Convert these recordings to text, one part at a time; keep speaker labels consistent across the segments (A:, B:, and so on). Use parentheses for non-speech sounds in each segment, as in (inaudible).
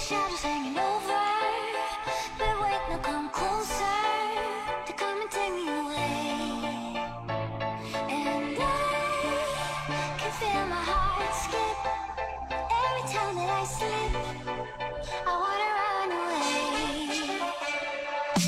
A: shadows hanging over. But wait, now come closer to come and take me away. And I can feel my heart skip every time that I slip. I wanna run away.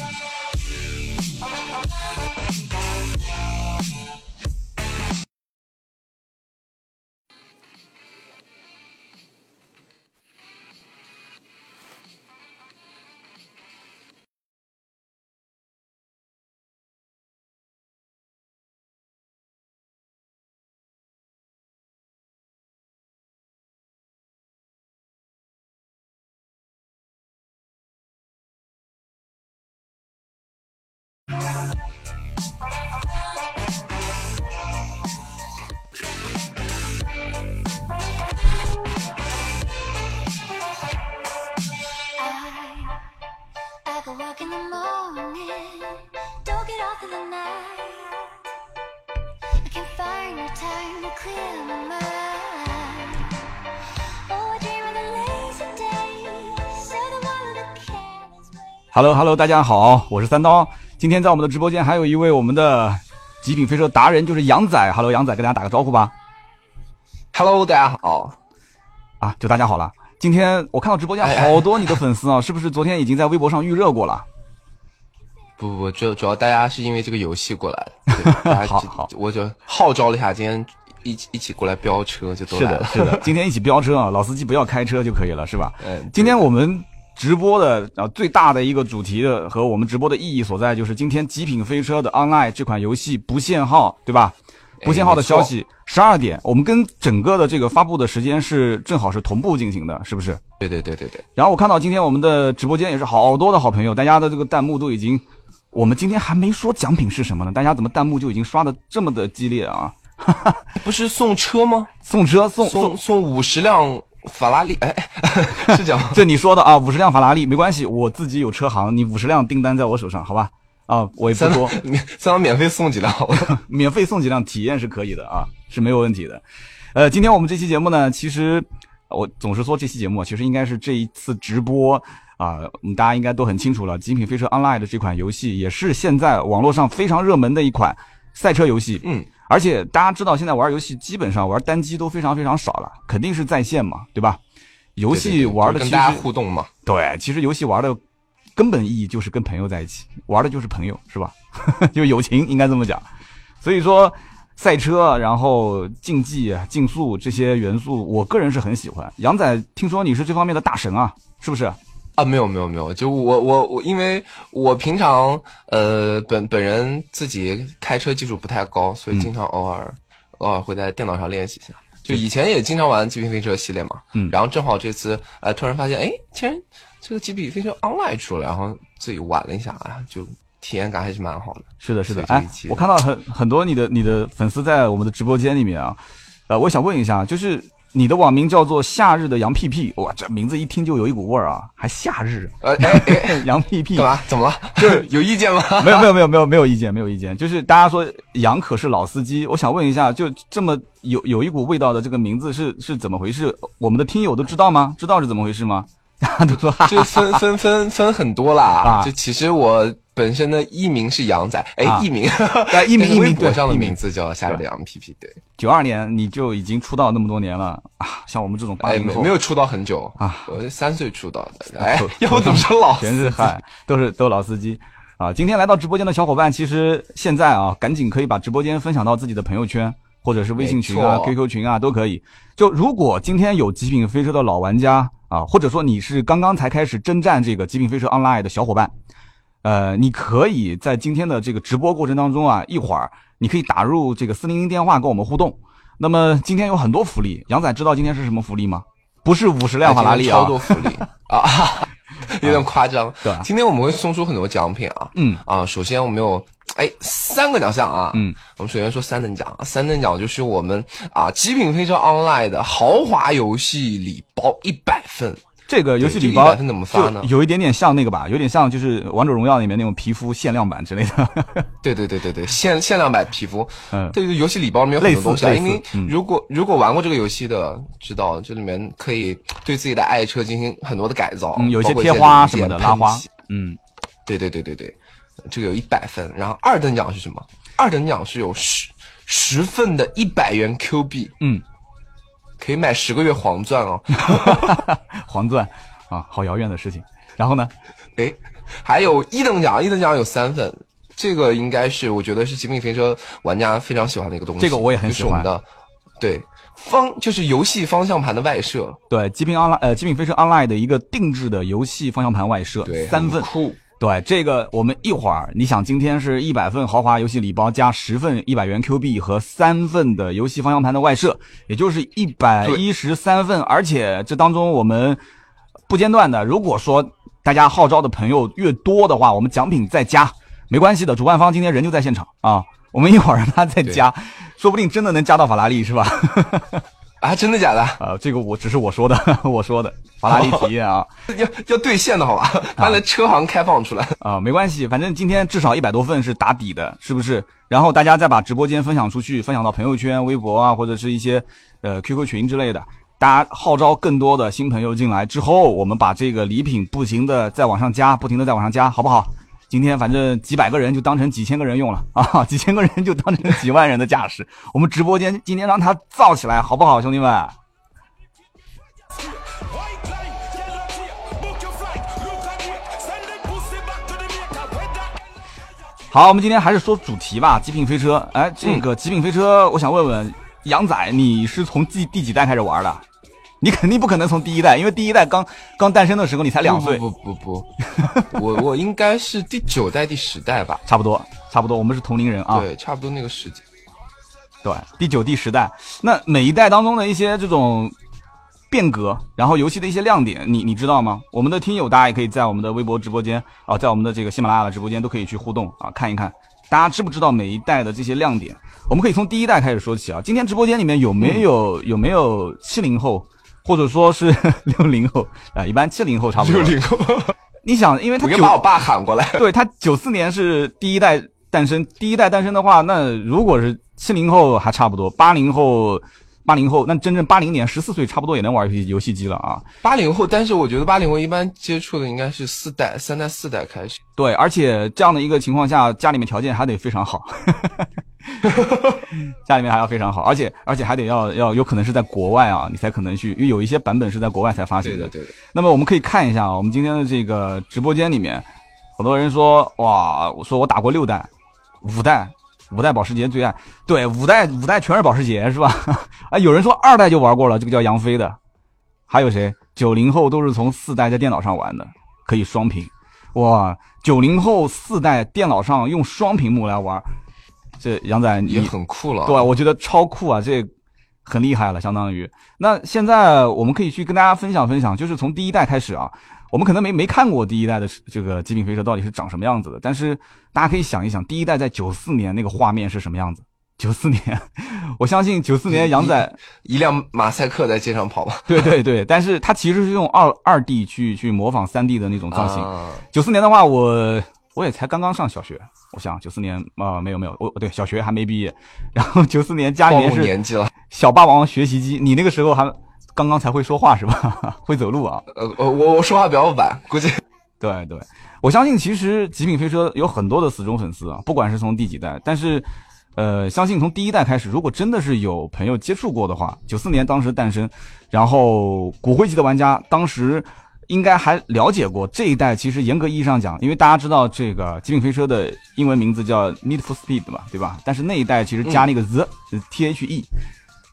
A: I I could walk in the morning, don't get off in the night. I can't find the time to clear my mind. Oh, I dream of the lazy days, so the one with the careless ways.
B: Hello Hello，大家好，我是三刀。今天在我们的直播间还有一位我们的极品飞车达人，就是杨仔。Hello，杨仔，跟大家打个招呼吧。
C: Hello，大家好。
B: 啊，就大家好了。今天我看到直播间好多你的粉丝啊，是不是昨天已经在微博上预热过了？
C: 不不不，主主要大家是因为这个游戏过来的，
B: (laughs)
C: 对吧大家
B: 好
C: 就
B: 好
C: 我就号召了一下，今天一起一起过来飙车就都
B: 是
C: 来了
B: 的，。是 (laughs) 的。今天一起飙车啊，老司机不要开车就可以了，是吧？
C: 嗯，
B: (laughs) 今天我们直播的啊最大的一个主题的和我们直播的意义所在，就是今天《极品飞车》的 Online 这款游戏不限号，对吧？不限号的消息，十二点，我们跟整个的这个发布的时间是正好是同步进行的，是不是？
C: 对对对对对，
B: 然后我看到今天我们的直播间也是好多的好朋友，大家的这个弹幕都已经，我们今天还没说奖品是什么呢，大家怎么弹幕就已经刷的这么的激烈啊？
C: 不是送车吗？
B: 送车送送
C: 送送五十辆法拉利，哎，哎 (laughs) 是这样吗？
B: 这你说的啊，五十辆法拉利没关系，我自己有车行，你五十辆订单在我手上，好吧？啊，我也不
C: 三
B: 多，
C: 免三刀免费送几辆好吧？
B: (laughs) 免费送几辆体验是可以的啊，是没有问题的。呃，今天我们这期节目呢，其实呃我总是说这期节目啊，其实应该是这一次直播啊，我们大家应该都很清楚了，《极品飞车 Online》的这款游戏也是现在网络上非常热门的一款赛车游戏。
C: 嗯，
B: 而且大家知道，现在玩游戏基本上玩单机都非常非常少了，肯定是在线嘛，对吧？ (laughs) 游
C: 对对
B: 戏
C: 对
B: 玩
C: 就
B: 的其
C: 跟
B: 实
C: 大家互动嘛，
B: 对，其实游戏玩的根本意义就是跟朋友在一起，玩的就是朋友，是吧？ (laughs) 就友情应该这么讲。所以说，赛车，然后竞技、竞速这些元素，我个人是很喜欢。杨仔，听说你是这方面的大神啊，是不是？
C: 啊，没有没有没有，就我我我，因为我平常呃本本人自己开车技术不太高，所
B: 嗯
C: 以经常偶尔、偶尔会在电脑上练习一下。就以前也经常玩《极品飞车》系列嘛，
B: 嗯
C: 然后正好这次呃突然发现，哎，竟然这个《极品飞车 Online》出了，然后自己玩了一下啊，就体验感还是蛮好的。
B: 是的，是的。
C: 所以这
B: 哎
C: 一期，
B: 我看到 (laughs) 很很多你的你的粉丝在我们的直播间里面啊，呃，我想问一下，就是你的网名叫做“夏日的羊屁屁”，哇，这名字一听就有一股味儿啊，还夏日 (laughs)
C: 呃，哎哎，
B: 羊屁屁
C: 干，嘛？怎么了？就是有意见吗？
B: (laughs) 没有没有没有没有没有意见，没有意见。就是大家说杨可是老司机，我想问一下，就这么有有一股味道的这个名字是是怎么回事？我们的听友都知道吗？知道是怎么回事吗？大家都
C: (laughs)
B: 说哈
C: 这分分分分很多啦。
B: 啊
C: 就其实我本身的艺名是杨仔，哎，
B: 啊
C: 艺名，
B: 哎艺名
C: 但是
B: 艺名
C: 微博
B: 对
C: 上的
B: 艺名
C: 名字叫夏日杨 P P，对，
B: 九二年你就已经出道那么多年了啊，像我们这种八
C: 哎，
B: 零
C: 没
B: 后
C: 没有出道很久
B: 啊，
C: 我是三岁出道
B: (laughs)
C: 的，哎，要不怎么说老？
B: 全是汗，都是都是老司机啊！今天来到直播间的小伙伴，其实现在啊，赶紧可以把直播间分享到自己的朋友圈，或者是微信群啊、
C: 没错
B: QQ 群啊，都可以。就如果今天有极品飞车的老玩家啊，或者说你是刚刚才开始征战这个极品飞车 Online 的小伙伴，呃，你可以在今天的这个直播过程当中啊，一会儿你可以打入这个四零零电话跟我们互动。那么今天有很多福利，杨仔知道今天是什么福利吗？不是五十辆法拉利
C: 哎超
B: 啊，
C: 多福利
B: (laughs)
C: 啊，有点夸张。
B: 对吧？
C: 今天我们会送出很多奖品啊，
B: 嗯
C: 啊，首先我们有哎三个奖项啊，
B: 嗯，
C: 我们首先说三等奖，啊三等奖就是我们啊《极品飞车 Online》的豪华游戏礼包一百份，
B: 这个游戏礼
C: 这个
B: 包
C: 一百分怎么发呢
B: 就有一点点像那个吧，有点像就是《王者荣耀》里面那种皮肤限量版之类的。
C: 对对对对对，限限量版皮肤，
B: 嗯
C: 这个游戏里包里面有很多东西啊。
B: 类似
C: 因为
B: 类似嗯
C: 如果如果玩过这个游戏的，知道这里面可以对自己的爱车进行很多的改造，
B: 嗯，有一
C: 包
B: 些
C: 括
B: 贴花什么
C: 零
B: 的
C: 件
B: 拉花
C: 喷漆。
B: 嗯，
C: 对对对对对，这个有一百分。然后二等奖是什么？二等奖是有十十份的一百元 Q 币，
B: 嗯，
C: 可以买十个月黄钻哦。
B: (laughs) 黄钻啊，好遥远的事情。然后呢？
C: 诶，还有一等奖，一等奖有三份，这个应该是我觉得是极品飞车玩家非常喜欢的一个东西。
B: 这个我也很喜欢
C: 就是我们的，对方就是游戏方向盘的外设，
B: 对，《极品 Online》呃，《极品飞车 Online》的一个定制的游戏方向盘外设
C: 对，，
B: 三
C: 很
B: 份。
C: 酷。
B: 对，这个我们一会儿，你想今天是一百份豪华游戏礼包加十份一百元 Q 币和三份的游戏方向盘的外设，也就是一百一十三份，而且这当中我们不间断的，如果说大家号召的朋友越多的话，我们奖品再加，没关系的，主办方今天人就在现场啊，我们一会儿让他再加，说不定真的能加到法拉利是吧？ (laughs)
C: 啊，真的假的？
B: 啊，这个我只是我说的， (laughs) 我说的法拉利体验啊。
C: 要要兑现的好吧？把你的车行开放出来。
B: 啊、没关系，反正今天至少一百多份是打底的，是不是？然后大家再把直播间分享出去，分享到朋友圈、微博啊，或者是一些呃 QQ 群之类的，大家号召更多的新朋友进来之后，我们把这个礼品不停的再往上加，不停的再往上加，好不好？今天反正几百个人就当成几千个人用了啊， (laughs) 几千个人就当成几万人的架势，我们直播间今天让它造起来，好不好，兄弟们？
D: White line, yellow tape, book your flight, look at it, send the pussy back to the maker, whether
B: 好，我们今天还是说主题吧，《极品飞车》。哎，
C: 嗯
B: 这个《极品飞车》，我想问问杨仔，你是从第第几代开始玩的？你肯定不可能从第一代，因为第一代刚刚诞生的时候你才两岁，
C: 不不不 (laughs) 不，我我应该是第九代、第十代吧？
B: 差不多，差不多，我们是同龄人啊。
C: 对，差不多那个时间。
B: 对，第九、第十代，那每一代当中的一些这种变革，然后游戏的一些亮点，你你知道吗？我们的听友大家也可以在我们的微博直播间啊，在我们的这个喜马拉雅的直播间都可以去互动啊，看一看大家知不知道每一代的这些亮点。我们可以从第一代开始说起啊。今天直播间里面有没有、有没有七零后，或者说是 (laughs) 六零后啊？一般七零后差不多。
C: 后，
B: 你想，因为他
C: 我应
B: 九
C: 该把我爸喊过来。
B: (laughs) 对他九四年是第一代诞生，第一代诞生的话，那如果是七零后还差不多，八零后，八零后，那真正八零年十四岁差不多也能玩游戏游戏机了啊。
C: 八零后，但是我觉得八零后一般接触的应该是四代、三代、四代开始。
B: 对，而且这样的一个情况下，家里面条件还得非常好， (laughs) 家里面还要非常好，而且而且还得要要有可能是在国外啊，你才可能去，因为有一些版本是在国外才发行
C: 对
B: 的
C: 的，。对的。
B: 那么我们可以看一下啊，我们今天的这个直播间里面，很多人说哇，我说我打过六代、五代、五代保时捷最爱，对，五代五代全是保时捷是吧？ (laughs) 啊，有人说二代就玩过了，这个叫杨飞的，还有谁？九零后都是从四代在电脑上玩的，可以双屏，哇，九零后四代电脑上用双屏幕来玩，这杨仔你
C: 也很酷了。
B: 对，我觉得超酷啊，这很厉害了，相当于。那现在我们可以去跟大家分享分享，就是从第一代开始啊，我们可能没没看过第一代的这个《极品飞车》到底是长什么样子的，但是大家可以想一想，第一代在九四年那个画面是什么样子。九四年，我相信九四年杨仔
C: 一辆马赛克在街上跑吧。
B: 对对对，但是他其实是用二二 D 去去模仿三 D 的那种造型。
C: 啊
B: 九四年的话，我我也才刚刚上小学，我想九四年啊、没有没有，我对小学还没毕业，然后九四年家里
C: 暴
B: 面
C: 露
B: 是
C: 年纪了。
B: 小霸王学习机，你那个时候还刚刚才会说话是吧？ (laughs) 会走路啊？
C: 呃，我我我说话比较晚，估 (laughs) 计
B: 对对，我相信其实《极品飞车》有很多的死忠粉丝啊，不管是从第几代，但是，呃，相信从第一代开始，如果真的是有朋友接触过的话，九四年当时诞生，然后骨灰级的玩家当时应该还了解过这一代。其实严格意义上讲，因为大家知道这个《极品飞车》的英文名字叫 Need for Speed 嘛，对吧？但是那一代其实加那个 the、T H E。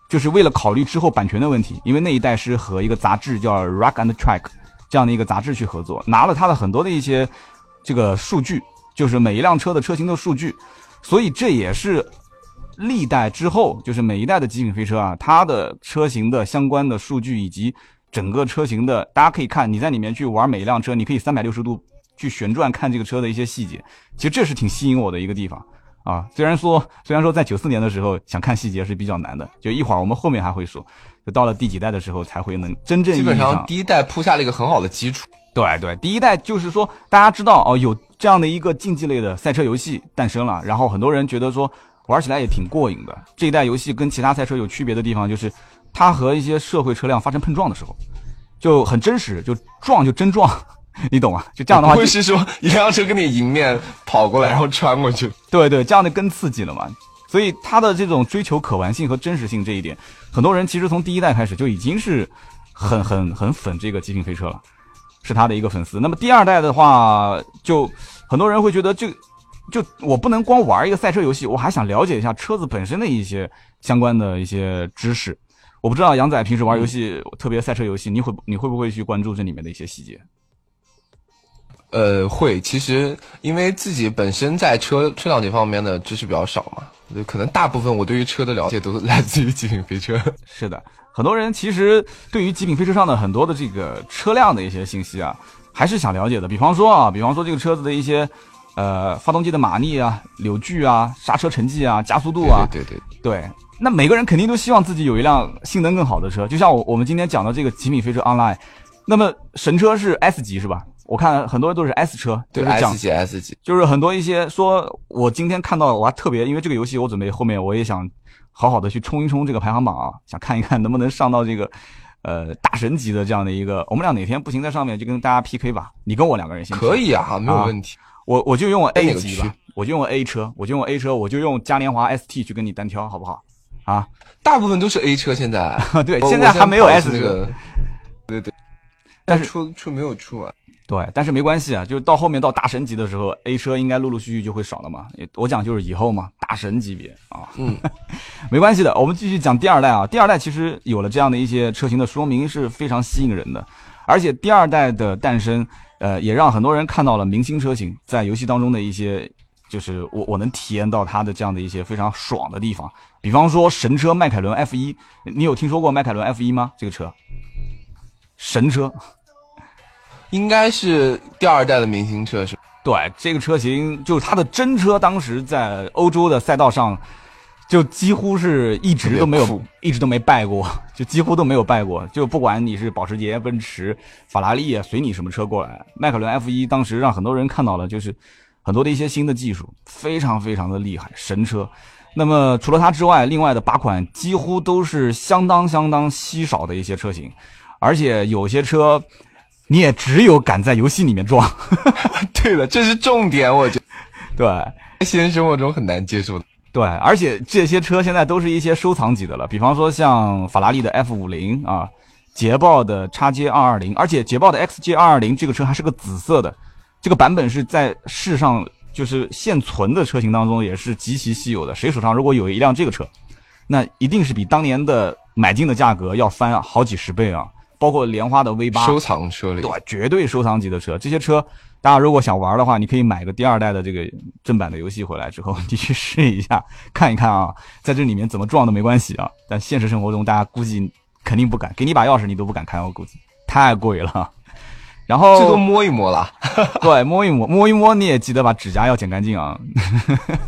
B: 就是为了考虑之后版权的问题，因为那一代是和一个杂志叫《Rock and Track》这样的一个杂志去合作，拿了它的很多的一些这个数据，就是每一辆车的车型的数据，所以这也是历代之后，就是每一代的极品飞车啊，它的车型的相关的数据以及整个车型的，大家可以看，你在里面去玩每一辆车，你可以三百六十度去旋转看这个车的一些细节，其实这是挺吸引我的一个地方。啊。虽然说虽然说在九四年的时候想看细节是比较难的，就一会儿我们后面还会说，就到了第几代的时候才会能真正意
C: 基
B: 义
C: 本
B: 上
C: 上第一代铺下了一个很好的基础。
B: 对对，第一代就是说，大家知道哦，有这样的一个竞技类的赛车游戏诞生了，然后很多人觉得说玩起来也挺过瘾的。这一代游戏跟其他赛车有区别的地方就是，它和一些社会车辆发生碰撞的时候，就很真实，就撞就真撞， (laughs) 你懂吗？就这样的话
C: 不会
B: 就是
C: 说一辆车跟你迎面跑过来，然后穿过去。
B: 对对，这样的更刺激了嘛。所以它的这种追求可玩性和真实性这一点，很多人其实从第一代开始就已经是很很很粉这个《极品飞车》了，是他的一个粉丝。那么第二代的话，就很多人会觉得这就我不能光玩一个赛车游戏，我还想了解一下车子本身的一些相关的一些知识。我不知道杨仔平时玩游戏，特别赛车游戏，你会你会不会去关注这里面的一些细节？
C: (laughs) 呃，会，其实因为自己本身在车车辆这方面的知识比较少嘛，就可能大部分我对于车的了解都来自于极品飞 (laughs) 车。
B: 是的，很多人其实对于极品飞车上的很多的这个车辆的一些信息啊，还是想了解的。比方说啊，比方说这个车子的一些，呃，发动机的马力啊、扭矩啊、刹车成绩啊、加速度啊，
C: 对对对，
B: 对，那每个人肯定都希望自己有一辆性能更好的车，就像我我们今天讲的这个极品飞车 Online，那么神车是 S 级是吧？我看很多人都是 S 车，
C: 对
B: 就是讲
C: S 级 S 级，
B: 就是很多一些说，我今天看到我还特别，因为这个游戏我准备后面我也想好好的去冲一冲这个排行榜啊，想看一看能不能上到这个呃大神级的这样的一个。我们俩哪天不行在上面就跟大家 PK 吧，你跟我两个人行不行
C: 可，以啊，没有问题。
B: 我我就用我
C: 哪
B: A
C: 个
B: 级
C: 区
B: 吧，我就用 A 车，我就用 A 车，我就用嘉年华 ST 去跟你单挑，好不好？啊，，
C: 大部分都是 A 车现在
B: 对
C: 我
B: 现在还没有 S
C: 我先
B: 车
C: 跑去那个，对对，
B: 但是
C: 出出没有出啊？
B: 对，但是没关系啊，就是到后面到大神级的时候，A 车应该陆陆续续就会少了嘛。也我讲就是以后嘛，大神级别啊，
C: 嗯，
B: (laughs) 没关系的，我们继续讲第二代啊。第二代其实有了这样的一些车型的说明是非常吸引人的，而且第二代的诞生，呃，也让很多人看到了明星车型在游戏当中的一些，就是我我能体验到它的这样的一些非常爽的地方。比方说神车迈凯伦 F 一，你有听说过迈凯伦 F 一吗？这个车，神车。
C: 应该是第二代的明星车是吧？ (laughs)
B: 对，这个车型就是它的真车，当时在欧洲的赛道上，就几乎是一直都没
C: 特别
B: 有
C: 酷，
B: 一直都没败过， (laughs) 就几乎都没有败过。就不管你是保时捷、奔驰、法拉利，啊随你什么车过来，迈凯伦 F 一当时让很多人看到了，就是很多的一些新的技术，非常非常的厉害，神车。那么除了它之外，另外的八款几乎都是相当相当稀少的一些车型，而且有些车你也只有敢在游戏里面撞， (laughs)
C: 对了，这是重点，我觉得
B: 对。
C: 现实生活中很难接受的。
B: 对，而且这些车现在都是一些收藏级的了，比方说像法拉利的 F 五零啊，捷豹的 XJ 二二零，而且捷豹的 XJ 二二零这个车还是个紫色的，这个版本是在世上就是现存的车型当中也是极其稀有的，谁手上如果有一辆这个车，那一定是比当年的买进的价格要翻好几十倍啊，包括莲花的 V 八啊
C: 收藏车里，
B: 对，绝对收藏级的车。这些车，大家如果想玩的话，你可以买个第二代的这个正版的游戏回来之后，你去试一下，看一看啊，在这里面怎么撞都没关系啊。但现实生活中，大家估计肯定不敢，给你把钥匙你都不敢开，我估计太贵了。然后
C: 最多摸一摸啦。
B: 对，摸一摸，摸一摸，你也记得把指甲要剪干净啊。 (laughs)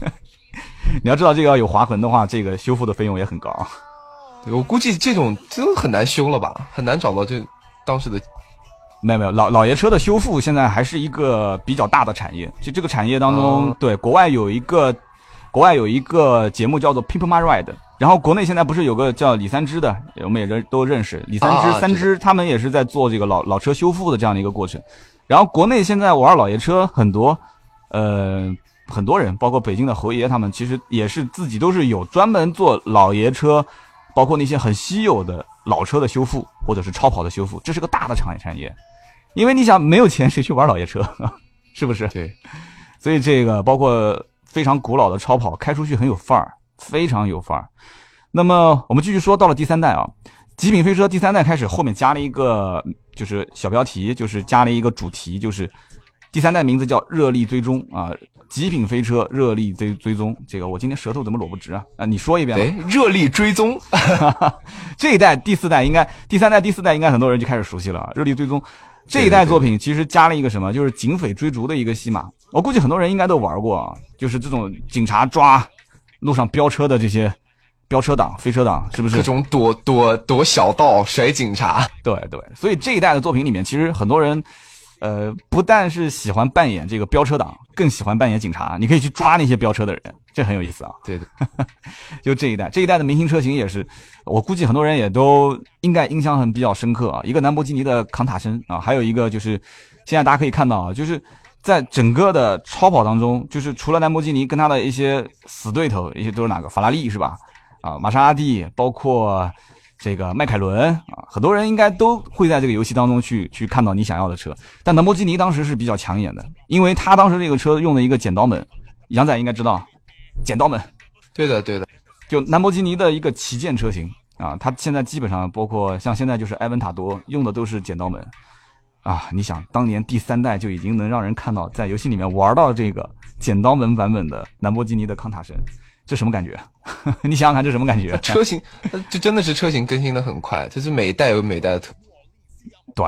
B: 你要知道，这个要有划痕的话，这个修复的费用也很高啊。
C: 对我估计这种真的很难修了吧，很难找到这当时的
B: 没有没有，老老爷车的修复现在还是一个比较大的产业。就这个产业当中，
C: 哦
B: 对国外有一个，国外有一个节目叫做《Pimp My Ride》，然后国内现在不是有个叫李三枝的，我们也认都认识李三枝、
C: 啊啊
B: 三枝，他们也是在做这个老老车修复的这样的一个过程。然后国内现在玩老爷车很多，呃，很多人，包括北京的侯爷他们，其实也是自己都是有专门做老爷车，包括那些很稀有的老车的修复或者是超跑的修复，这是个大的产业产业。因为你想没有钱谁去玩老爷车， (laughs) 是不是？
C: 对，
B: 所以这个包括非常古老的超跑，开出去很有范儿，非常有范儿。那么我们继续说，到了第三代啊，极品飞车第三代开始，后面加了一个就是小标题，就是加了一个主题，就是第三代名字叫热力追踪啊，极品飞车热力追追踪。这个我今天舌头怎么裸不直啊？啊，你说一遍吧。
C: 哎热力
B: (laughs)
C: 追踪，
B: 这一代第四代应该第三代第四代应该很多人就开始熟悉了啊，《热力追踪》这一代作品其实加了一个什么，就是警匪追逐的一个戏码。我估计很多人应该都玩过，啊，就是这种警察抓路上飙车的这些飙车党、飞车党，是不
C: 各
B: 是？
C: 种躲躲躲小道、甩警察，
B: 对对，所以这一代的作品里面，其实很多人，呃，不但是喜欢扮演这个飙车党，更喜欢扮演警察。你可以去抓那些飙车的人，这很有意思啊。
C: 对的，
B: (laughs) 就这一代，这一代的明星车型也是，我估计很多人也都应该印象很比较深刻啊。一个兰博基尼的康塔申啊，还有一个就是，现在大家可以看到啊，就是在整个的超跑当中，就是除了兰博基尼跟他的一些死对头，一些都是哪个法拉利是吧？啊，玛莎拉蒂，包括这个迈凯伦啊，很多人应该都会在这个游戏当中去去看到你想要的车。但兰博基尼当时是比较抢眼的，因为他当时这个车用的一个剪刀门，杨仔应该知道，剪刀门。
C: 对
B: (laughs)
C: 的，对的，
B: 就兰博基尼的一个旗舰车型啊，它现在基本上包括像现在就是埃文塔多用的都是剪刀门啊。你想，当年第三代就已经能让人看到在游戏里面玩到这个剪刀门版本的兰博基尼的康塔神，这什么感觉？ (laughs) 你想想看，这什么感觉？
C: 车型，呃就真的是车型更新的很快，就是每一代有每一代的特
B: 对，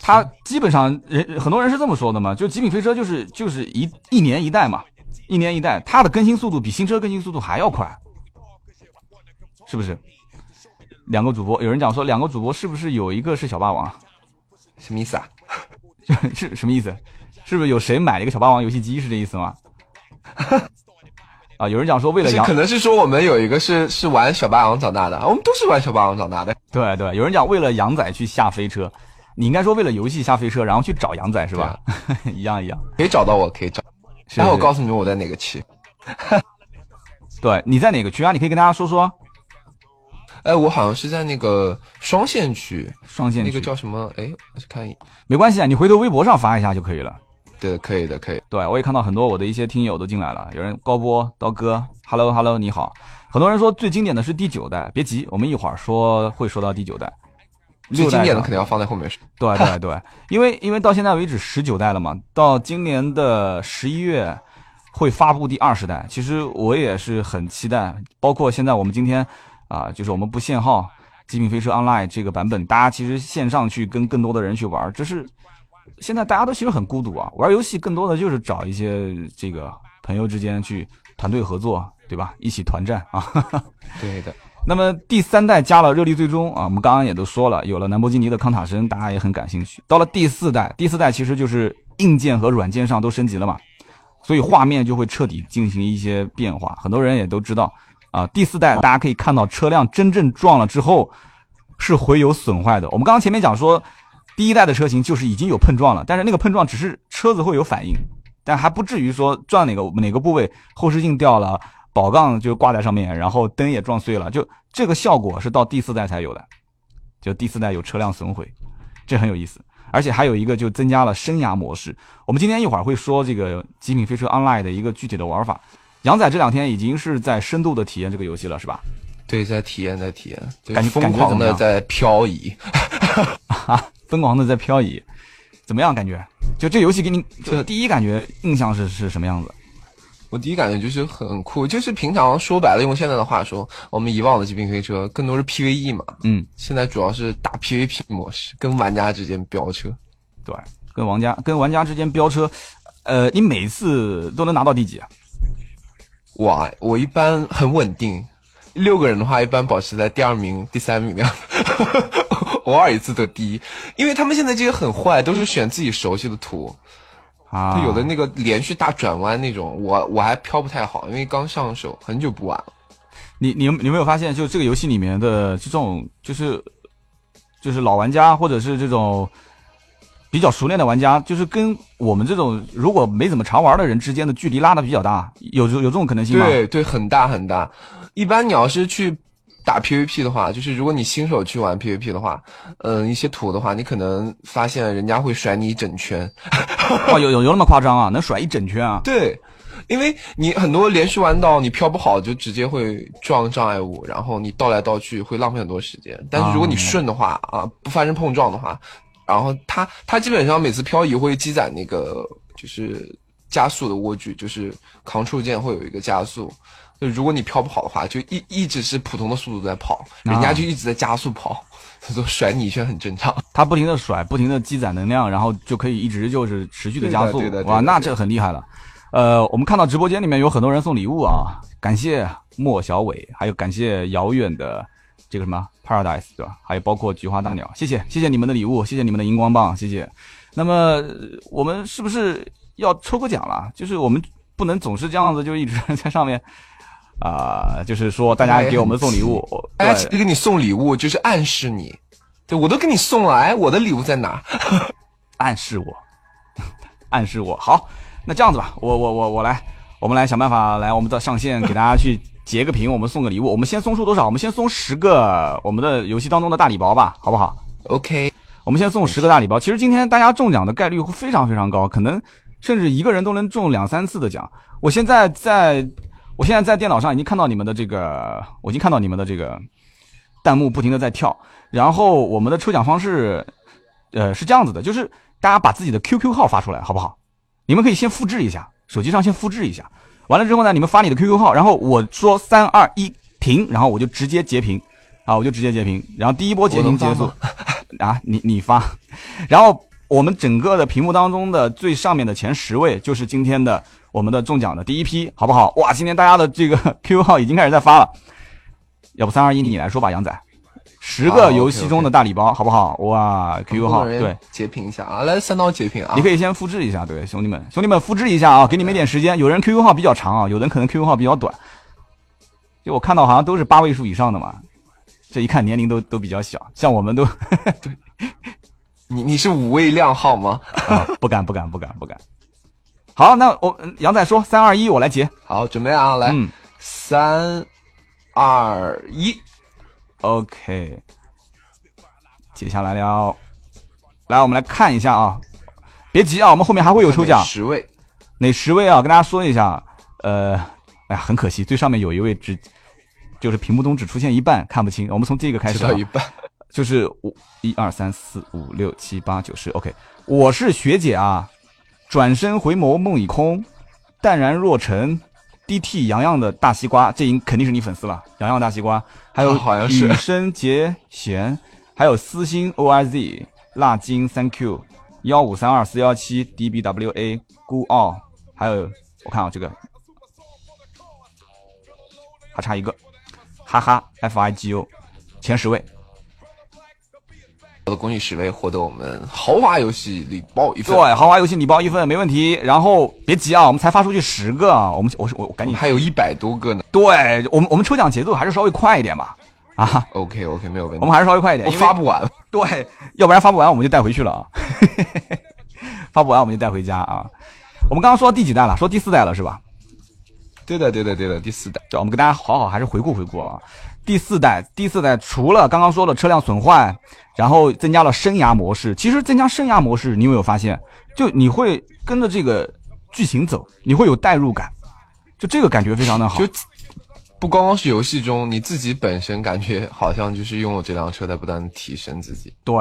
B: 它基本上人很多人是这么说的嘛，就极品飞车就是就是一一年一代嘛，一年一代，它的更新速度比新车更新速度还要快，是不是？两个主播，有人讲说两个主播是不是有一个是小霸王啊？ (laughs)
C: 什么意思啊？
B: 是什么意思？是不是有谁买了一个小霸王游戏机是这意思吗？ (laughs) 啊，有人讲说为了
C: 是
B: 养
C: 可能是说我们有一个是是玩小霸王长大的，我们都是玩小霸王长大的，
B: 对对，有人讲为了羊仔去下飞车，你应该说为了游戏下飞车，然后去找羊仔是吧？ (laughs) 一样一样。
C: 可以找到我，可以找。
B: 是
C: 啊然后我
B: 是
C: 告诉你们我在哪个区。
B: 对，你在哪个区啊？你可以跟大家说说
C: 哎，我好像是在那个双线区，
B: 双线
C: 那
B: 区。
C: 个叫什么？哎，我去看一，
B: 没关系啊，你回头微博上发一下就可以了。
C: 对，可以的，可以。
B: 对，我也看到很多我的一些听友都进来了，有人高波、刀哥，Hello Hello，你好。很多人说最经典的是第九代，别急，我们一会儿说会说到第九代。
C: 最
B: 六代
C: 经典的
B: 上
C: 肯定要放在后面说。
B: 对对对，因为因为到现在为止十九代了嘛，到今年的十一月会发布第二十代。其实我也是很期待，包括现在我们今天啊、就是我们不限号《极品飞车 Online》这个版本，大家其实线上去跟更多的人去玩，这是现在大家都其实很孤独啊，玩游戏更多的就是找一些这个朋友之间去团队合作，对吧？一起团战啊。
C: 对的，
B: 那么第三代加了热力最终啊，我们刚刚也都说了，有了兰博基尼的康塔申，大家也很感兴趣。到了第四代，第四代其实就是硬件和软件上都升级了嘛，所以画面就会彻底进行一些变化。很多人也都知道啊，第四代大家可以看到车辆真正撞了之后是会有损坏的。我们刚刚前面讲说，第一代的车型就是已经有碰撞了，但是那个碰撞只是车子会有反应，但还不至于说撞哪个哪个部位后视镜掉了，保杠就挂在上面，然后灯也撞碎了，就这个效果是到第四代才有的，就第四代有车辆损毁，这很有意思。而且还有一个就增加了生涯模式，我们今天一会儿会说这个《极品飞车 Online》的一个具体的玩法。杨仔这两天已经是在深度的体验这个游戏了，是吧？
C: 对，在体验，在体验，就
B: 感觉
C: 疯
B: 感觉怎
C: 狂
B: 么
C: 的
B: 样
C: 在漂移，
B: 疯狂的在漂移，怎么样？感觉就这游戏给你就
C: 这
B: 第一感觉印象是是什么样子？
C: 我第一感觉就是很酷，就是平常说白了，用现在的话说，我们以往的极品飞车更多是 PVE 嘛，
B: 嗯，
C: 现在主要是打 PVP 模式，跟玩家之间飙车。
B: 对，跟玩家跟玩家之间飙车，呃，你每次都能拿到第几啊？
C: 哇，我一般很稳定，六个人的话一般保持在第二名、第三名那样， (laughs) 偶尔一次得第一，因为他们现在这些很坏，都是选自己熟悉的图，就
B: 啊，
C: 有的那个连续大转弯那种，我我还飘不太好，因为刚上手，很久不玩了。
B: 你你有你有没有发现，就这个游戏里面的这种就是就是老玩家或者是这种比较熟练的玩家，就是跟我们这种如果没怎么常玩的人之间的距离拉的比较大，有有这种可能性吗？
C: 对对，很大很大。一般你要是去打 PVP 的话，就是如果你新手去玩 PVP 的话，嗯、一些图的话，你可能发现人家会甩你一整圈。
B: 哇，有有有那么夸张啊？能甩一整圈啊？
C: 对，因为你很多连续弯道你飘不好，就直接会撞哎障碍物，然后你倒来倒去会浪费很多时间。但是如果你顺的话啊，不发生碰啊撞的话，然后它它基本上每次漂移会积攒那个就是加速的蜗居，就是 Ctrl 键会有一个加速。就如果你飘不好的话，就一一直是普通的速度在跑，人家就一直在加速跑，所以说甩你一圈很正常。
B: 它不停的甩，不停的积攒能量，然后就可以一直就是持续的加速
C: 对的对的，对的
B: 哇，
C: 对的
B: 那这很厉害了。呃，我们看到直播间里面有很多人送礼物啊，感谢莫小伟，还有感谢遥远的这个什么 Paradise 对吧？还有包括菊花大鸟，谢谢谢谢你们的礼物，谢谢你们的荧光棒，谢谢。那么呃我们是不是要抽个奖了？就是我们不能总是这样子，就一直 (laughs) 在上面啊、就是说大家
C: 哎
B: 给我们送礼
C: (laughs)
B: 物，
C: 大
B: 对
C: 家哎其实给你送礼物就是暗示你，对我都给你送了，哎，我的礼物在哪？
B: 暗示我， (laughs) 暗示我。好，那这样子吧，我我我我来，我们来想办法来，我们的上线给大家去截个屏，我们送个礼物。我们先送出多少？我们先送十个我们的游戏当中的大礼包吧，好不好？
C: OK，
B: 我们先送十个大礼包。其实今天大家中奖的概率会非常非常高，可能甚至一个人都能中两三次的奖。我现在在，我现在在电脑上已经看到你们的这个，我已经看到你们的这个弹幕不停的在跳。然后我们的抽奖方式，呃，是这样子的，就是大家把自己的 QQ 号发出来，好不好？你们可以先复制一下，手机上先复制一下。完了之后呢，你们发你的 QQ 号，然后我说三二一停，然后我就直接截屏，啊，我就直接截屏，然后第一波截
C: 我
B: 屏
C: 能发
B: 结束
C: 吗，
B: 啊，你你发，然后我们整个的屏幕当中的最上面的前十位就是今天的我们的中奖的第一批，好不好？哇，今天大家的这个 (laughs) QQ 号已经开始在发了，要不三二一你来说吧，杨仔，十
C: 好
B: 个
C: ，OK，
B: 游戏中的大礼包，好不好？哇，QQ 号
C: 工作人
B: 对
C: 员。截屏一下啊，来三刀截屏啊，
B: 你可以先复制一下，对，兄弟们，兄弟们复制一下啊，给你们一点时间。有人 QQ 号比较长啊，有人可能 QQ 号比较短。就我看到好像都是八位数以上的嘛，这一看年龄都都比较小，像我们都
C: 你你是五位靓号吗？
B: (laughs) 啊不敢不敢不敢不敢。好，那我嗯杨仔说三二一，我来截。
C: 好，准备啊，来
B: 嗯
C: 三二一，
B: ，OK，截下来了。来，我们来看一下啊，别急啊，我们后面还会有抽奖。
C: 十位，
B: 哪十位啊？跟大家说一下，呃，哎呀，很可惜，最上面有一位只就是屏幕中只出现一半，看不清。我们从这个开
C: 截
B: 始、啊
C: 到，一半。
B: 就是五一二三四五六七八九十，OK，我是学姐啊，转身回眸梦已空，淡然若尘。DT 洋洋的大西瓜，这应肯定是你粉丝了。洋洋大西瓜，还有
C: 啊好像是
B: 雨生节弦，还有私心 OIZ、辣金 Thank you、幺五三二四幺七 DBWA、孤傲，还有我看啊这个，还差一个，哈哈 FIGO，前十位。
C: 好的，恭喜十位获得我们豪华游戏礼包一份。
B: 对，豪华游戏礼包一份没问题。然后别急啊，我们才发出去十个啊，我们我是我我赶
C: 我们
B: 紧。
C: 嗯还有一百多个呢。
B: 对我们我们抽奖节奏还是稍微快一点吧，啊，
C: OK OK，没有问题。
B: 我们还是稍微快一点，
C: 我
B: 因为
C: 发不完，
B: 对，要不然发不完我们就带回去了啊， (laughs) 发不完我们就带回家啊。我们刚刚说到第几代了？说第四代了是吧？
C: 对的对的对的，第四代
B: 对，我们跟大家好好还是回顾回顾啊。第四代，第四代除了刚刚说的车辆损坏，然后增加了生涯模式。其实增加生涯模式，你有没有发现？就你会跟着这个剧情走，你会有代入感，就这个感觉非常的好
C: 就。不光光是游戏中，你自己本身感觉好像就是拥有这辆车在不断地提升自己。
B: 对，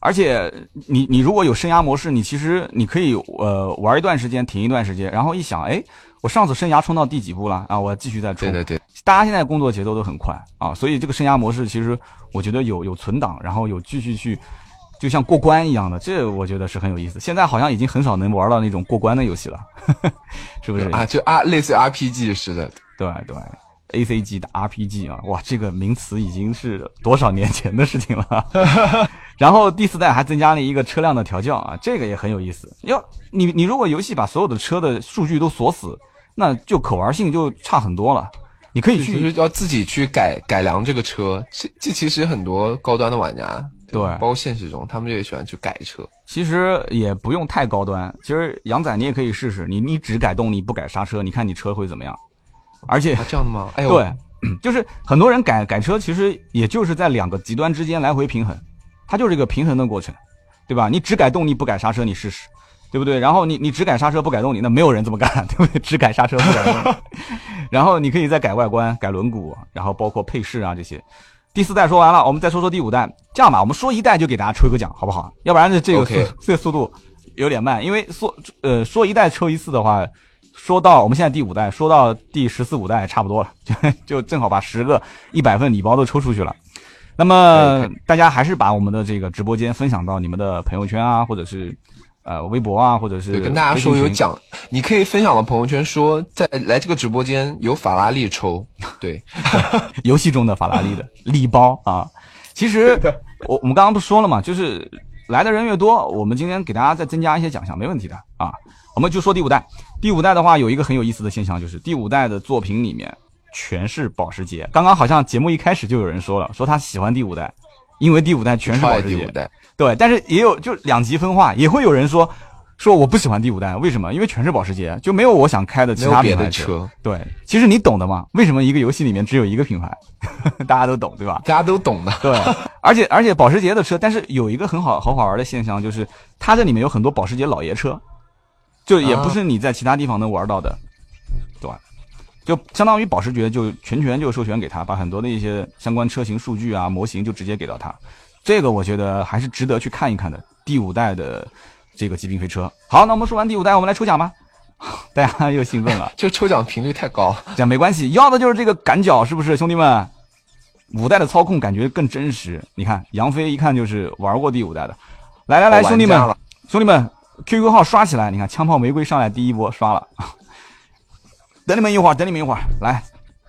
B: 而且你你如果有生涯模式，你其实你可以呃玩一段时间，停一段时间，然后一想，哎，我上次生涯冲到第几步了啊？我继续再冲。
C: 对对对，
B: 大家现在工作节奏都很快啊，所以这个生涯模式其实我觉得有有存档，然后有继续去，就像过关一样的，这我觉得是很有意思。现在好像已经很少能玩到那种过关的游戏了， (laughs) 是不是？
C: 啊，就啊，类似于 RPG 似的，
B: 对对，A C G 的 R P G 啊，哇，这个名词已经是多少年前的事情了。 (laughs) 然后第四代还增加了一个车辆的调教啊，这个也很有意思。要你你如果游戏把所有的车的数据都锁死，那就可玩性就差很多了。你可以去
C: 就是要自己去改改良这个车。这这其实很多高端的玩家，
B: 对
C: 包括现实中，他们就也喜欢去改车。
B: 其实也不用太高端，其实杨仔你也可以试试，你你只改动力不改刹车，你看你车会怎么样？而且
C: 啊，这样的吗？哎呦，
B: 对， (clears throat) 就是很多人改改车，其实也就是在两个极端之间来回平衡，它就是一个平衡的过程，对吧？你只改动力不改刹车，你试试，对不对？然后你你只改刹车不改动力，那没有人这么干， (laughs) 对不对？只改刹车不改动力， (laughs) 然后你可以再改外观、改轮毂，然后包括配饰啊这些。第四代说完了，我们再说说第五代。这样吧，我们说一代就给大家抽一个奖，好不好？要不然这这个速
C: OK
B: 这个速度有点慢，因为说呃说一代抽一次的话，说到我们现在第五代，说到第十四五代差不多了， (laughs) 就就正好把十个一百份礼包都抽出去了。那么大家还是把我们的这个直播间分享到你们的朋友圈啊，或者是呃微博啊，或者是
C: 对，跟大家说
B: 微信
C: 有
B: 群
C: 奖，你可以分享到朋友圈说，在来这个直播间有法拉利抽，对，
B: 游戏中的法拉利
C: (laughs)
B: 的礼包啊。其实我我们刚刚不是说了嘛，就是来的人越多，我们今天给大家再增加一些奖项，没问题的啊。我们就说第五代，第五代的话有一个很有意思的现象，就是第五代的作品里面全是保时捷。刚刚好像节目一开始就有人说了，说他喜欢第五代，因为第五代 (laughs) 全是
C: 超
B: 保
C: 爱
B: 时
C: 第
B: 捷
C: 五。代，
B: 对，但是也有就两极分化，也会有人说说我不喜欢第五代，为什么？因为全是保时捷，就没有我想开的其
C: 没有
B: 他
C: 别
B: 品牌
C: 的车，
B: 对，其实你懂的嘛？为什么一个游戏里面只有一个品牌， (laughs) 大家都懂，对吧？
C: 大家都懂的。
B: 对，而且而且保时捷的车，但是有一个很好很好玩的现象，就是它这里面有很多保时捷老爷车，就也不是你在其他地方能玩到的，对，就相当于保时捷就全权就授权给他，把很多的一些相关车型数据啊、模型就直接给到他，这个我觉得还是值得去看一看的。第五代的这个极品飞车，好，那我们说完第五代，我们来抽奖吧。 (laughs) 大家又兴奋了，
C: 这个抽奖频率太高了，
B: 这样没关系，要的就是这个感脚，是不是，兄弟们？五代的操控感觉更真实。你看杨飞一看就是玩过第五代的。来来来，
C: 哦玩
B: 兄弟们
C: 家了，
B: 兄弟们，QQ 号刷起来！你看枪炮玫瑰上来第一波刷了，等你们一会儿，等你们一会儿，来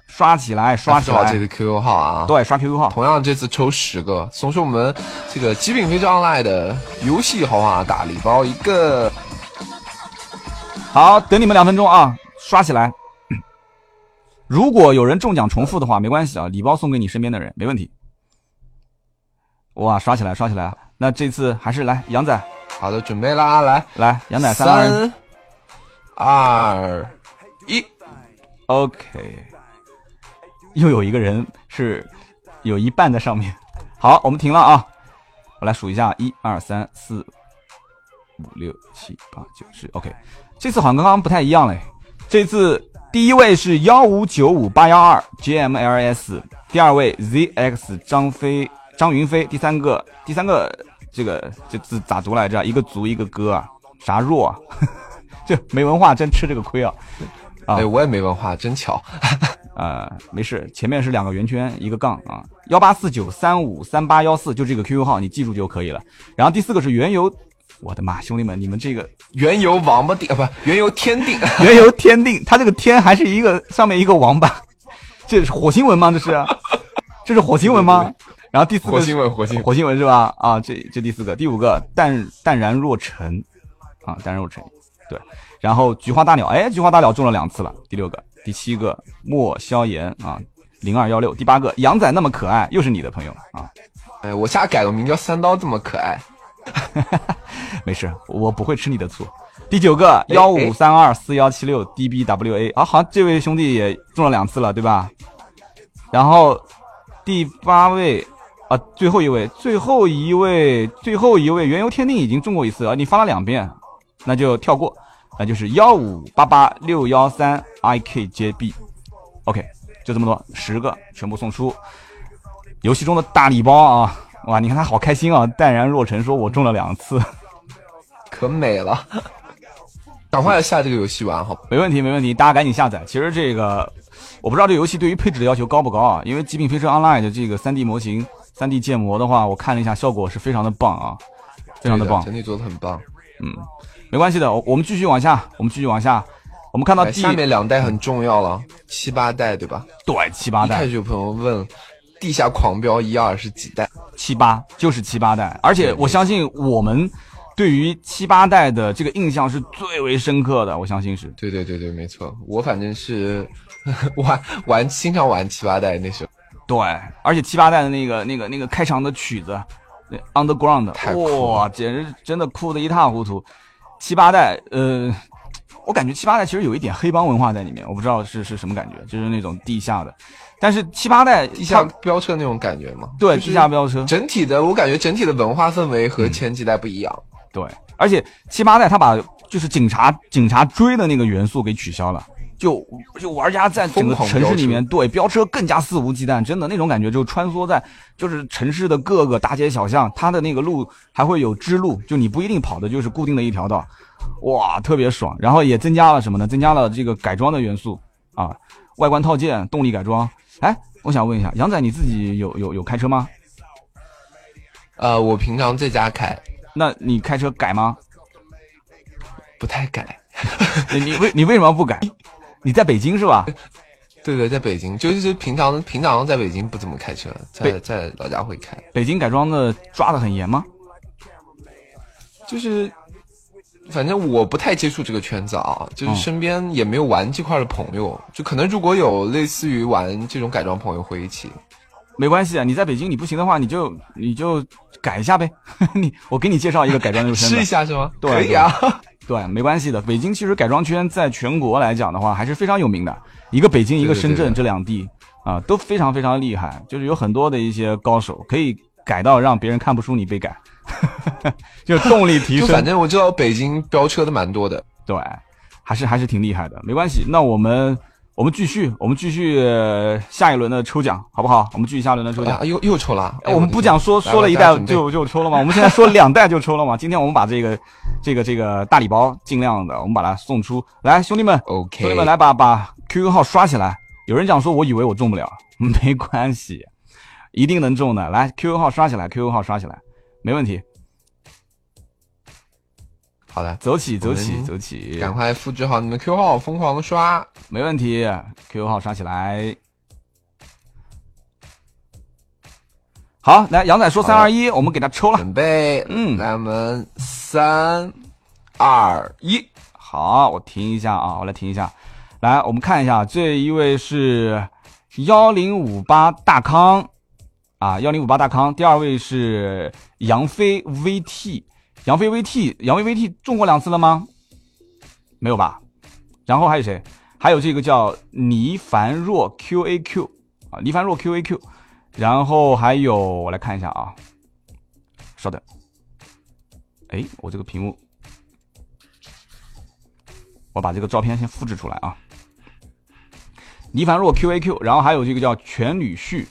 B: 刷起来，刷起
C: 正好啊这
B: 来
C: 个，QQ 号啊。
B: 对，刷 QQ 号。
C: 同样这次抽十个，送出我们这个《极品飞车 Online》的游戏豪华大礼包一个。
B: 好，等你们两分钟啊，刷起来。如果有人中奖重复的话，没关系啊，礼包送给你身边的人，没问题。哇，刷起来，刷起来！那这次还是来杨仔，
C: 好的，准备啦，来，
B: 来杨仔三二一
C: 三二一，
B: ，OK。又有一个人是有一半在上面。好，我们停了啊，我来数一下，一二三四五六七八九十，OK。这次好像跟刚刚不太一样嘞，这次第一位是幺五九五八幺二 JMLS，第二位 ZX 张飞张云飞，第三个第三个这个这字咋读来着？一个族一个歌啊，啥弱啊？ (laughs) 这没文化真吃这个亏啊！啊
C: 哎，我也没文化，真巧。
B: 呃，没事，前面是两个圆圈，一个杠啊，幺八四九三五三八幺四，就这个 QQ 号，你记住就可以了。然后第四个是原油，我的妈，兄弟们，你们这个
C: 原油王八定啊，不，原油天定。
B: (laughs) 原油天定，它这个天还是一个上面一个王八， (laughs) 这是火星文吗？这是，这是火星文吗？然后第四个
C: 火星文火星文
B: 火星文是吧？啊，这这第四个，第五个淡淡然若尘，啊，淡然若尘，对。然后菊花大鸟，哎，菊花大鸟中了两次了。第六个，第七个莫萧炎啊，零二幺六，第八个杨仔那么可爱，又是你的朋友啊，
C: (laughs) 哎，我瞎改个名叫三刀，这么可爱。
B: 没事，我不会吃你的醋。第九个幺五三二四幺七六 dbwa 啊，好像这位兄弟也中了两次了，对吧？然后第八位啊，最后一位，最后一位，最后一位，原油天定已经中过一次啊，你发了两遍，那就跳过，那就是幺五八八六幺三 ikjb，OK，、就这么多，十个全部送出，游戏中的大礼包啊，哇，你看他好开心啊，淡然若尘说我中了两次。
C: 可美了， (laughs) 赶快下这个游戏玩好吧？
B: 没问题，没问题，大家赶紧下载。其实这个我不知道这游戏对于配置的要求高不高啊，因为《极品飞车 Online》的这个 3D 模型、3D 建模的话，我看了一下，效果是非常的棒啊，非常的棒
C: 整。体做的很棒。
B: 没关系的，我我们继续往下，我们继续往下。我们看到
C: 哎
B: 第
C: 下面两代很重要了，七八代对吧？
B: 对七八
C: 一开
B: 代
C: 始，有朋友问，地下狂飙一二是几代？
B: 七八就是七八代，而且
C: 对
B: 我相信我们对于七八代的这个印象是最为深刻的，我相信是。
C: 对对对对，没错，我反正是 (laughs) 玩玩经常玩七八代那时候，
B: 对，而且七八代的那个、那个、那个开场的曲子，那 Underground，
C: 太酷了
B: 哇，简直真的酷的一塌糊涂。七八代，呃，我感觉七八代其实有一点黑帮文化在里面，我不知道是是什么感觉，就是那种地下的。但是七八代
C: 地下
B: 它
C: 飙车那种感觉嘛。
B: 对、
C: 就是
B: 地下飙车，
C: 整体的，我感觉整体的文化氛围和
B: 嗯
C: 前几代不一样。
B: 对，而且七八代他把就是警察警察追的那个元素给取消了，就就玩家在整个
C: 疯
B: 城
C: 狂
B: 市里
C: 飙车
B: 面，对飙车更加肆无忌惮，真的那种感觉就穿梭在就是城市的各个大街小巷，它的那个路还会有支路，就你不一定跑的就是固定的一条道，哇，特别爽。然后也增加了什么呢？增加了这个改装的元素啊，外观套件、动力改装。哎，我想问一下，杨仔你自己有有有开车吗？
C: 呃，我平常在家开，
B: 那你开车改吗？
C: 不太改。
B: (laughs) 你你为你为什么不改？你在北京是吧？
C: (laughs) 对对，在北京就是平常平常在北京不怎么开车，在
B: 北
C: 在老家会开，
B: 北京改装的抓的很严吗？
C: 就是反正我不太接触这个圈子啊，就是
B: 嗯
C: 身边也没有玩这块的朋友，就可能如果有类似于玩这种改装朋友会一起。
B: 没关系啊，你在北京你不行的话，你就你就改一下呗。 (laughs) 你我给你介绍一个改装的圈
C: 试一
B: 子，
C: (laughs) 下是吗？
B: 对
C: 可以啊。
B: 对，没关系的。北京其实改装圈在全国来讲的话，还是非常有名的，一个北京，一个深
C: 对
B: 圳
C: 的
B: 这两地啊，都非常非常厉害，就是有很多的一些高手可以改到让别人看不出你被改， (laughs) 就是动力提
C: (laughs) 就
B: 升。
C: 反正我知道北京飙车的蛮多的，
B: 对，还是还是挺厉害的，没关系。那我们我们继续，我们继续呃下一轮的抽奖，好不好？我们继续下一轮的抽奖。
C: 啊，又又抽了。
B: 哎我们不讲说说了一袋就就抽了吗？我们现在说两袋就抽了吗？今天我们把这个这个这个大礼包尽量的，我们把它送出来，兄弟们，
C: OK。
B: 兄弟们来把把 QQ 号刷起来。有人讲说，我以为我中不了， (laughs) 没关系，一定能中的。来，QQ 号刷起来，QQ 号刷起来，没问题。
C: 好的，
B: 走起，走
C: 我
B: 起，
C: 们
B: 走起，
C: 赶快复制好你们 Q 号，疯狂的刷。
B: 没问题。QQ 号刷起来。好，来，杨仔说三二一，我们给他抽了。
C: 准备，
B: 嗯
C: 来我们三二一，
B: 好，我停一下啊，我来停一下。来，我们看一下，这一位是幺零五八大康啊，幺零五八大康。第二位是杨飞 VT，杨飞 VT，杨飞 VT 中过两次了吗？没有吧？然后还有谁？还有这个叫倪凡若 QAQ 啊，倪凡若 QAQ。然后还有，我来看一下啊，稍等，哎，我这个屏幕我把这个照片先复制出来啊。倪凡若 QAQ，然后还有这个叫全女婿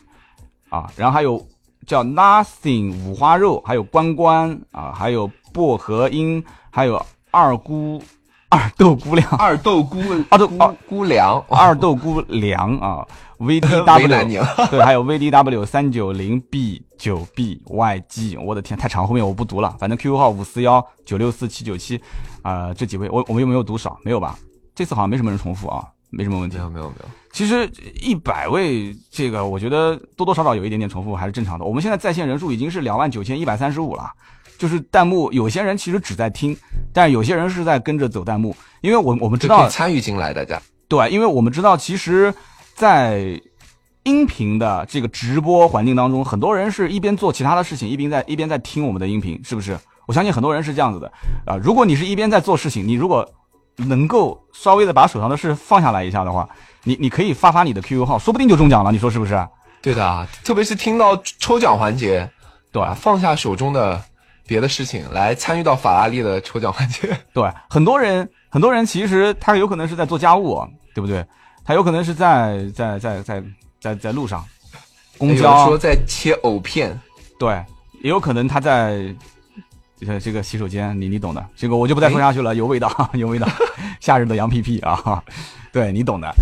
B: 啊，然后还有叫 Nothing 五花肉，还有关关啊，还有薄荷音，还有二姑二豆姑娘，
C: 二豆姑
B: 二豆
C: 姑姑凉，
B: (laughs) 二豆姑娘
C: (laughs)
B: 啊
C: 为难你 (laughs)
B: ，VDW (laughs)
C: 了。
B: 对，还有 VDW 三九零 B 九 BYG，我的天，太长，后面我不读了。反正 QQ 号五四幺九六四七九七，啊，这几位我我们有没有读少？没有吧？这次好像没什么人重复啊，没什么问题
C: 没。有没有没有，
B: 其实一百位这个，我觉得多多少少有一点点重复还是正常的。我们现在在线人数已经是两万九千一百三十五了，就是弹幕有些人其实只在听，但是有些人是在跟着走弹幕，因为我我们知
C: 就可
B: 道
C: 以参与进来，大家。
B: 对，因为我们知道，其实，在音频的这个直播环境当中，很多人是一边做其他的事情，一边在一边在听我们的音频，是不是？我相信很多人是这样子的啊、如果你是一边在做事情，你如果能够稍微的把手上的事放下来一下的话，你你可以发发你的 QQ 号，说不定就中奖了，你说是不是？
C: 对的啊，特别是听到抽奖环节，
B: 对
C: 啊，放下手中的别的事情，来参与到法拉利的抽奖环 (laughs) 节。
B: 对，啊很多人很多人其实他有可能是在做家务，哦对不对？他有可能是在在在在在在路上，公
C: 有
B: 交
C: 人
B: 啊、
C: 哎说在切藕片，
B: 对，也有可能他在呃这这个洗手间，你你懂的。这个我就不再说下去
C: 哎
B: 了，有味道， (laughs) 有味
C: (laughs)
B: 道，夏日的羊皮皮啊，对你懂的。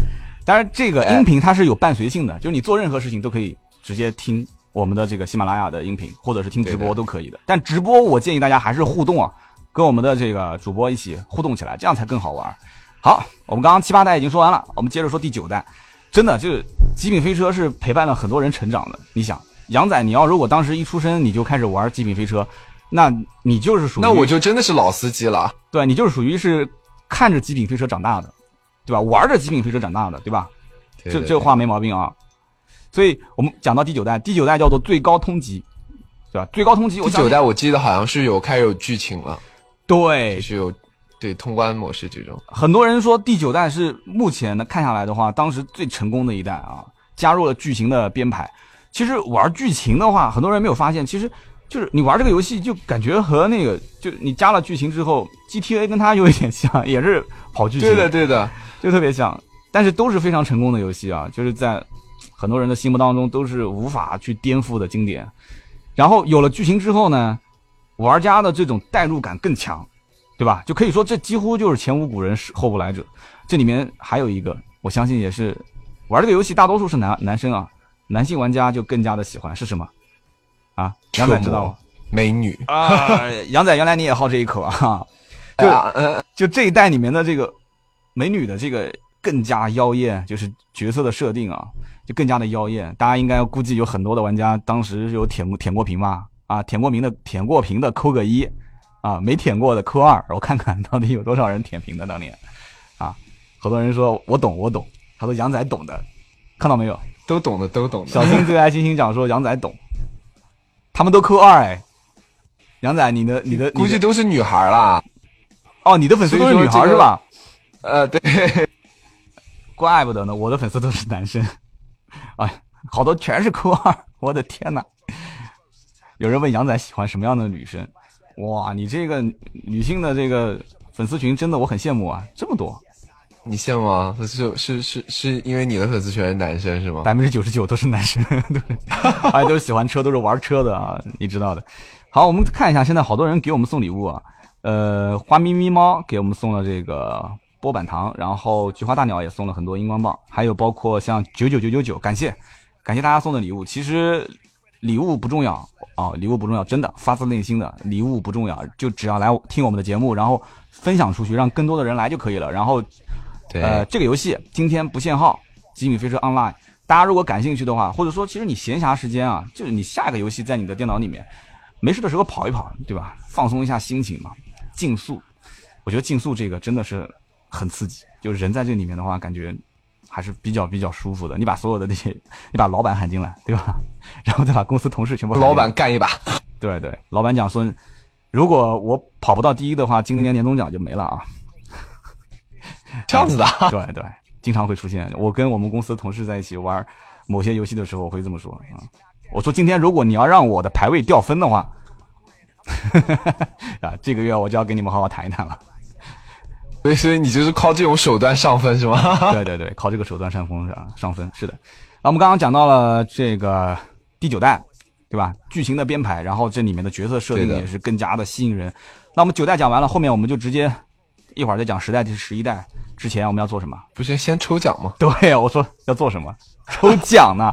B: 当然，这个
C: 哎
B: 音频它是有伴随性的，就是你做任何事情都可以直接听我们的这个喜马拉雅的音频，或者是听直
C: 对
B: 播
C: 的
B: 都可以的。但直播我建议大家还是互动啊，跟我们的这个主播一起互动起来，这样才更好玩。好，我们刚刚七八代已经说完了，我们接着说第九代。真的就是极品飞车是陪伴了很多人成长的。你想，杨仔，你要如果当时一出生你就开始玩极品飞车，那你就是属于
C: 那我就真的是老司机了。
B: 对你就是属于是看着极品飞车长大的，对吧？玩着极品飞车长大的，对吧？
C: 对
B: 这
C: 对
B: 这话没毛病啊。所以我们讲到第九代，第九代叫做最高通缉，对吧？最高通缉，我
C: 第
B: 想
C: 九代我记得好像是有开始有剧情了，
B: 对
C: 就，是有对通关模式这种。
B: 很多人说第九代是目前的看下来的话，当时最成功的一代啊，加入了剧情的编排。其实玩剧情的话，很多人没有发现，其实就是你玩这个游戏就感觉和那个就你加了剧情之后，GTA 跟它有一点像，也是跑剧情，
C: 对的，对的，
B: 就特别像。但是都是非常成功的游戏啊，就是在很多人的心目当中都是无法去颠覆的经典。然后有了剧情之后呢，玩家的这种代入感更强，对吧？就可以说这几乎就是前无古人是后无来者。这里面还有一个，我相信也是玩这个游戏大多数是男男生啊，男性玩家就更加的喜欢是什么？啊，杨仔知道吗？
C: 美女，
B: 啊， (laughs) 杨仔原来你也好这一口啊，
C: 对啊，嗯，
B: 就这一代里面的这个美女的这个更加妖艳，就是角色的设定啊，就更加的妖艳。大家应该估计有很多的玩家当时有舔过舔过屏吧？啊，舔过屏的舔过屏的扣个一，啊，没舔过的扣二。我看看到底有多少人舔屏的当年，啊，好多人说我懂我懂，他说杨仔懂的，看到没有？
C: 都懂的，都懂
B: 小
C: 的。
B: 新最爱星星讲说杨仔懂，他们都扣二哎。杨仔，你的你的
C: (laughs) 估计
B: 你的
C: 都是女孩啦，
B: 哦，你的粉丝都是
C: 所以说
B: 女孩
C: 这
B: 儿
C: 个
B: 是吧？
C: 呃，对，
B: 怪不得呢，我的粉丝都是男生， (laughs) 哎，好多全是扣二，我的天呐！有人问杨仔喜欢什么样的女生，哇，你这个女性的这个粉丝群真的我很羡慕啊，这么多，
C: 你羡慕啊？是是是是因为你的粉丝全是男生是吗？
B: 百分之九十九都是男生， (laughs) 对，哎，都是喜欢车，都是玩车的啊，你知道的。好，我们看一下，现在好多人给我们送礼物啊，呃，花咪咪猫给我们送了这个波板糖，然后菊花大鸟也送了很多荧光棒，还有包括像九九九九九，感谢感谢大家送的礼物。其实礼物不重要啊、礼物不重要，真的发自内心的礼物不重要，就只要来听我们的节目，然后分享出去，让更多的人来就可以了。然后
C: 对
B: 呃，这个游戏今天不限号，极品飞车 Online。大家如果感兴趣的话，或者说其实你闲暇时间啊，就是你下一个游戏在你的电脑里面，没事的时候跑一跑，对吧？放松一下心情嘛，竞速。我觉得竞速这个真的是很刺激，就是人在这里面的话，感觉还是比较比较舒服的。你把所有的那些， (laughs) 你把老板喊进来，对吧？ (laughs) 然后再把公司同事全部喊进来
C: 老板干一把，
B: 对对，老板讲说，如果我跑不到第一的话，今年年终奖就没了啊。
C: (laughs) 这样子的啊。 (laughs)
B: 对对，经常会出现。我跟我们公司同事在一起玩某些游戏的时候，我会这么说啊、我说今天如果你要让我的排位掉分的话， (laughs) 啊，这个月我就要跟你们好好谈一
C: (laughs)
B: 谈了。
C: 所以所以你就是靠这种手段上分是吗？ (laughs)
B: 对对对，靠这个手段上风上上分，是的。啊，我们刚刚讲到了这个第九代，对吧？剧情的编排，然后这里面的角色设定
C: 对的
B: 也是更加的吸引人。那我们九代讲完了，后面我们就直接一会儿再讲十代第十一代之前我们要做什么？
C: 不是先抽奖吗？
B: (laughs) 对，啊我说要做什么？抽奖呢？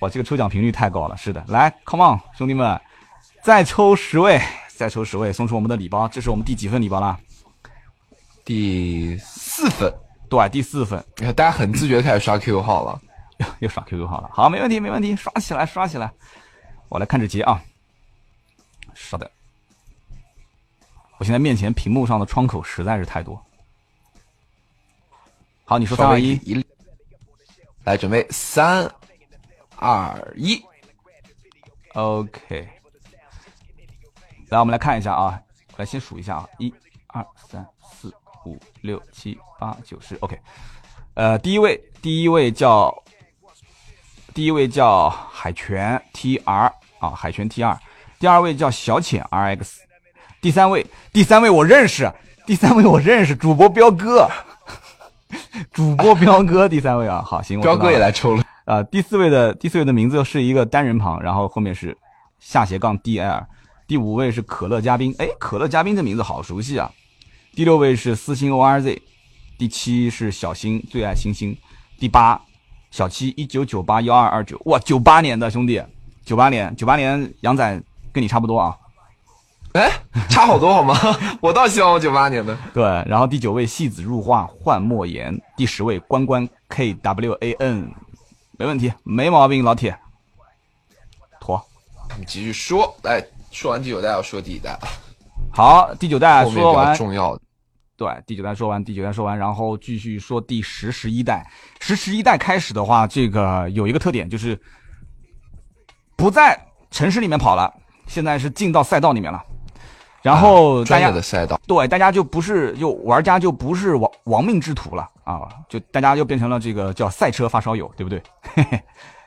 B: 哇，这个抽奖频率太高了。是的，来，come on，兄弟们，再抽十位，再抽十位，送出我们的礼包。这是我们第几份礼包啦？
C: 第四份，
B: 对，第四份， (laughs)
C: 你看大家很自觉地开始刷 QQ 号了。
B: 又刷 QQ 号了。好，没问题，没问题，刷起来，刷起来。我来看这节啊，稍等，我现在面前屏幕上的窗口实在是太多。好，你说三
C: 稍
B: 二
C: 微
B: 一，
C: 一，来准备三二一，
B: OK，来，我们来看一下啊，来先数一下啊，一、二、三、四、五、六、七、八、九、十。OK，呃，第一位，第一位叫，第一位叫海泉 TR 啊，海泉 TR，第二位叫小浅 RX，第三位，第三位我认识，第三位我认识，主播彪哥， (laughs) 主播彪哥，第三位啊，好，行，我知道
C: 彪哥也
B: 了
C: 来抽了。
B: 呃，第四位的第四位的名字是一个单人旁，然后后面是下斜杠 D L。第五位是可乐嘉宾，哎，可乐嘉宾这名字好熟悉啊。第六位是私心 O R Z，第七是小新最爱星星，第八小七一九九八幺二二九，哇，九八年的兄弟，九八年九八年杨仔跟你差不多啊。
C: 哎，差好多好吗？ (laughs) 我倒希望我九八年的。
B: 对，然后第九位戏子入画幻莫言，第十位关关 K W A N，没问题，没毛病，老铁，妥。
C: 你继续说，来说完第九代要说第一代啊，
B: 好，第九代
C: 后面比
B: 说
C: 较
B: 完，
C: 重要的。
B: 对，第九代说完，第九代说完，然后继续说第十、十一代。十、十一代开始的话，这个有一个特点就是不在城市里面跑了，现在是进到赛道里面了。然后大
C: 啊专
B: 家、
C: 业的赛道，
B: 对大家就不是就玩家就不是亡亡命之徒了啊，就大家就变成了这个叫赛车发烧友，对不对？ (laughs) 嘿嘿，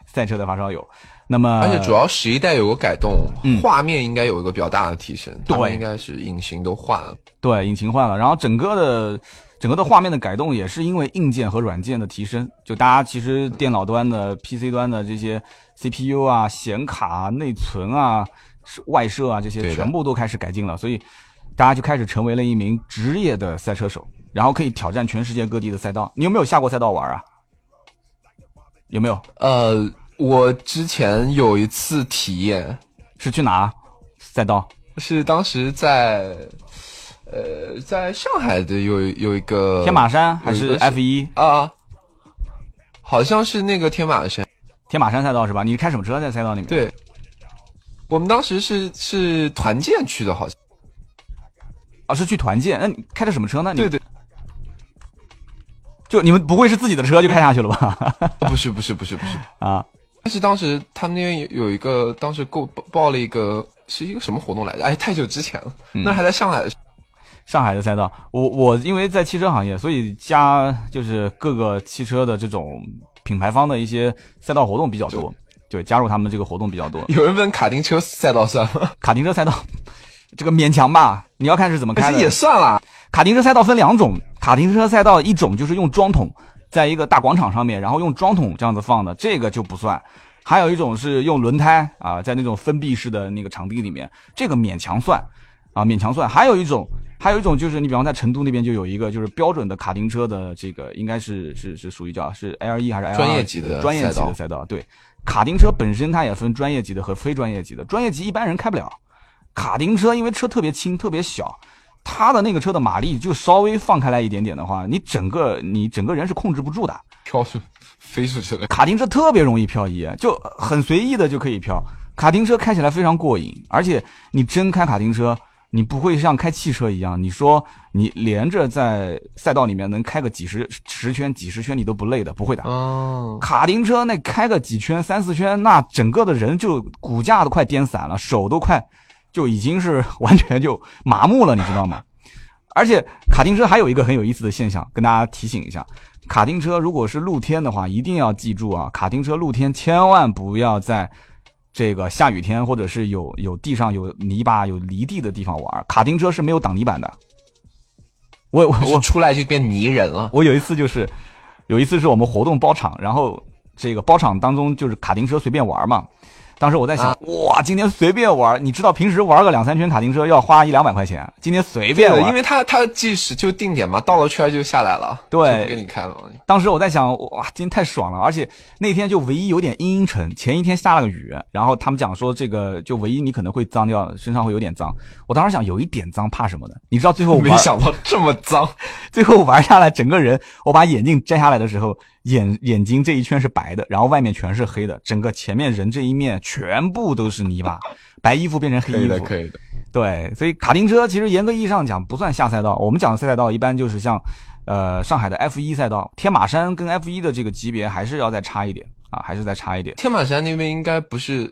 B: 赛车的发烧友。那么
C: 而且主要十一代有个改动，
B: 嗯
C: 画面应该有一个比较大的提升，他们
B: 对
C: 应该是隐形都换了。
B: 对，引擎换了，然后整个的整个的画面的改动也是因为硬件和软件的提升，就大家其实电脑端的、PC 端的这些 CPU 啊、显卡、啊、内存啊、是外设啊这
C: 对
B: 些
C: 的
B: 全部都开始改进了，所以大家就开始成为了一名职业的赛车手，然后可以挑战全世界各地的赛道。你有没有下过赛道玩啊？有没有？
C: 呃，我之前有一次体验，
B: 是去哪赛道？
C: 是当时在，呃，在上海的有有一个
B: 天马山还
C: 有一
B: 是
C: 个呃是
B: F 一？
C: 啊，好像是那个天马山。
B: 天马山赛道是吧？你开什么车在赛道里面？
C: 对，我们当时是是团建去的，好像。
B: 啊，是去团建。那你开的什么车呢？你
C: 对对，
B: 就你们不会是自己的车就开下去了吧？ (laughs)
C: 不是不是不是不是，
B: 啊，
C: 但是当时他们那边有有一个，当时购报报了一个是一个什么活动来着？哎，太久之前了，那还在上海的时候。
B: 上海的赛道，我我因为在汽车行业，所以加就是各个汽车的这种品牌方的一些赛道活动比较多，对，加入他们这个活动比较多。
C: 有人问卡丁车赛道算吗？
B: 卡丁车赛道，这个勉强吧，你要看是怎么
C: 可
B: 开
C: 是
B: 的。
C: (laughs) 也算啦。
B: 卡丁车赛道分两种，卡丁车赛道一种就是用桩桶，在一个大广场上面，然后用桩桶这样子放的，这个就不算。还有一种是用轮胎啊，在那种封闭式的那个场地里面，这个勉强算，啊勉强算。还有一种，还有一种就是你比方在成都那边就有一个就是标准的卡丁车的这个应该是是是属于叫是 L E 一还是 L
C: 专业级的
B: 专业级
C: 赛
B: 的
C: 道
B: 赛道？对，卡丁车本身它也分专业级的和非专业级的，专业级一般人开不了，卡丁车因为车特别轻特别小，它的那个车的马力就稍微放开来一点点的话，你整个你整个人是控制不住的。
C: 飘出飞出去了。
B: 卡丁车特别容易漂移，就很随意的就可以飘。卡丁车开起来非常过瘾，而且你真开卡丁车，你不会像开汽车一样，你说你连着在赛道里面能开个几十十圈、几十圈你都不累的，不会的。
C: 嗯，
B: 卡丁车那开个几圈、三四圈，那整个的人就骨架都快颠散了，手都快就已经是 (laughs) 完全就麻木了，你知道吗？而且卡丁车还有一个很有意思的现象，跟大家提醒一下：卡丁车如果是露天的话，一定要记住啊，卡丁车露天千万不要在这个下雨天或者是有有地上有泥巴、有泥地的地方玩。卡丁车是没有挡泥板的。我我
C: 我
B: 我
C: 出来就变泥人了。
B: (laughs) 我有一次就是，有一次是我们活动包场，然后这个包场当中就是卡丁车随便玩嘛。当时我在想，
C: 啊
B: 哇，今天随便玩，你知道平时玩个两三圈卡丁车要花一两百块钱，今天随便玩。
C: 因为他他计时就定点嘛，到了圈就下来了，
B: 对
C: 就不给你开了。
B: 当时我在想，哇，今天太爽了，而且那天就唯一有点阴阴沉，前一天下了个雨，然后他们讲说这个就唯一你可能会脏掉，身上会有点脏。我当时想有一点脏怕什么呢？你知道最后
C: 我
B: 玩
C: 没想到这么脏，
B: 最后玩下来，整个人我把眼镜摘下来的时候，眼眼睛这一圈是白的，然后外面全是黑的，整个前面人这一面全部都是泥巴，白衣服变成黑衣服。
C: 以的。
B: 对，所以卡丁车其实严格意义上讲不算下赛道，我们讲的赛道一般就是像，呃，上海的 F 一赛道，天马山跟 F 一的这个级别还是要再差一点啊，还是再差一点。
C: 天马山那边应该不是，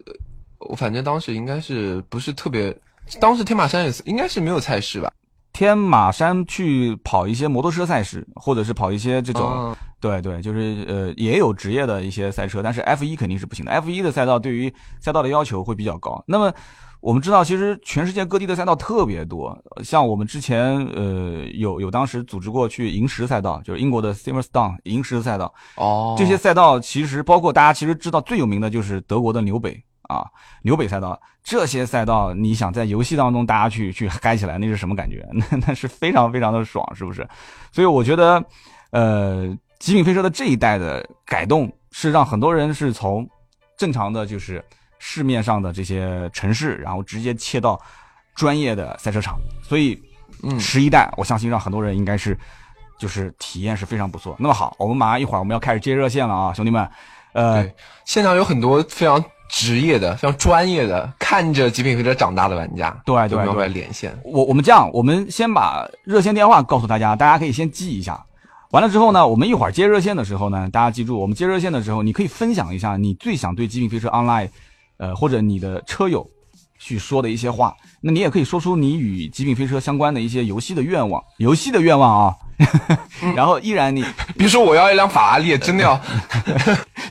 C: 我反正当时应该是不是特别，当时天马山也是应该是没有菜市吧？
B: 天马山去跑一些摩托车赛事，或者是跑一些这种。
C: 嗯
B: 对对，就是呃，也有职业的一些赛车，但是 F 一肯定是不行的。F 一的赛道对于赛道的要求会比较高。那么我们知道，其实全世界各地的赛道特别多，呃像我们之前呃有有当时组织过去银石赛道，就是英国的 Silverstone 银石赛道，
C: 哦，
B: 这些赛道其实包括大家其实知道最有名的就是德国的纽北啊，纽北赛道。这些赛道你想在游戏当中大家去去嗨起来，那是什么感觉？ (laughs) 那那是非常非常的爽，是不是？所以我觉得，呃，极品飞车的这一代的改动是让很多人是从正常的就是市面上的这些城市，然后直接切到专业的赛车场，所以
C: 嗯
B: 十一代，我相信让很多人应该是就是体验是非常不错。那么好，我们马上一会儿我们要开始接热线了啊，兄弟们，呃，
C: 对，现场有很多非常职业的、非常专业的，看着《极品飞车》长大的玩家，
B: 对对
C: 有没有
B: 对
C: 来连线？
B: 我我们这样，我们先把热线电话告诉大家，大家可以先记一下。完了之后呢，我们一会儿接热线的时候呢，大家记住，我们接热线的时候，你可以分享一下你最想对《极品飞车 Online》，呃，或者你的车友去说的一些话。那你也可以说出你与《极品飞车》相关的一些游戏的愿望，游戏的愿望啊。 (laughs)
C: 嗯
B: 然后依然你
C: 比如说我要一辆法拉利，真的要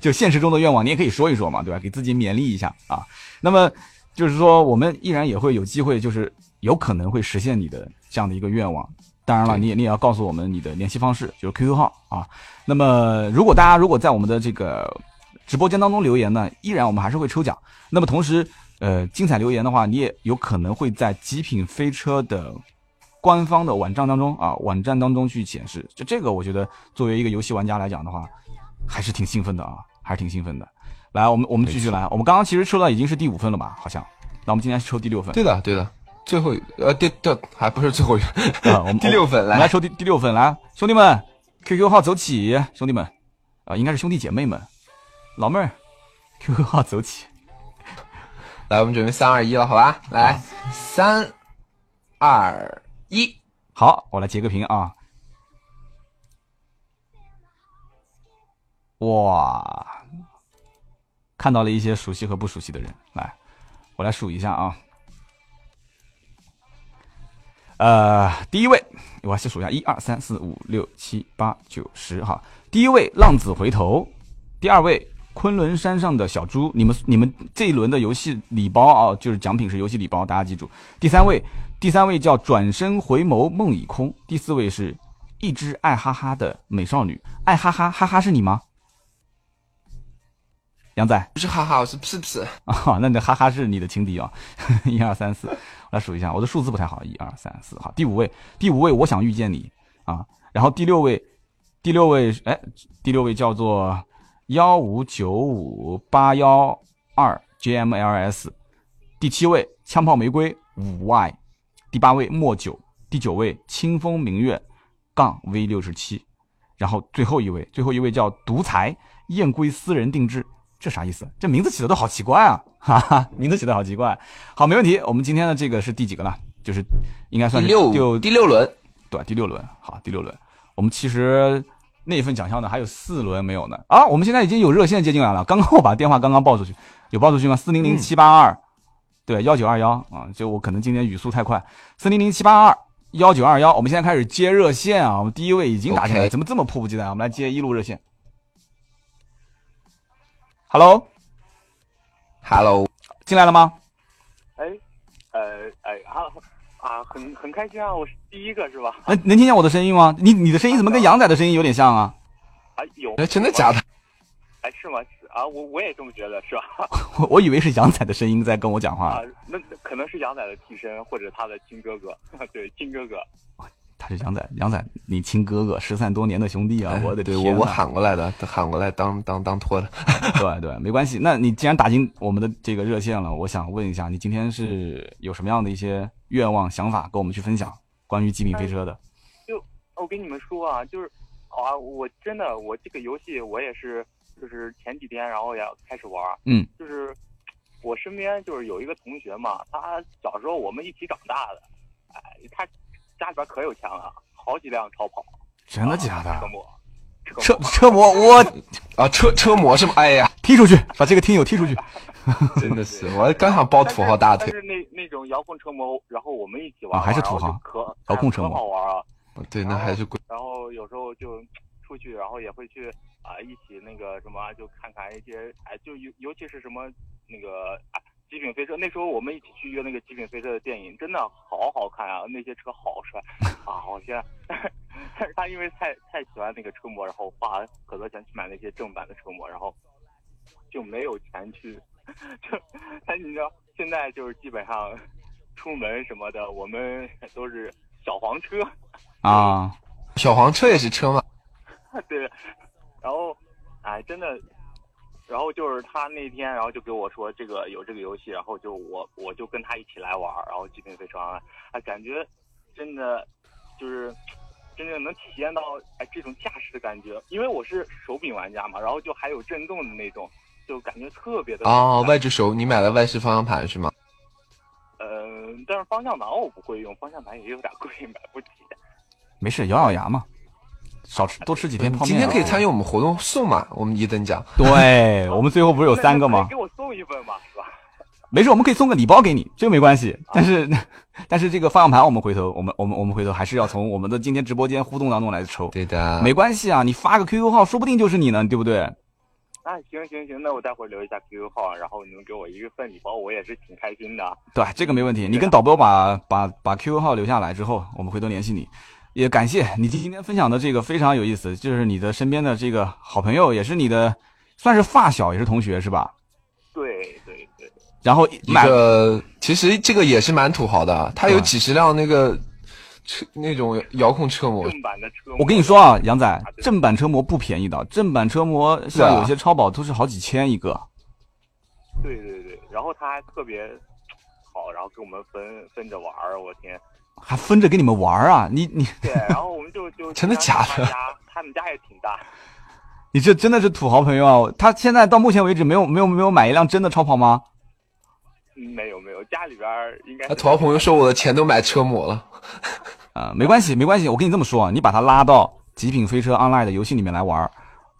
B: 就现实中的愿望，你也可以说一说嘛，对吧？给自己勉励一下啊。那么就是说，我们依然也会有机会，就是有可能会实现你的这样的一个愿望。当然了，
C: 对
B: 你也你也要告诉我们你的联系方式，就是 QQ 号啊。那么如果大家如果在我们的这个直播间当中留言呢，依然我们还是会抽奖。那么同时，呃，精彩留言的话，你也有可能会在极品飞车的官方的网站当中啊，网站当中去显示。就这个，我觉得作为一个游戏玩家来讲的话，还是挺兴奋的啊，还是挺兴奋的。来，我们我们继续来，我们刚刚其实抽到已经是第五份了吧？好像，那我们今天抽第六份。
C: 对的，对的，最后一呃，第第还不是最后一，
B: (laughs) 啊，我们
C: 第六份
B: 我们来
C: 来，
B: 抽第第六份，来，兄弟们，QQ 号走起，兄弟们，啊、应该是兄弟姐妹们，老妹儿，QQ 号走起，
C: 来，我们准备三二一了，好吧？来，三二一，
B: 好，我来截个屏啊，哇，看到了一些熟悉和不熟悉的人，来，我来数一下啊，呃，第一位，我先数一下，一二三四五六七八九十哈。第一位浪子回头，第二位昆仑山上的小猪。你们你们这一轮的游戏礼包啊，就是奖品是游戏礼包，大家记住。第三位，第三位叫转身回眸梦已空。第四位是一只爱哈哈的美少女，爱哈哈哈哈是你吗？杨仔， (laughs)
C: 不是哈哈，我是是不是？
B: 啊、那你的哈哈是你的情敌啊、 (laughs) 一二三四，我来数一下，我的数字不太好，一二三四，好，第五位，第五位，我想遇见你啊，然后第六位，第六位，哎，第六位叫做幺五九五八幺二 JMLS，第七位枪炮玫瑰五 Y，第八位墨九，第九位清风明月杠 V 六十七，然后最后一位，最后一位叫独裁燕归私人定制，这啥意思？这名字起的都好奇怪啊！ (laughs) 哈哈，名字起的好奇怪。好，没问题。我们今天的这个是第几个了？就是应该
C: 第
B: 算是
C: 六第六轮，
B: 对，第六轮，好，第六轮，我们其实那一份奖项呢还有四轮没有呢啊，我们现在已经有热线接进来了，刚刚我把电话刚刚报出去，有报出去吗？四零零七八二，对，幺九二幺啊，就我可能今天语速太快，四零零七八二幺九二幺，我们现在开始接热线啊，我们第一位已经打进来
C: OK
B: 怎么这么迫不及待啊？我们来接一路热线，Hello，
C: Hello，
B: 进来了吗？
E: 哎，呃，哎，哈，啊，很很开心啊，我是第一个是吧？
B: 哎能能听见我的声音吗？你你的声音怎么跟杨仔的声音有点像啊？
E: 啊，有
C: 哎，真的假
E: 的？
C: 的？
E: 哎，是吗？是啊，我我也这么觉得，是吧？
B: 我我以为是杨仔的声音在跟我讲话
E: 啊，，那那可能是杨仔的替身，或者他的亲哥 (laughs) 哥，对，亲哥哥。
B: 他是杨仔，杨仔，你亲哥哥，失散多年的兄弟啊！我的
C: 哎对
B: 天
C: 我
B: 呐，
C: 我喊过来的，喊过来当当当托的，
B: 对对，没关系。那你既然打进我们的这个热线了，我想问一下，你今天是有什么样的一些愿望、想法跟我们去分享？关于极品飞车的，
E: 我跟你们说啊，就是啊，我真的，我这个游戏我也是，就是前几天然后也开始玩，
B: 嗯，
E: 就是我身边就是有一个同学嘛，他小时候我们一起长大的，哎，他家里边可有钱了，好几辆超跑。
B: 真的假
E: 车
B: 的？
E: 模，
B: (laughs) 车
E: 车模
B: 车模，我
C: 啊，车车模是吗？哎呀，
B: 踢出去，把这个听友踢出去。
C: 真的是，我刚想抱土豪大腿
E: 但，是那那种遥控车模，然后我们一起玩，
B: 啊还是土豪
E: 然后就可
B: 遥控车模
E: 可好玩啊。
C: 对，那还是贵。
E: 然后有时候就出去，然后也会去啊、一起那个什么，就看看一些哎，就尤尤其是什么那个啊，极品飞车。那时候我们一起去约那个极品飞车的电影，真的好好看啊，那些车好帅啊！我现在，但是他因为太太喜欢那个车模，然后花很多钱去买那些正版的车模，然后就没有钱去，就但你知道现在就是基本上出门什么的，我们都是小黄车。
B: (laughs) 啊，
C: 小黄车也是车吗？
E: (laughs) 对，然后，哎，真的，然后就是他那天，然后就给我说这个有这个游戏，然后就我我就跟他一起来玩儿，然后极品飞车啊，哎，感觉真的就是真正能体验到哎这种驾驶的感觉，因为我是手柄玩家嘛，然后就还有震动的那种，就感觉特别的
C: 哦，
E: 爽
C: 外置手，你买了外置方向盘是吗？
E: 呃，但是方向盘我不会用，方向盘也有点贵，买不起。
B: 没事，咬咬牙嘛，少吃多吃几天泡面啊。
C: 今天可以参与我们活动送嘛？我们一等奖，
B: 对我们最后不是有
E: 那
B: 三个
E: 那可以
B: 吗
E: 给？我送一份嘛，是吧？
B: 没事，我们可以送个礼包给你，这个没关系。 (laughs) 但是，但是这个方向盘，我们回头，我们我们我们回头还是要从我们的今天直播间互动当中来抽。
C: 对的，
B: 没关系啊，你发个 QQ 号，说不定就是你呢，对不对？
E: 啊，行行行，那我待会儿留一下 QQ 号，啊然后你们给我一份礼包，我也是挺开心的。啊
B: 对，这个没问题。你跟导播把把把 QQ 号留下来之后，我们回头联系你。也感谢你今天分享的这个非常有意思，就是你的身边的这个好朋友，也是你的算是发小，也是同学是吧？
E: 对对对，
B: 然后
C: 一
B: 买
C: 个其实这个也是蛮土豪的啊，它有
B: 嗯
C: 几十辆那个车那种遥控车模，
E: 正版的车模。
B: 我跟你说啊，杨仔，
E: 对
B: 正版车模不便宜的，正版车模
C: 是啊
B: 像有些超跑都是好几千一个。
E: 对对对，然后他还特别好，然后跟我们分分着玩儿，我天。
B: 还分着给你们玩儿啊！你你
E: 对，然后我们就就
C: 真的假的
E: 他家他们家也挺大，
B: 你这真的是土豪朋友啊！他现在到目前为止没有没有没有买一辆真的超跑吗？
E: 嗯没有没有，家里边儿应该
C: 那
E: 是
C: 土豪朋友说我的钱都买车模了，
B: 啊、没关系没关系，我跟你这么说啊，你把他拉到极品飞车 Online 的游戏里面来玩儿，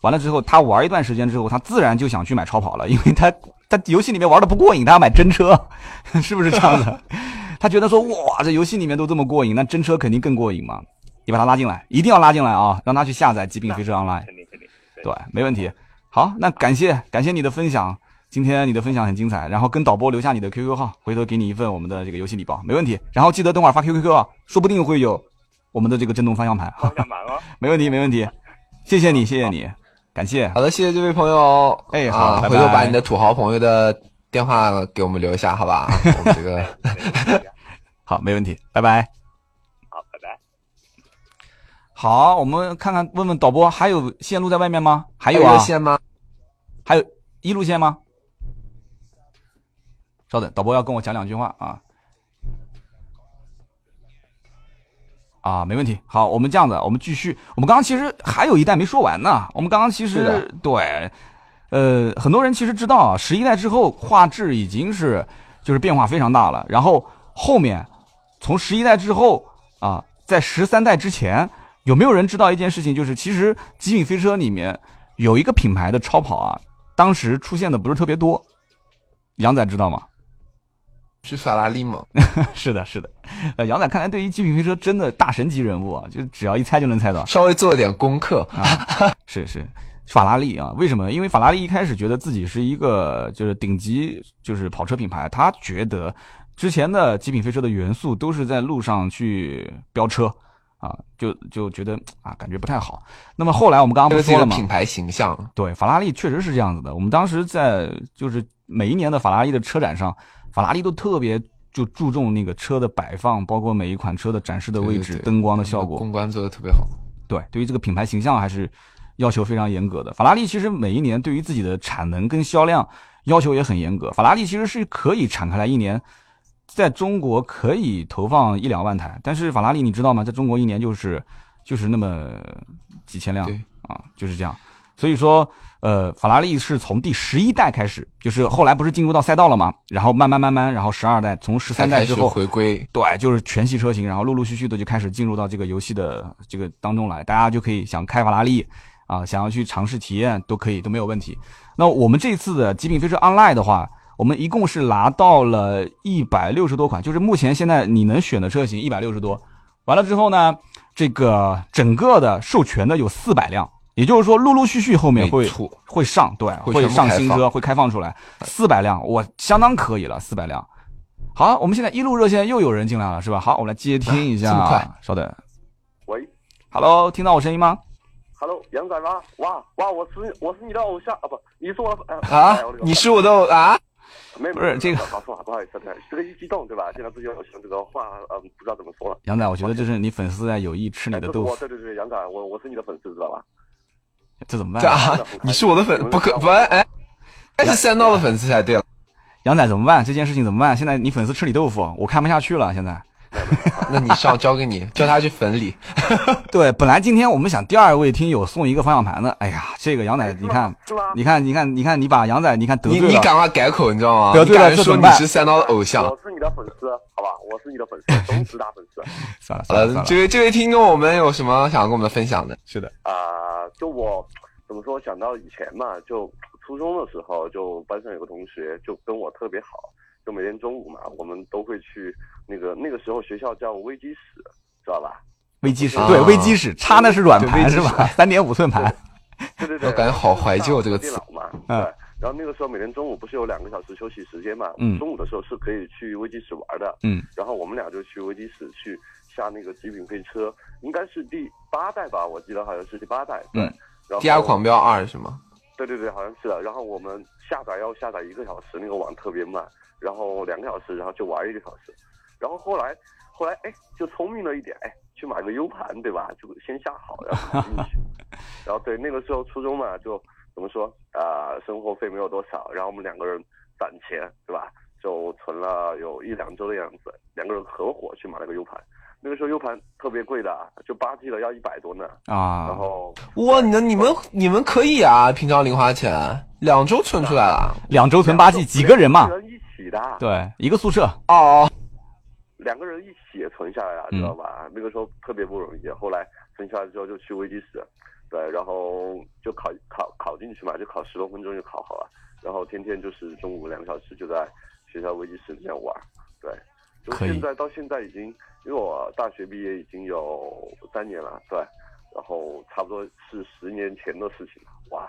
B: 完了之后他玩一段时间之后，他自然就想去买超跑了，因为他他游戏里面玩的不过瘾，他要买真车， (laughs) 是不是这样的？ (laughs) 他觉得说哇，这游戏里面都这么过瘾，那真车肯定更过瘾嘛。你把他拉进来，一定要拉进来啊，让他去下载极品飞车 Online。
E: 肯定肯定对
B: 对，没问题。好，那感谢感谢你的分享，今天你的分享很精彩，然后跟导播留下你的 QQ 号，回头给你一份我们的这个游戏礼包，没问题。然后记得等会儿发 QQ 啊，说不定会有我们的这个震动方向盘， (laughs)
E: 方向盘哦吗？
B: 没问题，没问题。谢谢你，谢谢你，感谢
C: 好。的，谢谢这位朋友。
B: 哎好
C: 啊
B: 拜拜
C: 回头把你的土豪朋友的电话给我们留一下，好
B: (laughs)
C: 吧？我们这个
B: 好，没问题，拜拜。
E: 啊好，拜拜。
B: 好，我们看看问问导播，还有线路在外面吗？还
C: 还
B: 有啊
C: 热，线吗？
B: 还有一路线吗？稍等，导播要跟我讲两句话啊。啊，没问题。好，我们这样子，我们继续。我们刚刚其实还有一代没说完呢。我们刚刚其
C: 是
B: 实
C: 的
B: 对，呃，很多人其实知道啊，十一代之后画质已经是就是变化非常大了。然后后面从十一代之后啊，在十三代之前，有没有人知道一件事情？就是其实极品飞车里面有一个品牌的超跑啊，当时出现的不是特别多。杨仔知道吗？
C: 是法拉利吗？
B: (laughs) 是的，是的。 (laughs) 呃，杨仔看来对于极品飞车真的大神级人物啊，就只要一猜就能猜到。
C: 稍微做了点功课。
B: 是是，法拉利啊，为什么呢？因为法拉利一开始觉得自己是一个就是顶级就是跑车品牌，他觉得之前的极品飞车的元素都是在路上去飙车啊，就就觉得啊感觉不太好。那么后来我们刚刚
C: 这
B: 不
C: 个
B: 是
C: 是一
B: 说了
C: 个
B: 吗？
C: 品牌形象，
B: 对，法拉利确实是这样子的。我们当时在就是每一年的法拉利的车展上，法拉利都特别就注重那个车的摆放，包括每一款车的展示的位置、
C: 对对对
B: 灯光的效果。
C: 公关做的特别好。
B: 对，对于这个品牌形象还是要求非常严格的。法拉利其实每一年对于自己的产能跟销量要求也很严格。法拉利其实是可以产开来一年，在中国可以投放一两万台，但是法拉利你知道吗？在中国一年就是就是那么几千辆
C: 对
B: 啊，就是这样。所以说，呃，法拉利是从第十一代开始，就是后来不是进入到赛道了吗？然后慢慢慢慢，然后十二代，从十三代
C: 才开
B: 之
C: 始
B: 后，
C: 回归，
B: 对，就是全系车型，然后陆陆续续的就开始进入到这个游戏的这个当中来，大家就可以想开法拉利啊，想要去尝试体验都可以，都没有问题。那我们这次的《极品飞车 Online》的话，我们一共是拿到了一百六十多款，就是目前现在你能选的车型一百六十多。完了之后呢，这个整个的授权的有四百辆，也就是说陆陆续续后面
C: 没
B: 会
C: 错。
B: 会上，对，
C: 会
B: 会
C: 全部
B: 上
C: 开
B: 新
C: 放
B: 车，会开放出来，四百辆，我相当可以了，四百辆。好，我们现在一路热线又有人进来了，是吧？好，我们来接听一下，
C: 这么快
B: 稍等
F: 喂
B: ，Hello，听到我声音吗？
F: ，Hello，杨仔吗？哇哇，我是我是你的偶像啊，不，你是我的哎
C: 啊
F: 哎我这，个
C: 你是我的偶啊？
F: 没有
B: 不是这个
F: 搞错了，不好意思，不好意思这个一激动对吧？现在自己偶像这个话，嗯，不知道怎么说了。
B: 杨仔，我觉得这是你粉丝在有意吃你
F: 哎
B: 的
F: 这是
B: 豆
F: 我
B: 腐，
F: 对对对，杨仔，我我是你的粉丝，知道吧？
B: 这怎么
C: 这
B: 办？
C: (laughs) 啊，你是我的粉，不可不哎，该是三刀的粉丝
B: (laughs)
C: 才对了。
B: 杨仔怎么办？这件事情怎么办？现在你粉丝吃你豆腐，我看不下去了。现在，
C: 那你上交给你，叫他去粉礼。
B: 对，本来今天我们想第二位听友送一个方向盘的，哎呀，这个杨仔，你看，
F: 是吗？
B: 你看，你看，你看，你把杨仔，你看得
C: 你
B: 罪
C: 你
B: 了。
C: 赶快改口，你知道吗？
B: 得罪了
C: 你敢
B: 这怎
C: 说
B: 么
C: 你
B: 办
C: 是三刀的偶像
F: 我。是你的粉丝，好吧？我是你的粉丝，忠实大粉丝。
B: 算了算了
C: 呃，
B: 算
C: 这
B: 了，
C: 位这位听众，我们有什么想要跟我们分享的？
B: 是的，
F: 啊、就我怎么说，想到以前嘛，就初中的时候，就班上有个同学就跟我特别好，就每天中午嘛，我们都会去那个那个时候学校叫危机室，知道吧？
B: 危机室，
C: 啊
B: 对，危机室插的是软
C: 对
B: 盘
C: 危机
B: 是吧？三点五寸盘，
F: 对对
C: (laughs)
F: 对，
C: 我感觉好怀旧这个词
F: 电脑嘛，对
B: 嗯。
F: 然后那个时候每天中午不是有两个小时休息时间嘛，
B: 嗯
F: 中午的时候是可以去危机室玩的，
B: 嗯，
F: 然后我们俩就去危机室去下那个极品飞车，应该是第八代吧，我记得好像是第八代。对
B: 嗯，
F: 然后
C: 《第二狂飙二》是吗？
F: 对对对，好像是的。然后我们下载要下载一个小时，那个网特别慢，然后两个小时，然后就玩一个小时。然后后来，后来哎，就聪明了一点，哎，去买个 U 盘，对吧？就先下好，然后进
B: (laughs)
F: 去。然后对，那个时候初中嘛，就怎么说啊、呃生活费没有多少，然后我们两个人攒钱，对吧？就存了有一两周的样子，两个人合伙去买了个 U 盘。那个时候 U 盘特别贵的啊，就八 G 的要一百多呢。然
B: 啊，
F: 后
C: 哇，你你们你们可以啊，平常零花钱啊两周存出来了。
B: 两周存八 G，几个人嘛
F: 两？人一起的啊，
B: 对，一个宿舍。
C: 哦，
F: 两个人一起也存下来了，
B: 嗯
F: 知道吧？那个时候特别不容易，后来存下来之后就去微机室，对，然后就考考考进去嘛，就考十多分钟就考好了，然后天天就是中午两个小时就在学校微机室里面玩，对，就
B: 可以
F: 现在到现在已经，因为我大学毕业已经有三年了，对，然后差不多是十年前的事情了，哇，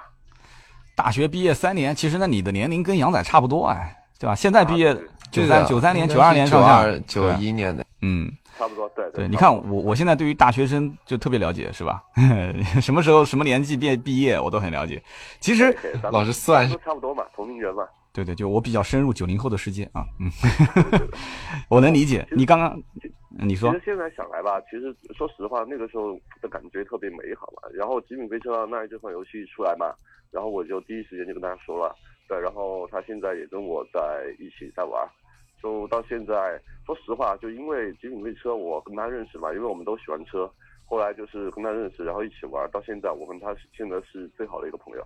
B: 大学毕业三年，其实那你的年龄跟杨仔差不多，哎，对吧？现在毕业
F: 啊
B: 九三九三年、
C: 九
B: 九二年
C: 九
B: 上下
C: 二，九
B: 对
C: 一年的，
B: 嗯，
F: 差不多，对
B: 对，
F: 对，
B: 你
F: 差
B: 看
F: 不多
B: 我我现在对于大学生就特别了解，是吧？ (laughs) 什么时候什么年纪毕毕业我都很了解。其实，
F: 对咱们
C: 老师算
F: 都差不多嘛，同龄人嘛，
B: 对对，就我比较深入九零后的世界啊，嗯， (laughs) 我能理解。你刚刚你
F: 其
B: 说
F: 实现在想来吧，其实说实话，那个时候的感觉特别美好嘛。然后《极品飞车》那这款游戏一出来嘛，然后我就第一时间就跟他说了，对，然后他现在也跟我在一起在玩，就到现在，说实话，就因为《极品飞车》，我跟他认识嘛，因为我们都喜欢车，后来就是跟他认识，然后一起玩，到现在我跟他是现在是最好的一个朋友。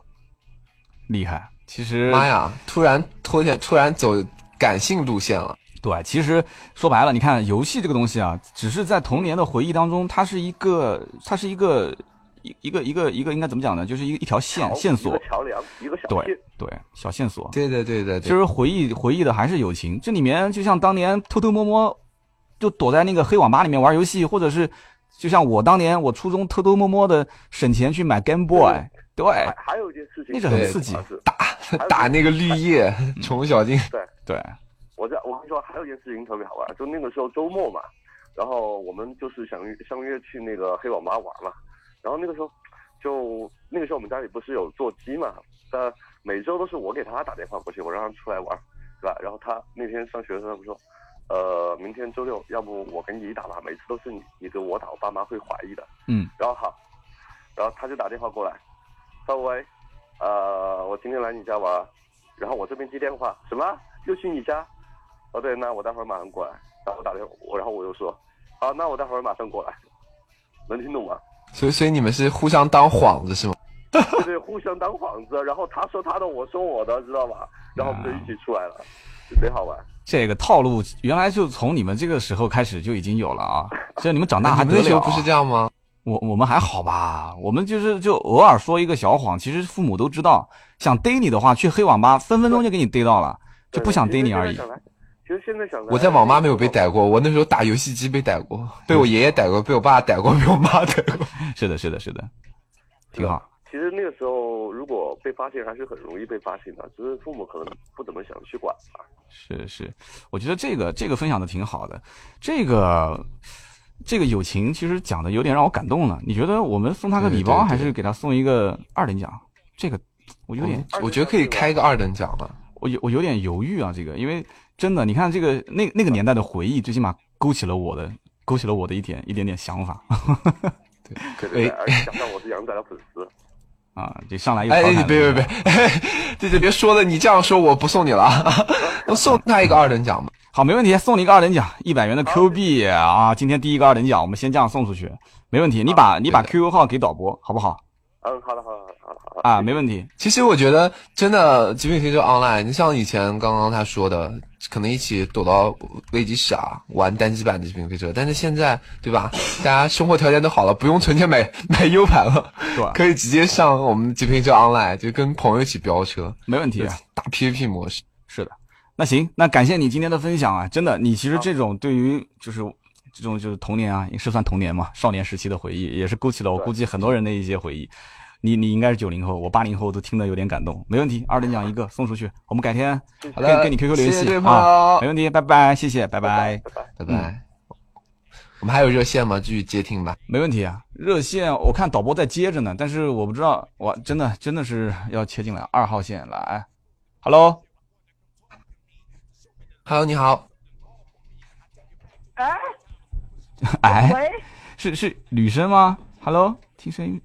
B: 厉害，其实
C: 妈呀！突然脱下，突然走感性路线了。
B: 对，其实说白了，你看游戏这个东西啊，只是在童年的回忆当中，它是一个，它是一个，一一个一个一个应该怎么讲呢？就是一个一条线
F: 桥
B: 线索
F: 一个，桥梁，一个小
B: 对
F: 线，
B: 对，小线索。
C: 对对对对
B: 其
C: 对，
B: 实回忆回忆的还是友情，这里面就像当年偷偷摸摸，就躲在那个黑网吧里面玩游戏，或者是就像我当年我初中偷偷摸摸的省钱去买 Game
C: 嗯
B: Boy，对
F: 还还有一件事情，
B: 哎那是
C: 很
F: 对
B: 刺激
F: 啊是
C: 打那个绿叶，宠物小精。
B: 对，
F: 我在我跟你说，还有一件事情特别好玩，就那个时候周末嘛，然后我们就是想约相约去那个黑网吧玩嘛，然后那个时候就那个时候我们家里不是有座机嘛，但每周都是我给他打电话过去，我让他出来玩，对吧？然后他那天上学的时候他说，呃，明天周六要不我给你打吧，每次都是你你给我打，我爸妈会怀疑的。
B: 嗯，
F: 然后好，然后他就打电话过来，他说喂，呃，我今天来你家玩，然后我这边接电话，什么又去你家？哦对，那我待会儿马上过来。然后我打电话，我然后我又说，啊，那我待会儿马上过来，能
C: (laughs)
F: 听懂吗？
C: 所以所以你们是互相当幌子是吗？
F: 对对，互相当幌子，然后他说他的，我说我的，知道吧？然后我们
C: 啊
F: 就一起出来了，就贼好玩。
B: 这个套路原来就从你们这个时候开始就已经有了啊，这你们长大还
C: 哎你
B: 得
C: 们那时
B: 了
C: 候
B: 啊？
C: 不是这样吗？
B: 我我们还好吧，我们就是就偶尔说一个小谎，其实父母都知道。想逮你的话，去黑网吧分分钟就给你逮到了，就不想逮你而已
F: 其实现在想。来。其实现在想来，
C: 我在网吧没有被逮过，我那时候打游戏机被逮过，被我爷爷逮过，被我爸逮过，被我妈逮过。
B: 是的，是的，是的，挺好。
F: 其实那个时候，如果被发现，还是很容易被发现的，只是父母可能不怎么想去管吧。
B: 是是，我觉得这个这个分享的挺好的，这个这个友情其实讲的有点让我感动了。你觉得我们送他个
C: 对
B: 礼
C: 对
B: 包，
C: 对
B: 还是给他送一个二等奖？这个我有点
C: 我觉得可以开个二等奖了。
B: 我有我有点犹豫啊，这个，因为真的，你看这个那那个年代的回忆，最起码勾起了我的勾起了我的一点一点点想法
F: 对对对，
C: 哎
F: 而且加上我是杨仔的粉丝，
B: 啊，这上来又
C: 哎，
B: 调侃
C: 哎
B: 了
C: 别别别，，哎这这别说了，你这样说我不送你了啊，我送他一个二等奖吧。
B: 好，没问题，送你一个二等奖，一百元的 Q 币啊，今天第一个二等奖，我们先这样送出去，没问题，你把你把
C: 对
B: QQ 号给导播好不好？
F: 嗯，好的好的好的好的，
B: 啊，没问题，
C: 其实我觉得，真的《极品飞车 Online》，你像以前刚刚他说的，可能一起躲到危机室啊玩单机版的《极品飞车》，但是现在对吧，大家生活条件都好了，不用存钱买 (laughs) 买 U 盘了，
B: 对
C: 可以直接上我们《极品飞车 Online》，就跟朋友一起飙车，
B: 没问题
C: 就，打 PVP 模式。
B: 是的。那行，那感谢你今天的分享啊，真的，你其实这种对于就是这种就是童年啊，也是算童年嘛，少年时期的回忆，也是勾起了我
F: 对
B: 估计很多人的一些回忆。你你应该是九零后，我八零后都听得有点感动。没问题，二等奖一个送出去，我们改天
C: 好
B: 跟
C: 的，
B: 跟你 QQ 联
C: 谢谢
B: 系嗯
C: 对方
B: 啊，
C: 哦
B: 没问题，拜拜，谢谢，拜拜
C: 拜
F: 拜拜。
C: 拜。嗯我们还有热线吗？继续接听吧。
B: 没问题啊。热线我看导播在接着呢，但是我不知道，我真的真的是要切进来二号线来。Hello，
C: Hello，你好，
G: 哎，
B: 哎，
G: 喂，
B: 是是女生吗？Hello，听声音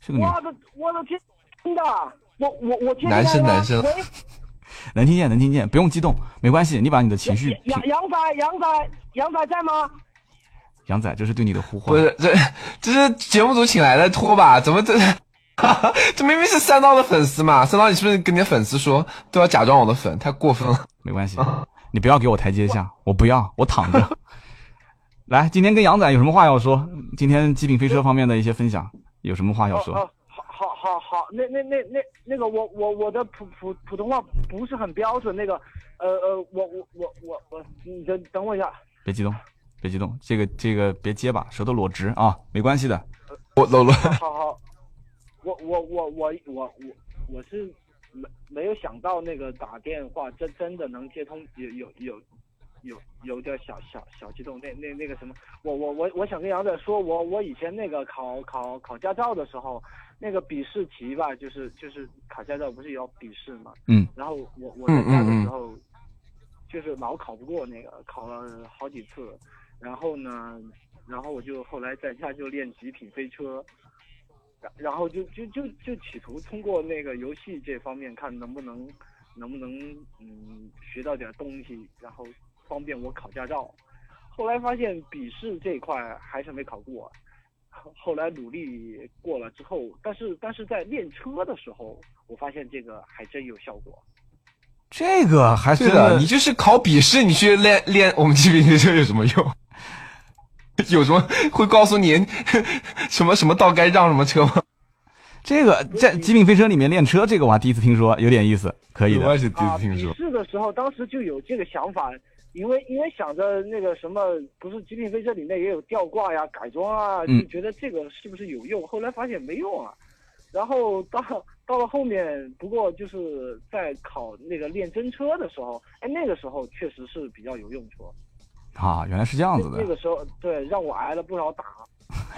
B: 是个女，
G: 我的我的天真的，我我我听
C: 男生男生
G: 喂，
B: 能听见能听见，不用激动，没关系，你把你的情绪平。
G: 杨杨仔杨仔杨仔在吗？
B: 杨仔，这是对你的呼唤。
C: 不是这这是节目组请来的托吧？怎么这？ (laughs) 这明明是三刀的粉丝嘛！三刀，你是不是跟你的粉丝说都要假装我的粉？太过分了！ (laughs)
B: 没关系，
G: 啊
B: 你不要给我台阶下，我不要，我躺
G: (laughs)
B: 着。来，今天跟杨仔有什么话要说？今天极品飞车方面的一些分享，有什么话要
G: 哦
B: 说？
G: 哦，好好好好，那那那那那个我我我的普普普通话不是很标准，那个呃呃，我我我我我，你等等我一下，
B: 别激动，别激动，这个这个别结巴，舌头裸直啊，没关系的。
C: 我搂了，
G: 好好，我我我我我我我是没没有想到那个打电话真真的能接通，有有有有有点小小小激动。那那那个什么，我我我我想跟杨仔说，我我以前那个考考考驾照的时候，那个笔试题吧，就是就是考驾照不是也要笔试嘛，
B: 嗯，
G: 然后我我在家的时候，就是老考不过那个，考了好几次，然后呢，然后我就后来在家就练极品飞车，然然后就就就就企图通过那个游戏这方面看能不能能不能嗯学到点东西，然后方便我考驾照。后来发现笔试这一块还是没考过，后后来努力过了之后，但是但是在练车的时候，我发现这个还真有效果。
B: 这个还
C: 对
B: 真
C: 的，你就是考笔试，你去练练我们骑自行车有什么用？ (laughs) 有什么会告诉你 (laughs) 什么什么道该让什么车吗？
B: 这个在极品飞车里面练车，这个我还第一次听说，有点意思，可以
C: 我
B: (laughs) 的。
C: 也是第一
G: 啊，
C: 次听
G: 笔
C: 说。
G: 试的时候，当时就有这个想法，因为因为想着那个什么，不是《极品飞车》里面也有吊挂呀、改装啊，
B: 嗯
G: 就觉得这个是不是有用？后来发现没用啊。然后到到了后面，不过就是在考那个练真车的时候，哎，那个时候确实是比较有用处。
B: 啊，原来是这样子
G: 那
B: 的， (laughs)
G: 个时候，对，让我挨了不少打。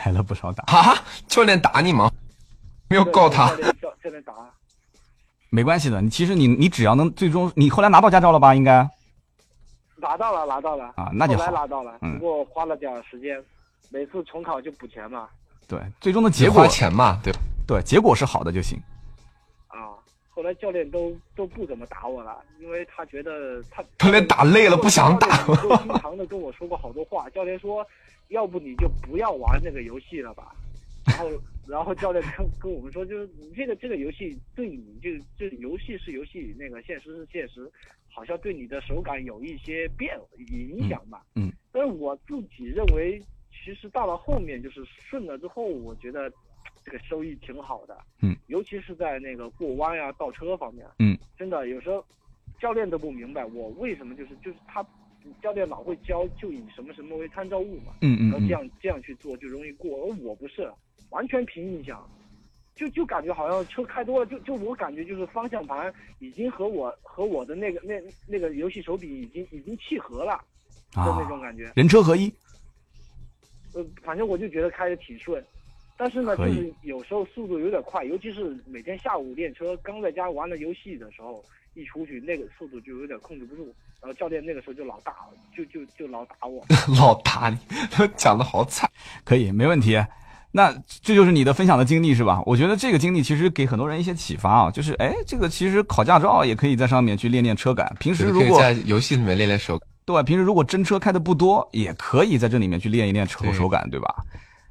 B: 挨了不少打。
C: 哈，教练打你吗？
B: 哎
C: 没有
G: 对
C: 告他
G: 教。练教教练打。
B: 没关系的，你其实你你只要能最终，你后来拿到驾照了吧？应该
G: 拿到了，拿到了
B: 啊那就
G: 后来
B: 好
G: 拿到了，
B: 嗯
G: 不过花了点儿时间，每次重考就补钱嘛，
B: 对，最终的结
C: 别
B: 果
C: 花钱嘛，对吧？ (laughs)
B: 对结果是好的就行。
G: 啊，后来教练都都不怎么打我了，因为他觉得
C: (laughs)
G: 他
C: 教练打累了不想打
G: 教练就经常的跟我说过好多话，教练说，要不你就不要玩那个游戏了
C: (laughs)
G: 吧，然后然后教练跟跟我们说，就是你这个这个游戏对你就就是游戏是游戏，那个现实是现实，好像对你的手感有一些变影响吧。
B: 嗯嗯
G: 但是我自己认为，其实到了后面就是顺了之后，我觉得这个收益挺好的。
B: 嗯，
G: 尤其是在那个过弯呀、倒车方面。
B: 嗯，
G: 真的有时候教练都不明白我为什么就是就是他教练老会教，就以什么什么为参照物嘛。
B: 嗯嗯
G: 然后这
B: 嗯，
G: 样这样去做就容易过。而我不是，完全凭印象，就就感觉好像车开多了，就就我感觉就是方向盘已经和我和我的那个那那个游戏手柄已经已经契合了的
B: 啊
G: 那种感觉。
B: 人车合一。
G: 呃，反正我就觉得开的挺顺。但是呢，就
B: 可以
G: 是有时候速度有点快，尤其是每天下午练车，刚在家玩了游戏的时候，一出去那个速度就有点控制不住。然后教练那个时候就老打，就就就老打我。
C: 老打你， (laughs) 讲的好惨。
B: 可以，没问题。那这就是你的分享的经历是吧？我觉得这个经历其实给很多人一些启发啊，就是哎，这个其实考驾照也可以在上面去练练车感。平时
C: 可
B: 如
C: 以
B: 果
C: 在游戏里面练练手感。
B: 对，平时如果真车开的不多，也可以在这里面去练一练手
C: 对
B: 手感，对吧？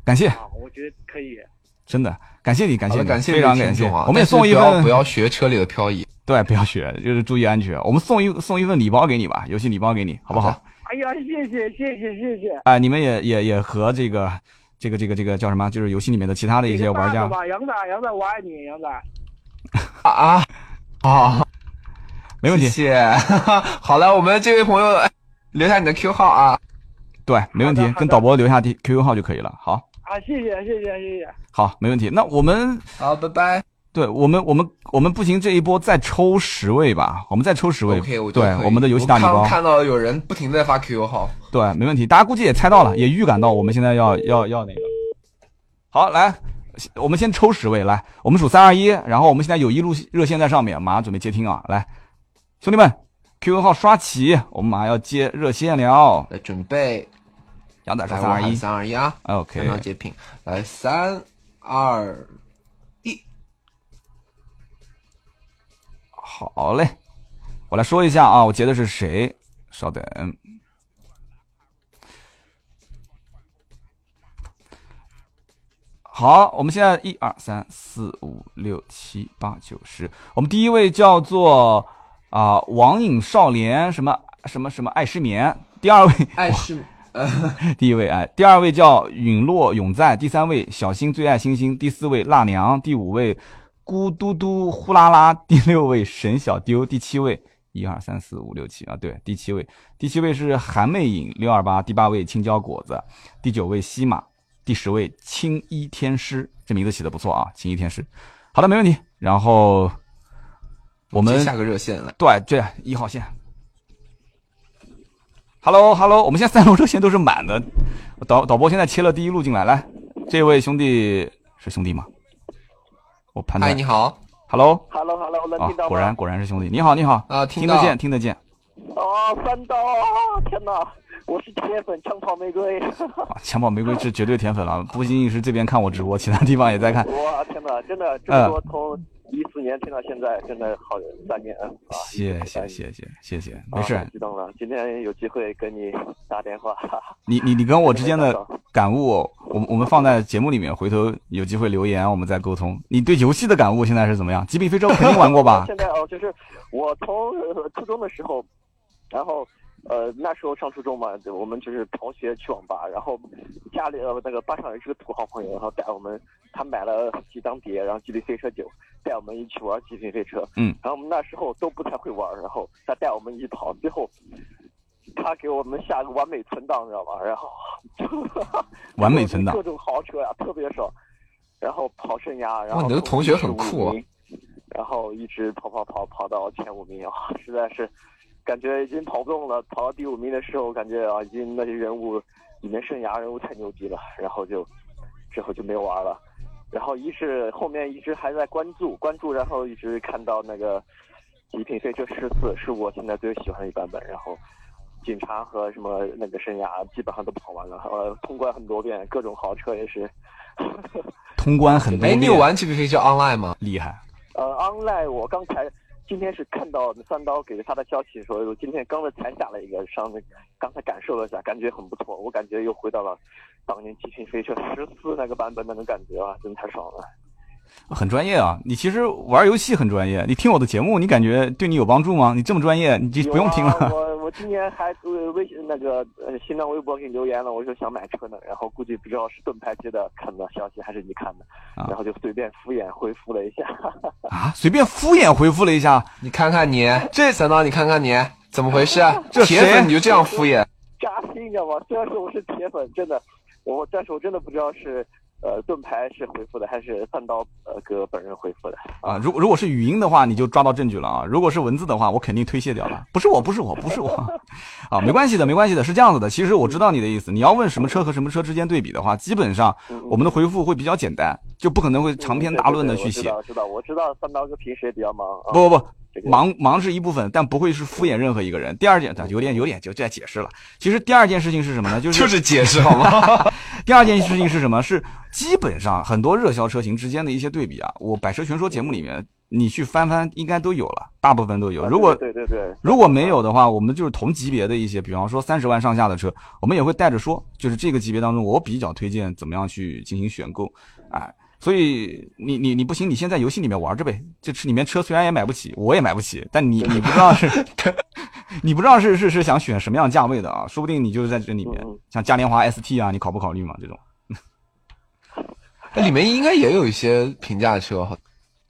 B: 感谢，
G: 啊，我觉得可以。
B: 真的感谢你，感
C: 好
B: 谢
C: 的
B: 你，
C: 感谢
B: 非
C: 这位
B: 常
C: 听
B: 感谢。
C: 众啊！
B: 我们也
C: 但是
B: 送一
C: 不要
B: 份
C: 不要学车里的漂移，
B: 对，不要学，就是注意安全。我们送一送一份礼包给你吧，游戏礼包给你，好不好？
C: 好的
G: 哎呀，谢谢谢谢谢谢。
B: 哎，你们也也也和这个这个这个这个叫什么？就是游戏里面的其他的一些玩
G: 你是爸
B: 家
G: 爸。吧，杨仔，杨仔，我爱你，杨仔。
C: 啊啊啊！
B: 没问
C: 谢
B: 题，
C: 谢。 (laughs) 好了，我们这位朋友 (laughs) 哎留下你的 Q 号啊。
B: 对，没问
G: 好
B: 题
G: 的，好
B: 跟
G: 的
B: 导播留下 Q Q 号就可以了。好，
G: 啊，谢谢谢谢谢谢。
B: 好，没问题。那我们
C: 好，拜拜。
B: 对我们，我们我们不行，这一波再抽十位吧，我们再抽十位。
C: OK，我觉得
B: 对
C: 可以
B: 我们的游戏大礼
C: 我
B: 包
C: 看，看到有人不停的发 QQ 号，
B: 对，没问题。大家估计也猜到了，也预感到我们现在要要要那个。好，来，我们先抽十位，来，我们数三二一，然后我们现在有一路热线在上面，马上准备接听啊！来，兄弟们，QQ 号刷齐，我们马上要接热线了。
C: 来准备，
B: 杨仔说
C: 来
B: 三二一
C: 三二一啊，
B: ，OK
C: 看。到截屏，来三二一，
B: 好嘞，我来说一下啊，我截的是谁？稍等。好，我们现在一二三四五六七八九十，我们第一位叫做啊、网瘾少年什么什么什么爱失眠，第二位
C: 爱是呃，
B: (laughs) 第一位哎，第二位叫陨落永在，第三位小新最爱星星，第四位辣娘，第五位咕嘟嘟呼啦啦，第六位沈小丢，第七位一二三四五六七啊，对，第七位，第七位是韩魅影六二八，第八位青椒果子，第九位西马，第十位青衣天师，这名字起的不错啊，青衣天师。好的，没问题。然后我们
C: 接下个热线来，
B: 对，这一号线。Hello，Hello，我们现在三楼热线都是满的，导导播现在切了第一路进来，来，这位兄弟是兄弟吗？我判
C: 嗨，
B: 断
C: 哎你好
B: Hello，
H: Hello Hello，能
B: 啊
H: 听到，吗？
B: 果然果然是兄弟，你好你好
C: 啊
B: 听
C: 听
B: 得
C: 到
B: 见听得见，
H: 哦，三刀！天哪，我是铁粉枪炮玫瑰！
B: 啊，强宝玫瑰是绝对甜粉了，不仅仅是这边看我直播，其他地方也在看，
H: 哇，天哪，真的这么多，从一四年听到现在，真的好三年啊！
B: 谢谢谢谢谢谢，
H: 啊
B: 没
H: 太
B: 事，
H: 激动了，今天有机会跟你打电话，哈哈
B: 你你你跟我之间
H: 嗯
B: 的感悟，我们我们放在节目里面，回头有机会留言，我们再沟通。你对游戏的感悟现在是怎么样？极品飞车肯定玩过
H: (laughs)
B: 吧？
H: 现在哦，就是我从呃初中的时候，然后呃那时候上初中嘛，就我们就是同学去网吧，然后家里呃那个班上有一个土豪朋友，然后带我们，他买了几张碟，然后《吉利飞车九》，带我们一起玩《极品飞车》。
B: 嗯，
H: 然后我们那时候都不太会玩，然后他带我们一起跑，最后。他给我们下个完美存档，你知道吗？然后
B: 完美存档
H: (laughs) 各种豪车呀、啊特别爽。然后跑生涯，然
C: 哇
H: 后
C: 你的
H: 从
C: 同学
H: 第十
C: 很
H: 五
C: 酷啊
H: 名然后一直跑跑跑跑到前五名，啊， (laughs) 实在是感觉已经跑不动了。跑到第五名的时候，感觉啊，已经那些人物里面生涯人物太牛逼了，然后就之后就没玩了。然后一是后面一直还在关注关注，然后一直看到那个《极品飞车十四》是我现在最喜欢的一版本，然后。警察和什么那个生涯基本上都跑完了，呃，通关很多遍，各种豪车也是，
B: 通关很多
C: 哎，
B: 遍，
C: 你有玩 G P P 叫 Online 吗？
B: 厉害，
H: 呃，online 我刚才今天是看到三刀给他的消息说，我今天刚才下了一个上，刚才感受了一下，感觉很不错，我感觉又回到了当年《极品飞车十四》那个版本那种感觉啊，真的太爽了。
B: 很专业啊！你其实玩游戏很专业，你听我的节目，你感觉对你有帮助吗？你这么专业，你就不用听了。
H: 有啊我我今年还呃微信那个呃新浪微博给你留言了，我说想买车呢，然后估计不知道是盾牌接的看的消息还是你看的
B: 啊，
H: 然后就随便敷衍回复了一下。
B: 啊，随便敷衍回复了一下，
C: 你看看你，这三刀，你看看你怎么回事？
B: 这
C: 铁
B: 谁
C: 粉你就这样敷衍？
H: 扎心，你知道吗？虽然说我是铁粉，真的，我但是我真的不知道是呃盾牌是回复的，还是三刀呃哥本人回复的。
B: 啊，如如果是语音的话，你就抓到证据了啊；如果是文字的话，我肯定推卸掉了。不是我，不是我，不是我， (laughs) 啊，没关系的，没关系的，是这样子的。其实我知道你的意思，你要问什么车和什么车之间对比的话，基本上
H: 嗯
B: 我们的回复会比较简单，就不可能会长篇大论的去写
H: 嗯。对对对我知道，我知道，我知道三刀哥平时也比较忙啊。
B: 不不不，
H: 这个
B: 忙忙是一部分，但不会是敷衍任何一个人。第二件，有点有点就在解释了。其实第二件事情是什么呢？就是
C: (laughs) 就是解释好吗？
B: 第二件事情是什么？是基本上很多热销车型之间的一些对比啊。我百车全说节目里面，你去翻翻，应该都有了，大部分都有。
H: 啊
B: 如果
H: 对对对对，
B: 如果没有的话，我们就是同级别的一些，比方说三十万上下的车，我们也会带着说，就是这个级别当中，我比较推荐怎么样去进行选购，哎。所以你你你不行，你先在游戏里面玩着呗。这车里面车虽然也买不起，我也买不起，但你你不知道
H: (laughs)
B: 是，你不知道是是是想选什么样价位的啊？说不定你就是在这里面
H: 嗯嗯，
B: 像嘉年华 ST 啊，你考不考虑嘛？这种。
C: 那里面应该也有一些平价车，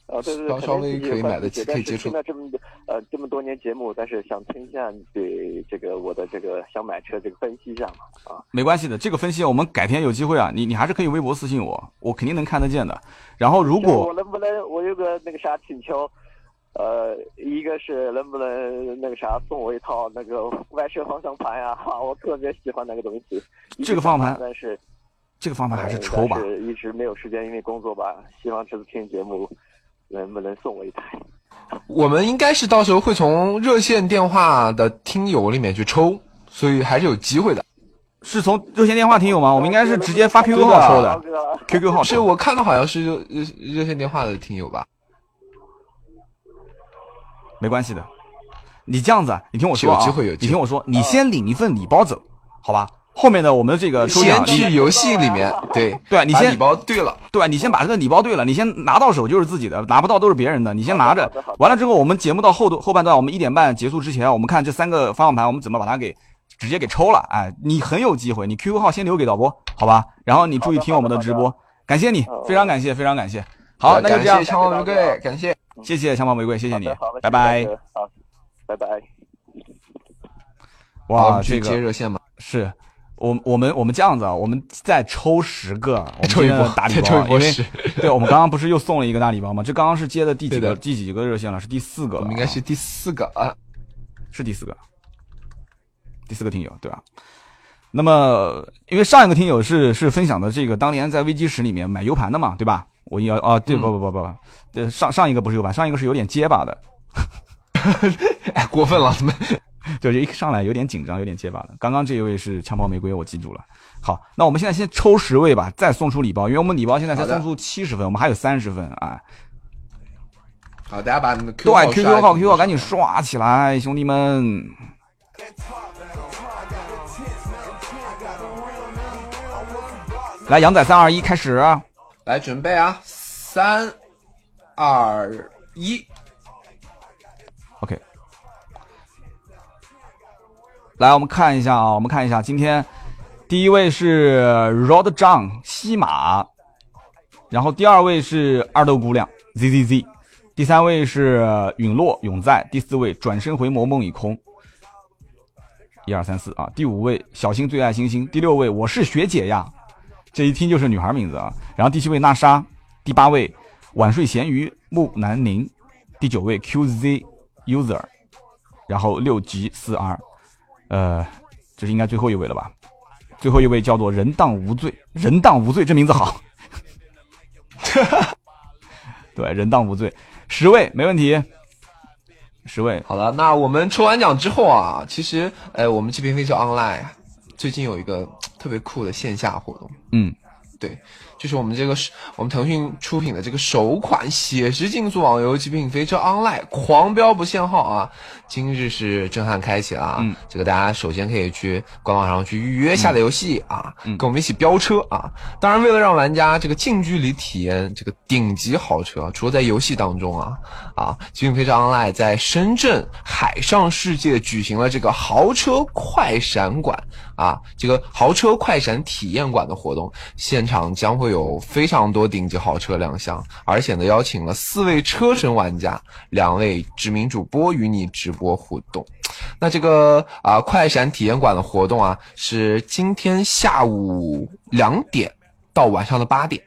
H: 啊，对对
C: 稍
H: 对，
C: 稍微可以买得
H: 得
C: 起
H: 起，
C: 可以
H: 但
C: 接
H: 是
C: 触
H: 听了这么多呃这么多年节目，但是想听一下你对这个我的这个想买车这个分析一下嘛啊。
B: 没关系的，这个分析我们改天有机会啊，你你还是可以微博私信我，我肯定能看得见的。然后如
H: 就是我
B: 果
H: 能不能我有个那个啥请求，呃，一个是能不能那个啥送我一套那个外设方向盘呀、 (laughs) 哈，我特别喜欢那个东西。
B: 这个方向盘
H: 但是
B: 这个方法还是
H: 呃
B: 抽吧
H: 但，是一直没有时间，因为工作吧。希望这次听节目能不能送我一台？
C: 我们应该是到时候会从热线电话的听友里面去抽，所以还是有机会的。
B: 是从热线电话听友吗？
C: 哦
B: 我们应该是直接发 QQ 号抽的，QQ 号
C: 是
B: 抽。
C: 我看到好像是热热热线电话的听友吧？
B: 没关系的。你这样子啊，你听我说啊，
C: 有机会有机
B: 你
C: 会
B: 听我说，你先领一份礼包走，好吧？后面的我们这个抽奖
C: 先，去游戏里面，对
B: 对你
C: 把
B: 先
C: 礼包对了，
B: 对吧？你先把这个礼包兑了，你先拿到手就是自己的，拿不到都是别人的，你先拿着
H: 好的好。的
B: 完了之后，我们节目到后段后半段，我们一点半结束之前，我们看这三个方向盘，我们怎么把它给直接给抽了。哎，你很有机会，你 QQ 号先留给导播，好吧？然后你注意听我们的直播，感谢你
H: 好，
C: 哦
H: 的
B: 非常感谢，非常感谢。好，那就
C: 感
B: 这样
C: 谢，强王玫瑰，感谢。
B: 谢谢香茅玫瑰，谢谢
H: 谢
B: 你
H: 嗯好的，
B: 拜拜
H: 谢谢。大哥好，拜拜。
C: 好我
B: 哇，
C: 们
B: 这
C: 去
B: 个
C: 接热线嘛，
B: 是我我们我们这样子啊，我们再抽十个，我们
C: (laughs) 抽一
B: 今天
C: 波
B: 的大礼
C: 再
B: 包
C: 抽一
B: 啊，因
C: 波
B: 为
C: 是
B: 对我们刚刚不是又送了一个大礼包吗？这刚刚是接的第几
C: 对
B: 个
C: 的
B: 第几个热线了？是第四个了啊，
C: 我们应该是第四个啊，
B: 是第四个，第四个听友对吧？那么因为上一个听友是是分享的这个当年在危机室里面买 U 盘的嘛，对吧？我也要啊，对
C: 嗯
B: 不不不不不，对上上一个不是 U 盘，上一个是有点结巴的，
C: 哎，过分了，你们
B: 就是一上来有点紧张，有点结巴的。刚刚这一位是枪炮玫瑰，我记住了。好，那我们现在先抽十位吧，再送出礼包，因为我们礼包现在才
C: 好的
B: 送出七十分，我们还有三十分啊。
C: 好，大家把你的 Q
B: 对啊
C: 号
B: ，QQ 号 QQ 号赶紧
C: 说。
B: 刷起来，兄弟们！来，杨仔三二一，开始。啊
C: 来准备啊，三二一，
B: OK，来，我们看一下啊，我们看一下，今天第一位是 Rod Zhang 西马，然后第二位是二豆姑娘 Z Z Z，第三位是陨落永在，第四位转身回眸梦已空，一二三四啊，第五位小星最爱星星，第六位我是学姐呀，这一听就是女孩名字啊，然后第七位娜莎，第八位晚睡咸鱼木南宁，第九位 QZ user，然后六级四 R，呃，这是应该最后一位了吧？最后一位叫做人当无罪，人当无罪，这名字好。 (laughs) 对，人当无罪，十位没问题，十位
C: 好了，那我们抽完奖之后啊，其实呃，我们这边飞车 online 啊最近有一个特别酷的线下活动，
B: 嗯，
C: 对，就是我们这个是我们腾讯出品的这个首款写实竞速网游《极品飞车 Online》狂飙不限号啊，今日是震撼开启了啊！
B: 嗯
C: 这个大家首先可以去官网上去预约下载游戏啊，跟我们一起飙车啊！当然，为了让玩家这个近距离体验这个顶级豪车，啊除了在游戏当中啊啊，《极品飞车 Online》在深圳海上世界举行了这个豪车快闪馆啊，这个豪车快闪体验馆的活动，现场将会有非常多顶级豪车亮相，而且呢，邀请了四位车神玩家、两位知名主播与你直播互动。那这个啊、快闪体验馆的活动啊，是今天下午两点到晚上的八点。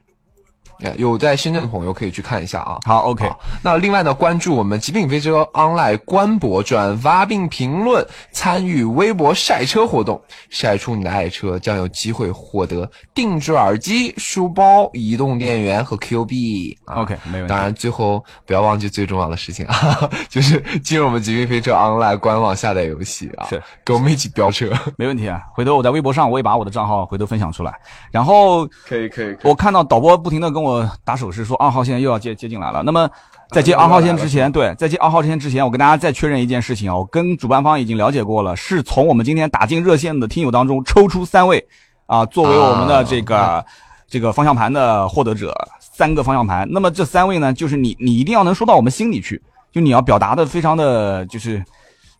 C: 呃有在深圳的朋友可以去看一下啊。
B: 好，OK，
C: 好那另外呢，关注我们《极品飞车 Online》官博，转发并评论，参与微博晒车活动，晒出你的爱车，将有机会获得定制耳机、书包、移动电源和 Q 币。啊
B: OK，没问题
C: 当然，最后不要忘记最重要的事情啊， (laughs) 就是进入我们《极品飞车 Online》官网下载游戏啊，
B: 是
C: 跟我们一起飙车。
B: 没问题啊。回头我在微博上我也把我的账号回头分享出来，然后
C: 可以可以
B: 我看到导播不停的跟我打手势，说二号线又要接接进来了。那么在接
C: 啊又要
B: 二号线
C: 来了
B: 之前，对，在接二号线之前，我跟大家再确认一件事情啊，我跟主办方已经了解过了，是从我们今天打进热线的听友当中抽出三位啊，作为我们的这个、
C: 啊
B: 这个方向盘的获得者，三个方向盘。那么这三位呢，就是你你一定要能说到我们心里去，就你要表达的非常的就是。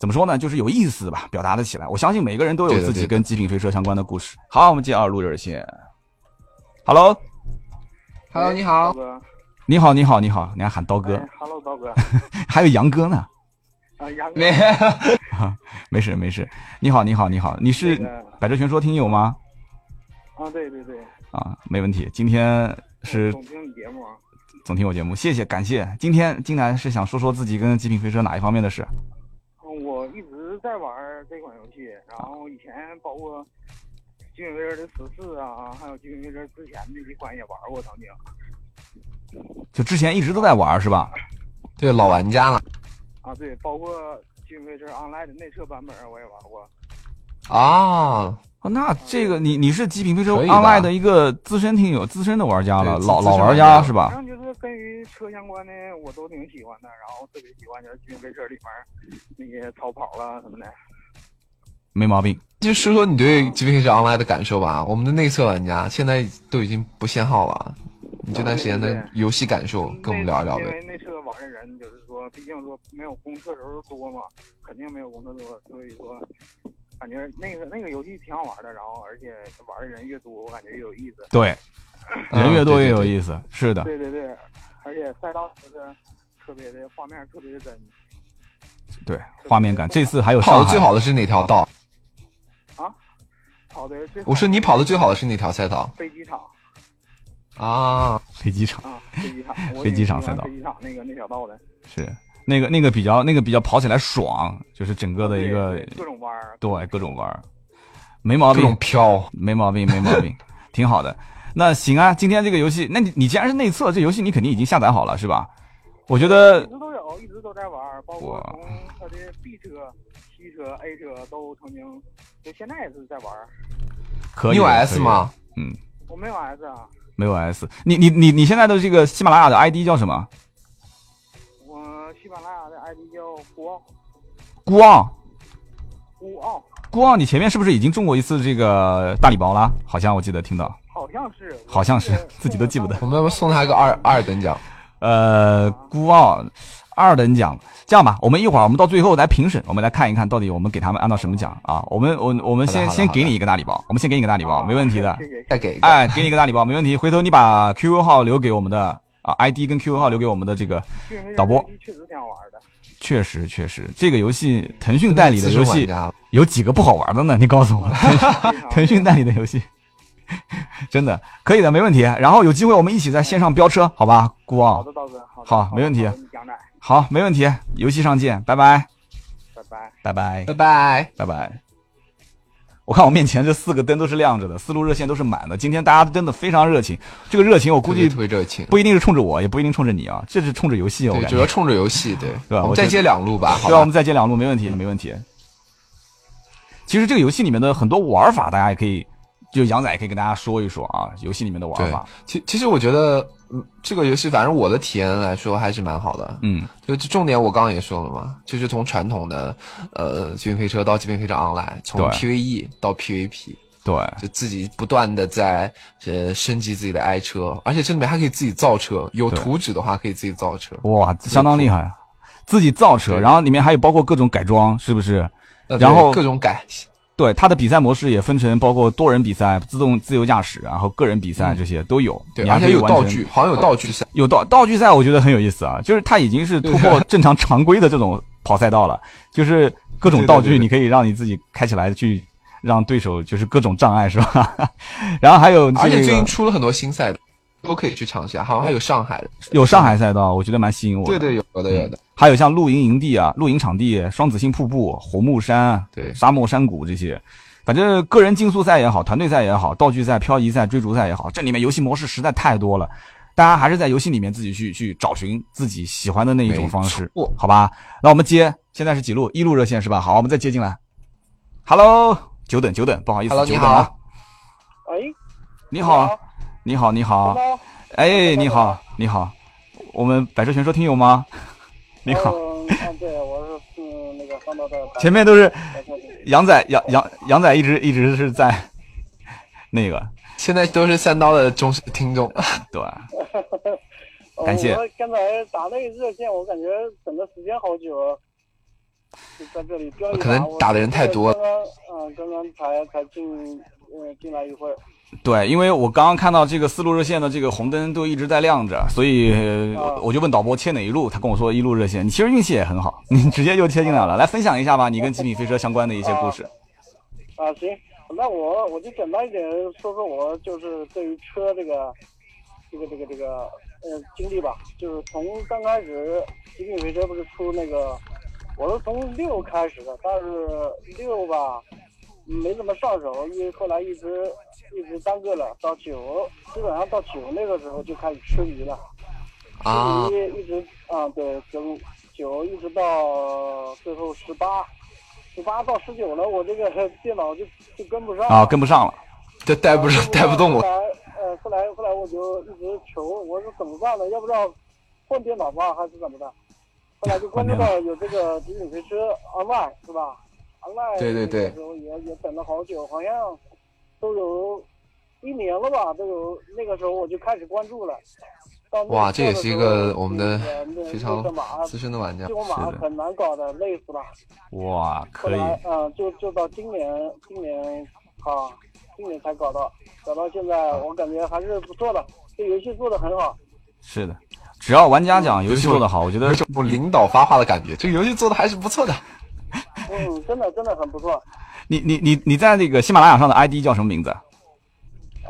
B: 怎么说呢？就是有意思吧，表达的起来。我相信每个人都有
C: 对的
B: 自己
C: 对的
B: 跟极品飞车相关的故事。好，我们接二路热线。Hello，
C: Hello，你好， (laughs)
G: 哥，
B: 你好，你好，你好，你还喊刀啊哥，
G: 哎，Hello，刀哥，
B: 还有杨哥呢。
G: 啊，
B: (laughs)
G: 杨哥
C: 没，
B: 没事没事，你好你好你好，你是
G: 那个
B: 百车全说听友吗？
G: 啊，对对对，
B: 啊，没问题，今天是
G: 总听你节目啊。
B: 总听我节目，谢谢感谢。今天进来是想说说自己跟极品飞车哪一方面的事？
G: 嗯我一直在玩这款游戏，然后以前包括《极品飞车》的十四啊，还有《极品飞车》之前的几款也玩过，曾经。
B: 就之前一直都在玩是吧？
C: 对，老玩家了
G: 啊，对，包括《极品飞车 Online》的内测版本我也玩过。
C: 啊，
B: 哦，那这个你你是极品飞车
C: 可以的
B: Online 的一个资深听友、资深的玩家了，
C: 对
B: 老
C: 资深
B: 老玩
C: 玩
B: 家
C: 家
B: 是
G: 反
B: 吧？
G: 正就是跟于车相关的，我都挺喜欢的。然后特别喜欢就是《极品飞车》里面那些超跑啦什么的。
B: 没毛病。
C: 就说说你对《极品飞车 Online》的感受吧。我们的内测玩家现在都已经不限号了，你这段时间的游戏感受跟我们聊一聊
G: 因
C: 呗。
G: 为嗯那车玩的人就是说，毕竟说没有公测时候多嘛，肯定没有公测多，所以说感觉那个那个游戏挺好玩的，然后而且玩的人越多，我感觉越有意思。
B: 对，
C: 嗯
B: 人越多越有
C: 对对对
B: 意思，是
C: 啊
B: 的。
G: 对对对，而且赛道就是特别的画面特别的真
B: 对，画面感。这次还有
C: 跑
B: 上
C: 的最
B: 海，
C: 好的是哪条道？
G: 啊，跑的最好
C: 我说你跑的最好的是哪条赛道
G: 飞机场
C: 啊？
B: 飞机场
G: 啊，飞机场，我
B: 飞机
G: 挺
B: 场
G: 喜
B: 赛
G: 欢
B: 道
G: 飞机场那个那条道的，
B: 是那个那个比较那个比较跑起来爽，就是整个的一
G: 对
B: 个
G: 对各种弯儿，
B: 对各种玩儿，没毛
C: 啊各种
B: 病，
C: 飘，
B: 没毛病，没
C: (laughs)
B: 毛病，挺好的。那行啊，今天这个游戏，那你你既然是内测，这游戏你肯定已经下载好了是吧？我觉
G: 一
B: 得
G: 直都有，一直都在玩儿，包括
B: 哇
G: 从他的 B 车、C 车、A 车都曾经，就现在也是在玩儿。
B: 可以。
C: 你有
B: 可以
C: S 吗？？
B: 嗯，
G: 我没有 S 啊，
B: 没有 S。你你你你现在的这个喜马拉雅的 ID 叫什么？
G: 我喜马拉雅的 ID 叫胡傲，
B: 孤傲，
G: 胡傲，
B: 孤傲，你前面是不是已经中过一次这个大礼包啦？好像我记得听到。
G: 好像是，我
B: 好像是
G: 记得嗯
B: 自己都记不得
C: 我们要不送他一个二二等奖？
B: 呃，孤傲二等奖。这样吧，我们一会儿我们到最后来评审，我们来看一看到底我们给他们按到什么奖啊？我们我我们
C: 好
B: 先
C: 的好的
B: 先
C: 好的
B: 给你一个大礼包，我们先给你一个大礼包，没问题的
G: 谢。谢。
C: 再给一个。
B: 哎，给你一个大礼包，没问题。回头你把 QQ 号留给我们的啊，ID 跟 QQ 号留给我们的这个，
G: 谢谢
B: 导播，
G: 这个游戏确实挺好玩
B: (laughs)
G: 的。
B: 确实确实，这个游戏腾讯代理的游
C: 资深玩
B: 戏
C: 家了
B: 有几个不好玩的呢？你告诉我，
G: 非常
B: (laughs) 腾讯代理的游戏。真的可以的，没问题。然后有机会我们一起在线上飙车，好吧，孤
G: 好
B: 傲。
G: 的，道哥，好的，
B: 好
G: 的
B: 没问题
G: 好的你讲哪儿？
B: 好，没问题。游戏上见，拜拜，
G: 拜拜。
B: 拜拜
C: 拜。拜。
B: 拜拜。我看我面前这四个灯都是亮着的，四路热线都是满的。今天大家真的非常热情，这个热情我估计
C: 特别热情，
B: 不一定是冲着我，也不一定冲着你啊，这是冲着游戏啊。我
C: 对，
B: 感
C: 主要
B: 觉。
C: 冲着游戏，对。
B: 对吧
C: 我
B: 我
C: 们
B: 觉
C: 再
B: 得
C: 接两路吧，好
B: 对啊，我
C: 吧
B: 们？再接两路，没问题，没问题。其实这个游戏里面的很多玩法，大家也可以，就杨仔也可以跟大家说一说啊，游戏里面的玩
C: 对
B: 法。，
C: 其其实我觉得，嗯，这个游戏反正我的体验来说还是蛮好的。
B: 嗯，
C: 就重点我刚刚也说了嘛，就是从传统的呃极品飞车到极品飞车 Online，从
B: 对
C: PVE 到 PVP，
B: 对，
C: 就自己不断的在呃升级自己的 i 车，而且这里面还可以自己造车，有
B: 对
C: 图纸的话可以自己造车。
B: 哇，相当厉害啊，自己造车，
C: 对
B: 然后里面还有包括各种改装，是不是？
C: 呃
B: 然后
C: 对各种改，
B: 对，它的比赛模式也分成包括多人比赛、自动自由驾驶，然后个人比赛这些都有。
C: 嗯对，
B: 你还
C: 而且
B: 可以
C: 有
B: 完哦成
C: 道具，，好像有道具赛。
B: 有道道具赛，我觉得很有意思啊，就是它已经是突破正常常规的这种跑赛道了，就是各种道
C: 对
B: 具
C: 对对对
B: 你可以让你自己开起来去让对手就是各种障碍是吧？ (laughs) 然后还有
C: 而且
B: 这
C: 最
B: 个
C: 近出了很多新赛道，都可以去尝试啊一下，好像还有上海的。
B: 有上海赛道，我觉得蛮吸引我的。
C: 对对，有的有的。
B: 还有像露营营地啊、露营场地、双子星瀑布、红木山、
C: 对
B: 沙漠山谷这些，反正个人竞速赛也好，团队赛也好，道具赛、漂移赛、追逐赛也好，这里面游戏模式实在太多了。大家还是在游戏里面自己去去找寻自己喜欢的那一种方式
C: 没错，
B: 好吧？那我们接，现在是几路？一路热线是吧？好，我们再接进来。Hello，久等久等，不好意思
C: Hello，
B: 久
C: 你
B: 等啊。
C: 好，
G: 哎，
B: 你好，啊你好，你好，哎，你好，你好，我们百车全说听友吗？ (laughs) 你
C: 哦
B: 好，
G: 嗯，对，我是嗯那个放到这儿。
B: 前面都是杨仔杨杨杨仔一直一直是在 (laughs) 那个
C: 现在都是三刀的忠实听众。
B: 对，感谢
I: 哦我刚才打那个热线，我感觉等的时间好久，啊就在这里标一
C: 可能打的人太多了
I: 呃了。嗯，刚刚才才进，嗯，进来一会儿。
B: 对，因为我刚刚看到这个丝路热线的这个红灯都一直在亮着，所以呃
I: 啊
B: 我就问导播切哪一路，他跟我说一路热线。你其实运气也很好，你直接就切进来了。来分享一下吧，你跟极品飞车相关的一些故事。
I: 啊，行，那我我就简单一点说说我就是对于车这个，这个这个这个呃经历吧，就是从刚开始极品飞车不是出那个，我是从六开始的，但是六吧没怎么上手，因为后来一直一直耽搁了，到九基本上到九那个时候就开始吃鱼了，
C: 啊
I: 吃鱼一直啊对从九一直到最后十八。十八到十九了，我这个 (laughs) 电脑就就跟不上
B: 啊，跟不上了。
C: 这带不上，带不动
I: 后
C: 我。
I: 来，呃，后来后来我就一直求，我说怎么办呢？要不要换电脑吧，还是怎么的？后来就关注到有这个极品飞车 online 是吧？online
C: 对对对
I: 那个时候也也等了好久，好像都有一年了吧，都有那个时候我就开始关注了。到那
C: 哇，这也是一个我们的
I: 那个
C: 非
I: 那
C: 常
I: 个马
C: 资深的玩家
I: 这。种马
B: 是的
I: 很难搞的，累死了。
B: 哇，
I: 后
B: 可以，
I: 来，嗯、就就到今年，今年啊，今年才搞到，搞到现在，我感觉还是不错的，这游戏做的很好。
B: 是的。只要玩家讲游戏做得好，我觉
C: 有
B: 得
C: 一种领导发话的感觉，这个游戏做的还是不错的。
I: 嗯，真的真的很不错。
B: 你你你你在那个喜马拉雅上的 ID 叫什么名字？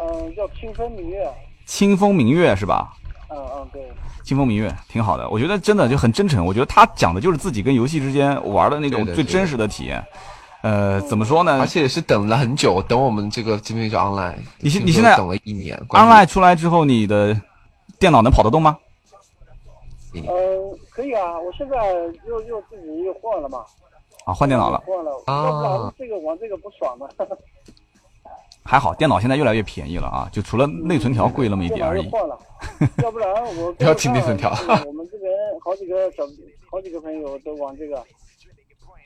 I: 嗯、叫清风明月。
B: 清风明月是吧？
I: 嗯嗯，对，
B: 清风明月挺好的，我觉得真的就很真诚。我觉得他讲的就是自己跟游戏之间玩的那种
C: 对的
B: 最
C: 对的
B: 真实的体验。呃，怎么说呢
C: 而？且也是等了很久，等我们这个《极品飞车 Online》，
B: 你现
C: 听说
B: 你现在
C: 等了一年
B: online 出来之后，你的电脑能跑得动吗？
I: 嗯、可以啊，我现在又又自己又换了嘛，
B: 啊，换电脑了，
I: 换了，
C: 啊
I: 要不然这个玩这个不爽的，
B: 还好，电脑现在越来越便宜了啊，就除了内存条贵那么一
I: 电
B: 点
I: 脑
B: 而
I: 又
B: 已。
C: 嗯
I: 换了，
B: (laughs)
I: 要不然我
C: 不要听内存条
I: 嗯我们这边好几个小好几个朋友都玩这个，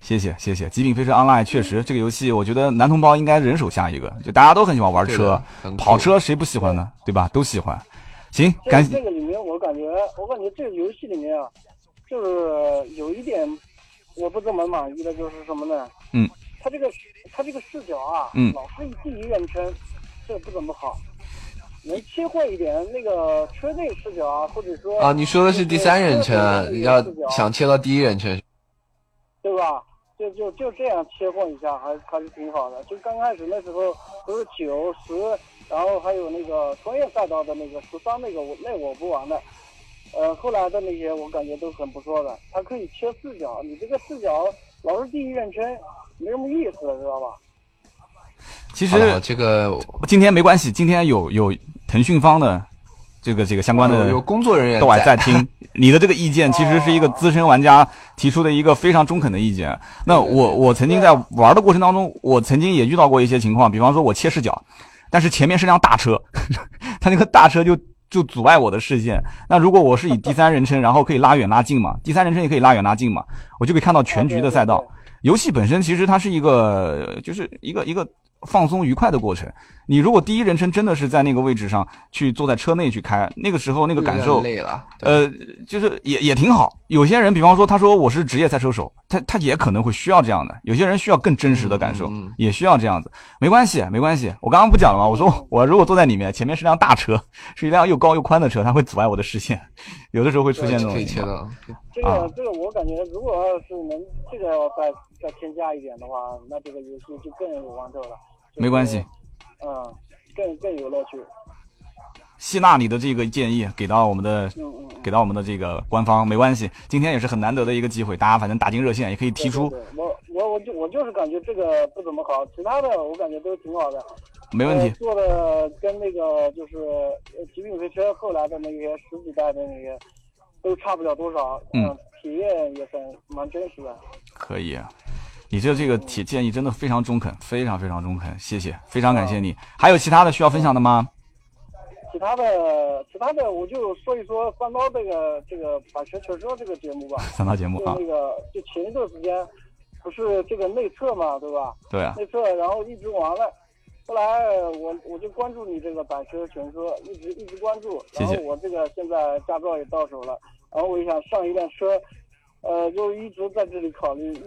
B: 谢谢谢谢，《极品飞车 online》确实这个游戏，我觉得男同胞应该人手下一个，就大家都很喜欢玩
C: 对
B: 车
C: 的很，酷
B: 跑车谁不喜欢呢？对吧？都喜欢。行，
I: 这
B: 赶
I: 这个里面，我感觉，我感觉这个游戏里面啊，就是有一点我不怎么满意的，就是什么呢？
B: 嗯，
I: 他这个他这个视角啊，
B: 嗯
I: 老是以第一人称，这不怎么好。能切换一点那个车内视角啊，或者说
C: 啊，你说的是第三人称
I: 就是车内，
C: 要
I: 视角
C: 想切到第一人称，
I: 对吧？就就就这样切换一下，还还是挺好的。就刚开始那时候不是九十，然后还有那个专业赛道的那个十三那个我那我不玩的，呃，后来的那些我感觉都很不错的。它可以切视角，你这个视角老是第一人称，没什么意思，知道吧？
B: 其
C: 好了，
B: 实
C: 这个
B: 今天没关系，今天有有腾讯方的这个这个相关的
C: 有有工作人员
B: 都还在
C: (laughs)
B: 听。你的这个意见其实是一个资深玩家提出的一个非常中肯的意见。那我我曾经在玩的过程当中，我曾经也遇到过一些情况，比方说我切视角，但是前面是辆大车， (laughs) 他那个大车就就阻碍我的视线。那如果我是以第三人称，然后可以拉远拉近嘛，第三人称也可以拉远拉近嘛，我就可以
C: 哦
B: 看到全局的赛道。游戏本身其实它是一个，就是一个一个放松愉快的过程。你如果第一人称真的是在那个位置上去坐在车内去开，那个时候那个感受，
C: 累了，对，
B: 呃，就是也也挺好。有些人，比方说，他说我是职业赛车手，他他也可能会需要这样的。有些人需要更真实的感受，
C: 嗯嗯嗯
B: 也需要这样子。没关系，没关系。我刚刚不讲了吗？我说我如果坐在里面，前面是辆大车，是一辆又高又宽的车，它会阻碍我的视线，有的时候会出现这种
C: 可以
B: 情
C: 切
B: 况。
C: 到。
I: 这个、
B: 啊
I: 这个我感觉，如果要是能这个再再添加一点的话，那这个游戏就更有玩头了。就是
B: 没关系，
I: 嗯，更更有乐趣。
B: 吸纳你的这个建议，给到我们的
I: 嗯嗯嗯。
B: 给到我们的这个官方，没关系。今天也是很难得的一个机会，大家反正打进热线也可以提出
I: 对，对对我我我就我就是感觉这个不怎么好，其他的我感觉都挺好的，
B: 没问
I: 呃
B: 题。
I: 做的跟那个就是呃极品飞车后来的那些十几代的那些都差不了多少，呃
B: 嗯
I: 体验也很蛮真实的。
B: 可以，啊你这这个提建议真的非常中肯，非常非常中肯，谢谢，非常感谢你。还有其他的需要分享的吗？
I: 其他的其他的我就说一说三刀这个这个百车全说这个节目吧，
B: 三套节目
I: 就
C: 嗯
B: 啊，
I: 那个就前一段时间不是这个内测嘛，对吧？
B: 对啊，
I: 内测，然后一直玩了。后来我我就关注你这个百车全说，一直一直关注。
B: 谢
I: 然
B: 谢
I: 后我这个现在驾照也到手了，然后我也想上一辆车，呃，就一直在这里考虑，一呃直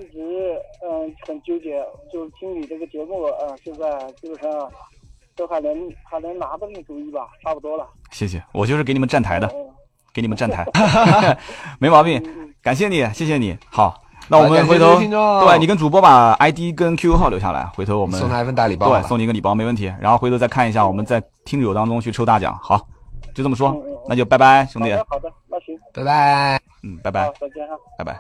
I: 嗯、很纠结。就是听你这个节目啊、呃现在基本上都还能还能拿得定主意吧，差不多了。
B: 谢谢，我就是给你们站台的，
I: 嗯
B: 给你们站
C: (laughs)
B: 台，没毛病，感谢你，谢谢你。好，那我
C: 好
B: 们
C: 感谢
B: 回
C: 各
B: 头
C: 位听众
B: 对你跟主播把 ID 跟 QQ 号留下来，回头我们
C: 送他一份大礼包好
B: 对，
C: 吧
B: 送你一个礼包没问题。然后回头再看一下，我们在听友当中去抽大奖。好，就这么说
I: 嗯嗯嗯，
B: 那就拜拜，兄
I: 好
B: 弟，
I: 的好的，那行，
C: 拜拜。
B: 嗯，拜拜
I: 好，，再见啊。
B: 拜拜。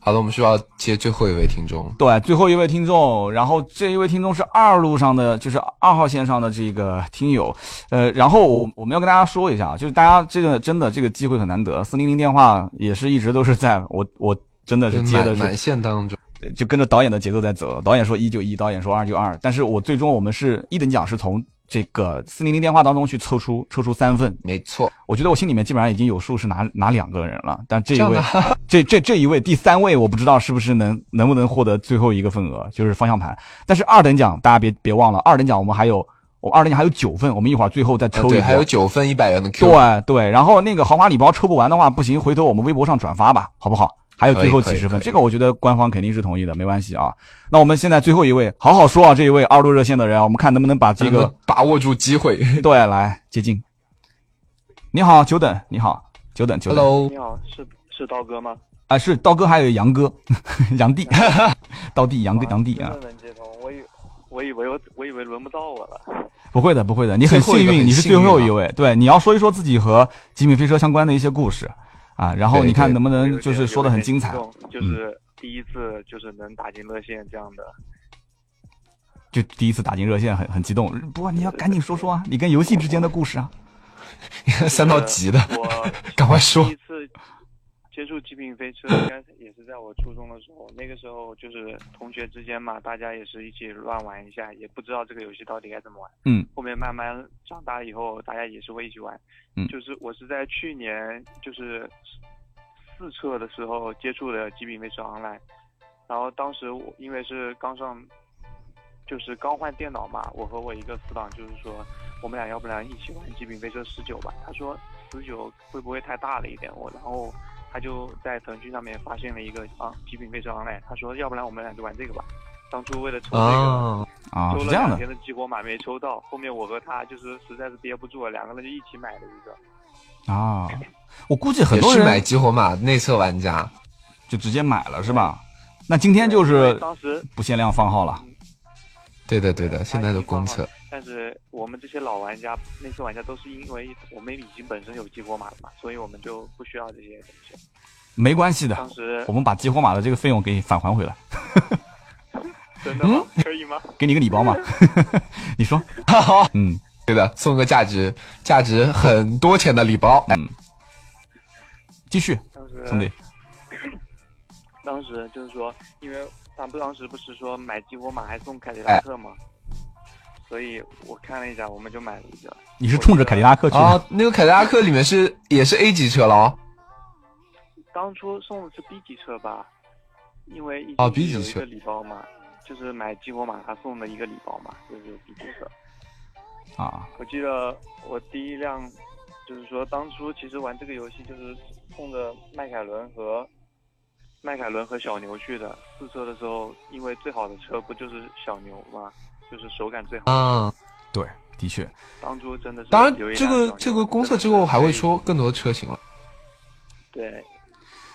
C: 好的，我们需要接最后一位听众，
B: 对，最后一位听众，然后这一位听众是二路上的，就是二号线上的这个听友，呃，然后我我们要跟大家说一下啊，就是大家这个真的这个机会很难得，四零零电话也是一直都是在我我真的是接
C: 满
B: 的
C: 满
B: 是
C: 线当中，
B: 就跟着导演的节奏在走，导演说一就一，导演说二就二，但是我最终我们是一等奖是从这个四零零电话当中去抽出抽出三份，
C: 没错，
B: 我觉得我心里面基本上已经有数是哪哪两个人了，但这一
C: 这样
B: 位
C: 的，
B: 这这这一位第三位，我不知道是不是能能不能获得最后一个份额，就是方向盘。但是二等奖大家别别忘了，二等奖我们还有，我二等奖还有九份，我们一会儿最后再抽一波。
C: 啊呃对，还有九份一百元的 Q，
B: 对对，然后那个豪华礼包抽不完的话，不行，回头我们微博上转发吧，好不好？还有最后几十
C: 可以可以
B: 份，
C: 可以
B: 这个我觉得官方肯定是同意的，没关系啊。那我们现在最后一位，好好说啊，这一位二路热线的人啊，我们看能不能把这
C: 能不
B: 个
C: 能把握住机 (laughs) 会。
B: 对来接近。你好，久等，你好，久等，久等。
C: Hello， (laughs)
J: 你好，是是刀哥吗？
B: 啊，是刀哥，还有杨哥， (laughs) 杨弟，刀弟，杨哥，杨弟啊，
J: 能接通，我以我以为我我以为轮不到我了。
B: 不会的，不会的，你很
C: 最后
B: 幸
C: 一个
B: 运，
C: 很
B: 你是
C: 幸
B: 最
C: 运
B: 后
C: 啊
B: 一位，对，你要说一说自己和极品飞车相关的一些故事啊，然后
C: 对
B: 你看
C: 对
B: 能不能
J: 有
B: 就
J: 点
B: 是说的很精彩，，嗯
J: 有点激动就是第一次就是能打进热线这样的。
B: (laughs) 就第一次打进热线很很激动，不过你要赶紧说说啊，你跟游戏之间的故事啊，
C: 三道急 (laughs) 的，
J: 我
C: 赶快说
J: 第一次接触极品飞车，应该也是在我初中的时候。那个时候就是同学之间嘛，大家也是一起乱玩一下，也不知道这个游戏到底该怎么玩。
B: 嗯，
J: 后面慢慢长大以后，大家也是会一起玩。
B: 嗯
J: 就是我是在去年就是四测的时候接触的极品飞车 online，然后当时我因为是刚上。就是刚换电脑嘛，我和我一个死党就是说，我们俩要不然一起玩《极品飞车十九》吧。他说十九会不会太大了一点？我然后他就在腾讯上面发现了一个啊《极品飞车 online》，他说要不然我们俩就玩这个吧。当初为了抽这个，
C: 啊，
B: 啊，
J: 抽
B: 是
J: 了
B: 这样
J: 两
B: 的
J: 天，的激活码没抽到，后面我和他就是实在是憋不住了，两个人就一起买了一个。
B: 啊，我估计很
C: 也
B: 多
C: 是买
B: 人
C: 激活码内测玩家，
B: 就直接买了是吧？那今天就
J: 对因为
B: 是
J: 当时
B: 不限量放号了，
C: 对的对的，现在的公测，
J: 但是我们这些老玩家、那些玩家都是因为我们已经本身有激活码了嘛，所以我们就不需要这些东西。
B: 没关系的，
J: 当时
B: 我
C: 哦
B: 们把激活码的这个费用给你返还回来。
J: 真的
C: 嗯
J: 吗？ (laughs) 可以吗？
B: 给你一个礼包嘛。 (laughs) 你说，嗯，
C: 对的，送个价值价值很多钱的礼包，
B: 继续，
J: 当
G: 嗯
J: 时
B: 兄弟，
J: 当时就是说，因为他们当时不是说买激活码还送凯迪
C: 哎
J: 拉克吗？所以我看了一下，我们就买了一个。
B: 你是冲着凯迪拉克去的
C: 哦，那个凯迪拉克里面是也是 A 级车了哦，
J: 当初送的是 B 级车吧，因为一
C: 哦
J: 进
C: B 级
J: 去有一
C: 车
J: 个礼包嘛，就是买激活码他送的一个礼包嘛，就是 B 级车。
B: 啊？
J: 我记得我第一辆，就是说当初其实玩这个游戏就是冲着迈凯伦和迈凯伦和小牛去的。试车的时候，因为最好的车不就是小牛嘛，就是手感最好。
C: 嗯，
B: 对，的确，
J: 当初真的是
C: 当然
J: 有一辆
C: 这
J: 小牛
C: 个这个公测之后还会出。更多的车型了，
J: 对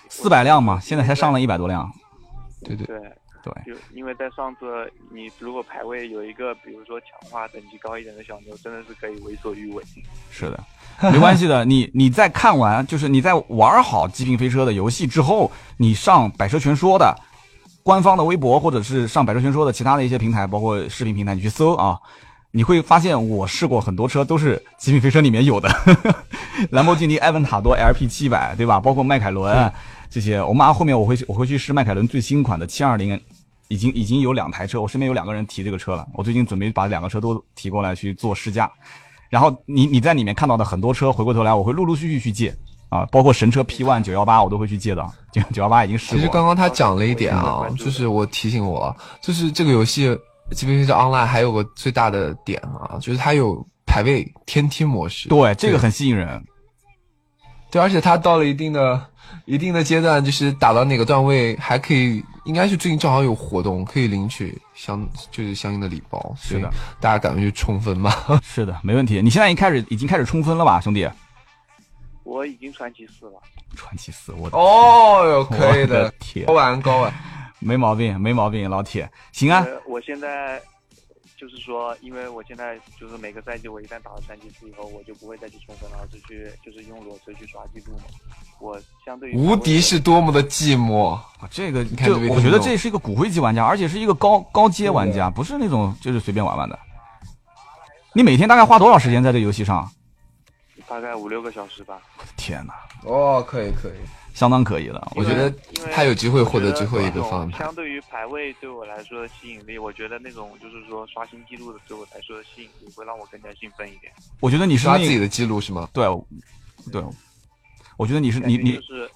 B: 四百辆嘛，现在才上了一百多辆。
C: 对对，
J: 对，
B: 对，
J: 就因为在上次你如果排位有一个，比如说强化等级高一点的小牛，真的是可以为所欲为。
B: 是的，没关系的。你你在看完，就是你在玩好《极品飞车》的游戏之后，你上《百车全说》的官方的微博，或者是上《百车全说》的其他的一些平台，包括视频平台，你去搜啊，你会发现我试过很多车都是《极品飞车》里面有的， (laughs) 兰博基尼埃文塔多 LP 七百，对吧？包括迈凯伦啊这些，我妈后面我会去我会去试迈凯伦最新款的七二零。已经已经有两台车，我身边有两个人提这个车了。我最近准备把两个车都提过来去做试驾，然后你你在里面看到的很多车，回过头来我会陆陆续续去借啊，包括神车 P One 九幺八我都会去借的，九九幺八已经试
C: 其实
B: 过
C: 刚
B: 了。
C: 刚他讲了一点啊，就是我提醒我，啊就是这个游戏《极品飞车 Online》还有个最大的点啊，就是它有排位天梯模式，
B: 对，这个很吸引人。
C: 对，而且他到了一定的、一定的阶段，就是打到哪个段位，还可以，应该是最近正好有活动，可以领取相就是相应的礼包，所
B: 是
C: 以
B: 的
C: 大家赶快去冲分吧。
B: 是的，没问题。你现在一开始已经开始冲分了吧，兄弟？
J: 我已经传奇四了。
B: 传奇四，我的
C: 哦哟，可以
B: 我的
C: 的，
B: 天
C: 高玩高玩，
B: 没毛病，没毛病，老铁，行啊，
J: 呃，我现在就是说，因为我现在就是每个赛季，我一旦打了三级四以后，我就不会再去冲分了，而是去就是用裸辞去刷记录嘛。我相对于
C: 无敌是多么的寂寞。
B: 啊这个这
C: 看这位
B: 我觉得
C: 听众
B: 这是一个骨灰级玩家，而且是一个高高阶玩家，不是那种就是随便玩玩的。你每天大概花多少时间在这游戏上？
J: 大概五六个小时吧。
B: 天哪，
C: 哦，可以可以，
B: 相当可以了，
C: 我
B: 我
C: 觉
B: 觉得
C: 得
J: 因为
C: 他有机会获得
J: 我觉
C: 最
J: 得
C: 后一
J: 那
C: 个
J: 种
C: 方案牌。
J: 相对于排位对我来说的吸引力，我觉得那种就是说刷新记录的对我来说的吸引力，会让我更加兴奋一点。
B: 我觉得你是
C: 刷
B: 那
C: 自己
B: 个
C: 的记录是吗？
B: 对对，我觉得你是你
J: 感觉
B: 你
J: 就是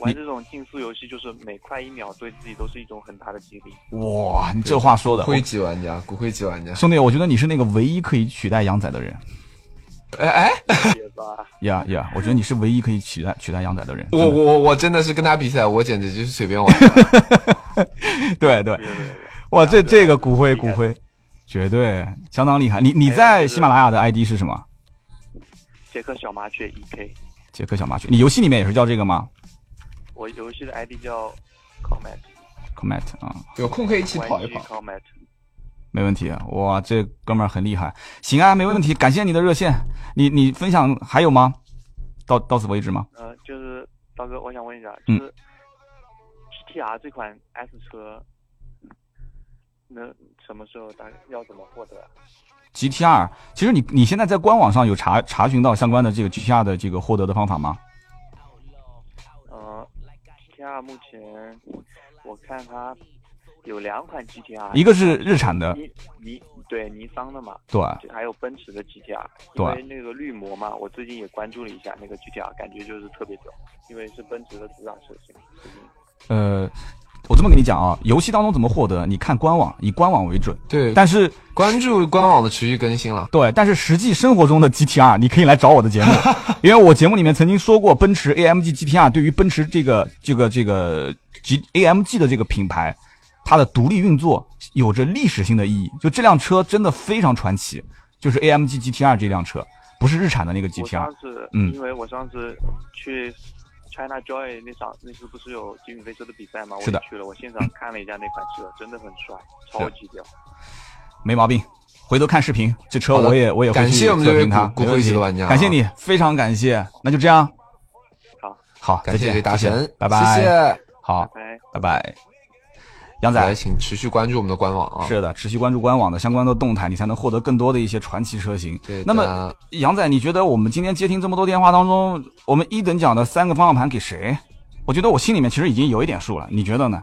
J: 玩这种竞速游戏，就是每快一秒对自己都是一种很大的激励。
B: 哇，你这话说的
C: 骨，灰级玩家，骨灰级玩家。
B: 兄弟，我觉得你是那个唯一可以取代杨仔的人
C: 哎哎，
J: 也吧，
B: 呀呀我觉得你是唯一可以取代取代杨仔的人。
C: 我
B: 真的
C: 我我我真的是跟他比起来，我简直就是随便玩。
B: (laughs) 对对
J: 对，对对。
B: 哇，这
J: 对
B: 这个骨灰
J: 厉害
B: 骨灰，绝对相当厉害。你你
J: 还有
B: 在
J: 就是
B: 喜马拉雅的 ID 是什么？
J: 杰克小麻雀 E EK，
B: 杰克小麻雀，你游戏里面也是叫这个吗
J: 我游戏的 ID 叫 Comet，
B: ？Comet 啊、
C: (laughs) 有空可以一起跑一
J: YG
C: 跑。
J: Comet。
B: 没问题。哇，这哥们儿很厉害。行啊，没问题，感谢你的热线。你你分享还有吗？到到此为止吗？
J: 呃，就是刀哥，我想问一下，就
B: 嗯
J: 是 GTR 这款 S 车，能什么时候大要怎么获得啊？
B: GTR，其实你你现在在官网上有查查询到相关的这个 GTR 的这个获得的方法吗？
J: 呃，GTR 目前我看它有两款 GTR，
B: 一个是日产的，
J: 尼尼对尼桑的嘛，
B: 对，
J: 还有奔驰的 GTR，因
B: 对
J: 为那个绿魔嘛，我最近也关注了一下那个 GTR，感觉就是特别屌，因为是奔驰的主打车型。最近
B: 呃，我这么跟你讲啊，游戏当中怎么获得？你看官网，以官网为准。
C: 对，
B: 但是
C: 关注官网的持续更新了。
B: 对，但是实际生活中的 GTR，你可以来找我的
C: (laughs)
B: 节目，因为我节目里面曾经说过，奔驰 AMG GTR 对于奔驰这个这个这个 G AMG 的这个品牌，它的独立运作有着历史性的意义。就这辆车真的非常传奇，就是 AMG GTR 这辆车，不是日产的那个
J: 我
B: GTR
J: 上。次，
B: 嗯
J: 因为我上次去 China Joy 那场，那次不是有极品飞车的比赛吗？我
B: 是的
J: 也去了，我现场看了一下那款车，真的很帅，超级屌。
B: 没毛病。回头看视频，这车
C: 好的
B: 我也我也会
C: 感
B: 去
C: 谢我们这
B: 测
C: 位
B: 评它
C: 骨
B: 没问
C: 骨灰级
B: 题
C: 的玩家啊
B: 感谢你，非常感谢。那就这样，
J: 好，
B: 好，
C: 感谢
B: 再见
C: 这位大
B: 再
C: 神
B: 见，拜拜，
C: 谢谢。
B: 好，
J: 哎，
B: 拜拜。杨
C: 来，
B: 仔哦
C: 请持续关注我们的官网啊。
B: 哎是的，持续关注官网的相关的动态，你才能获得更多的一些传奇车型。
C: 对的
B: 那么杨仔，你觉得我们今天接听这么多电话当中，我们一等奖的三个方向盘给谁？我觉得我心里面其实已经有一点数了，你觉得 (laughs) 呢？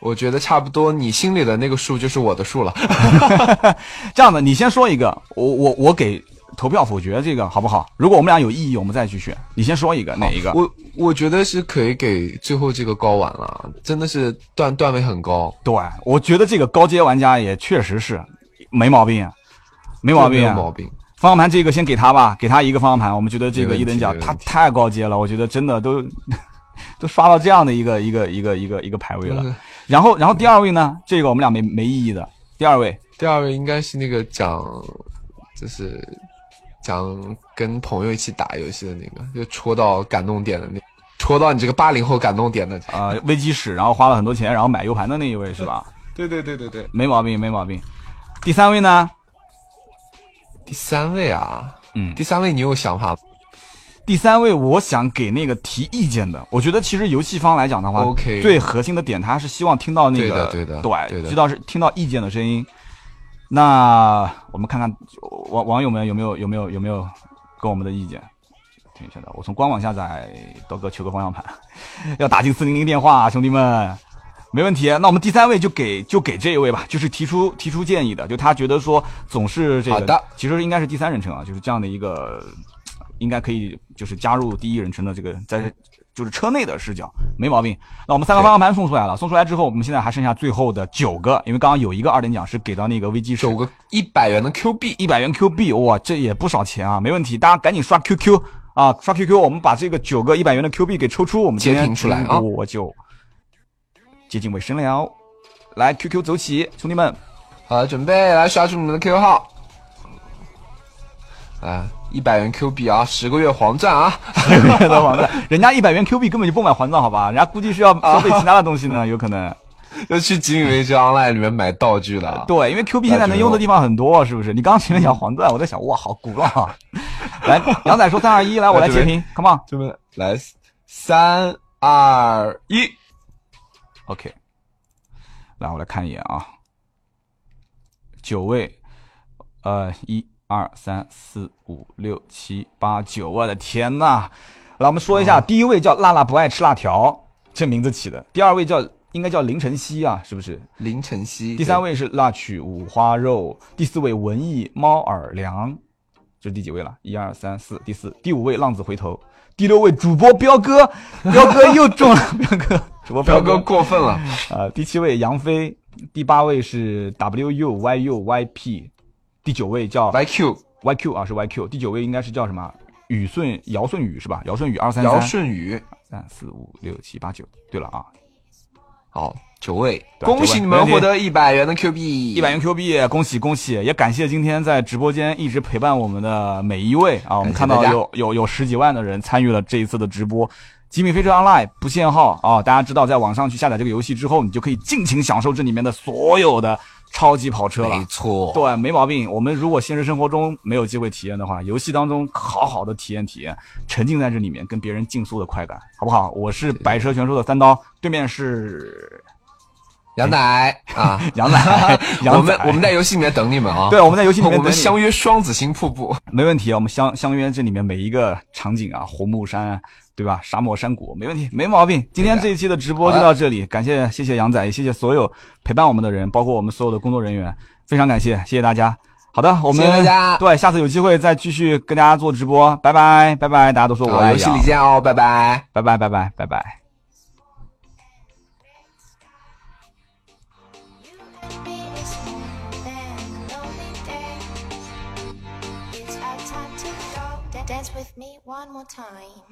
C: 我觉得差不多，你心里的那个数就是我的数了。
B: 这样的，你先说一个，我我我给投票否决这个好不好？如果我们俩有异议，我们再去选。你先说一个，哪一个？
C: 我我觉得是可以给最后这个高玩了，真的是段段位很高，
B: 对，我觉得这个高阶玩家也确实是没毛病，啊没毛病
C: 没有
B: 啊，
C: 毛病。
B: 方向盘这个先给他吧，给他一个方向盘，我们觉得这个
C: 没问
B: 一
C: 题
B: 等奖
C: 没问
B: 他
C: 题
B: 太高阶了，我觉得真的都 (laughs) 都刷到这样的一个一个一个一个一个排位了。
C: 嗯
B: 然后然后第二位呢，这个我们俩没没异议的。第二位
C: 第二位应该是那个讲，就是讲跟朋友一起打游戏的那个，就戳到感动点的那，戳到你这个八零后感动点的。
B: 啊、
C: (laughs)
B: 呃危机室，然后花了很多钱，然后买 U 盘的那一位是吧？
C: 对对对对对。
B: 没毛病，没毛病。第三位呢？
C: 第三位啊，
B: 嗯
C: 第，三位你有想法吗
B: 第三位我想给那个提意见的，我觉得其实游戏方来讲的话
C: OK
B: 最核心的点他是希望听到那个
C: 对的对的对的
B: 知道是听到意见的声音。那我们看看网网友们有没有有没有有没有跟我们的意见？听一下的，我从官网下载刀哥求个方向盘，要打进四零零电话啊，兄弟们。没问题，那我们第三位就给就给这一位吧，就是提出提出建议的，就他觉得说总是这个，
C: 好的
B: 其实应该是第三人称啊，就是这样的一个，应该可以就是加入第一人称的这个在就是车内的视角，没毛病。那我们三个方向盘送出来了，送出来之后，我们现在还剩下最后的九个，因为刚刚有一个二等奖是给到那个危机
C: 九个一百元的 Q 币，
B: 一百元 Q 币，哇，这也不少钱啊，没问题，大家赶紧刷 QQ 啊，刷 QQ，我们把这个九个一百元的 Q 币给抽出，我们今
C: 截
B: 天
C: 屏出来啊
B: 直播就接近尾声了。来，QQ 走起，兄弟们，
C: 好，准备来刷出你们的 Q 号。啊，一百元 Q 币啊，十个月黄钻啊！ (laughs)
B: 的网站，人家一百元 Q 币根本就不买黄钻，好吧？人家估计是要消费其他的东西呢，有可能。
C: 要去极品飞车 Online 里面买道具了。啊
B: 对，因为 Q 币现在能用的地方很多，是不是？你刚刚前面讲黄钻，我在想，哇，好古老啊！来，杨仔说三二一，来，我来截屏，Come
C: 这边来三二一，
B: on，OK。来，我来看一眼啊，九位，呃，一二三四五六七八九，我的天呐！来，我们说一下，第一位叫辣辣不爱吃辣条，这名字起的；第二位叫应该叫林晨曦啊，是不是？
C: 林晨曦。
B: 第三位是辣曲五花肉，第四位文艺猫耳梁，这是第几位了？一二三四，第四，第五位浪子回头，第六位主播彪哥，彪哥又中了，彪哥，主播
C: 彪
B: 彪哥
C: 哥过分了，
B: 啊、第七位杨飞，第八位是 W U Y U Y P，第九位叫
C: 来 Q
B: Y Q 啊，是 Y Q，第九位应该是叫什么？雨顺尧舜禹是吧？尧舜禹二三
C: 姚
B: 三
C: 顺宇。
B: 三四五六七八九，对了啊，
C: 好，九位，
B: 对啊
C: 恭喜
B: 九位
C: 你
B: 没
C: 们
B: 问题
C: 获得一百元的 Q 币，
B: 一百元 Q 币，恭喜恭喜！也感谢今天在直播间一直陪伴我们的每一位啊，我们
C: 感谢
B: 看
C: 大
B: 到
C: 家
B: 有有有十几万的人参与了这一次的直播。极品飞车 Online 不限号啊！大家知道，在网上去下载这个游戏之后，你就可以尽情享受这里面的所有的超级跑车了
C: 没。错，
B: 对，没毛病。我们如果现实生活中没有机会体验的话，游戏当中好好的体验体验，沉浸在这里面跟别人竞速的快感，好不好？我是百车全说的三刀，对面是
C: 杨仔啊，，
B: 杨仔 (laughs)
C: (laughs)
B: 杨仔
C: 我们我们在游戏里面等你们啊，
B: 对，我们在游戏里面
C: 我们
B: 等你
C: 相约双子星瀑布，
B: 没问题啊，我们相相约这里面每一个场景啊，红木山，对吧？沙漠山谷，没问题，没毛病。今天这一期的直播就到这里，感谢谢谢杨仔，也谢谢所有陪伴我们的人，包括我们所有的工作人员，非常感谢，谢谢大家。好的，我们
C: 谢谢大家
B: 对下次有机会再继续跟大家做直播，拜拜拜拜，大家都说我
C: 好，
B: 爱
C: 游戏
B: 杨
C: 里见哦，拜拜。
B: 拜拜拜拜拜拜。
A: It's our time to go. Dance with me one more time.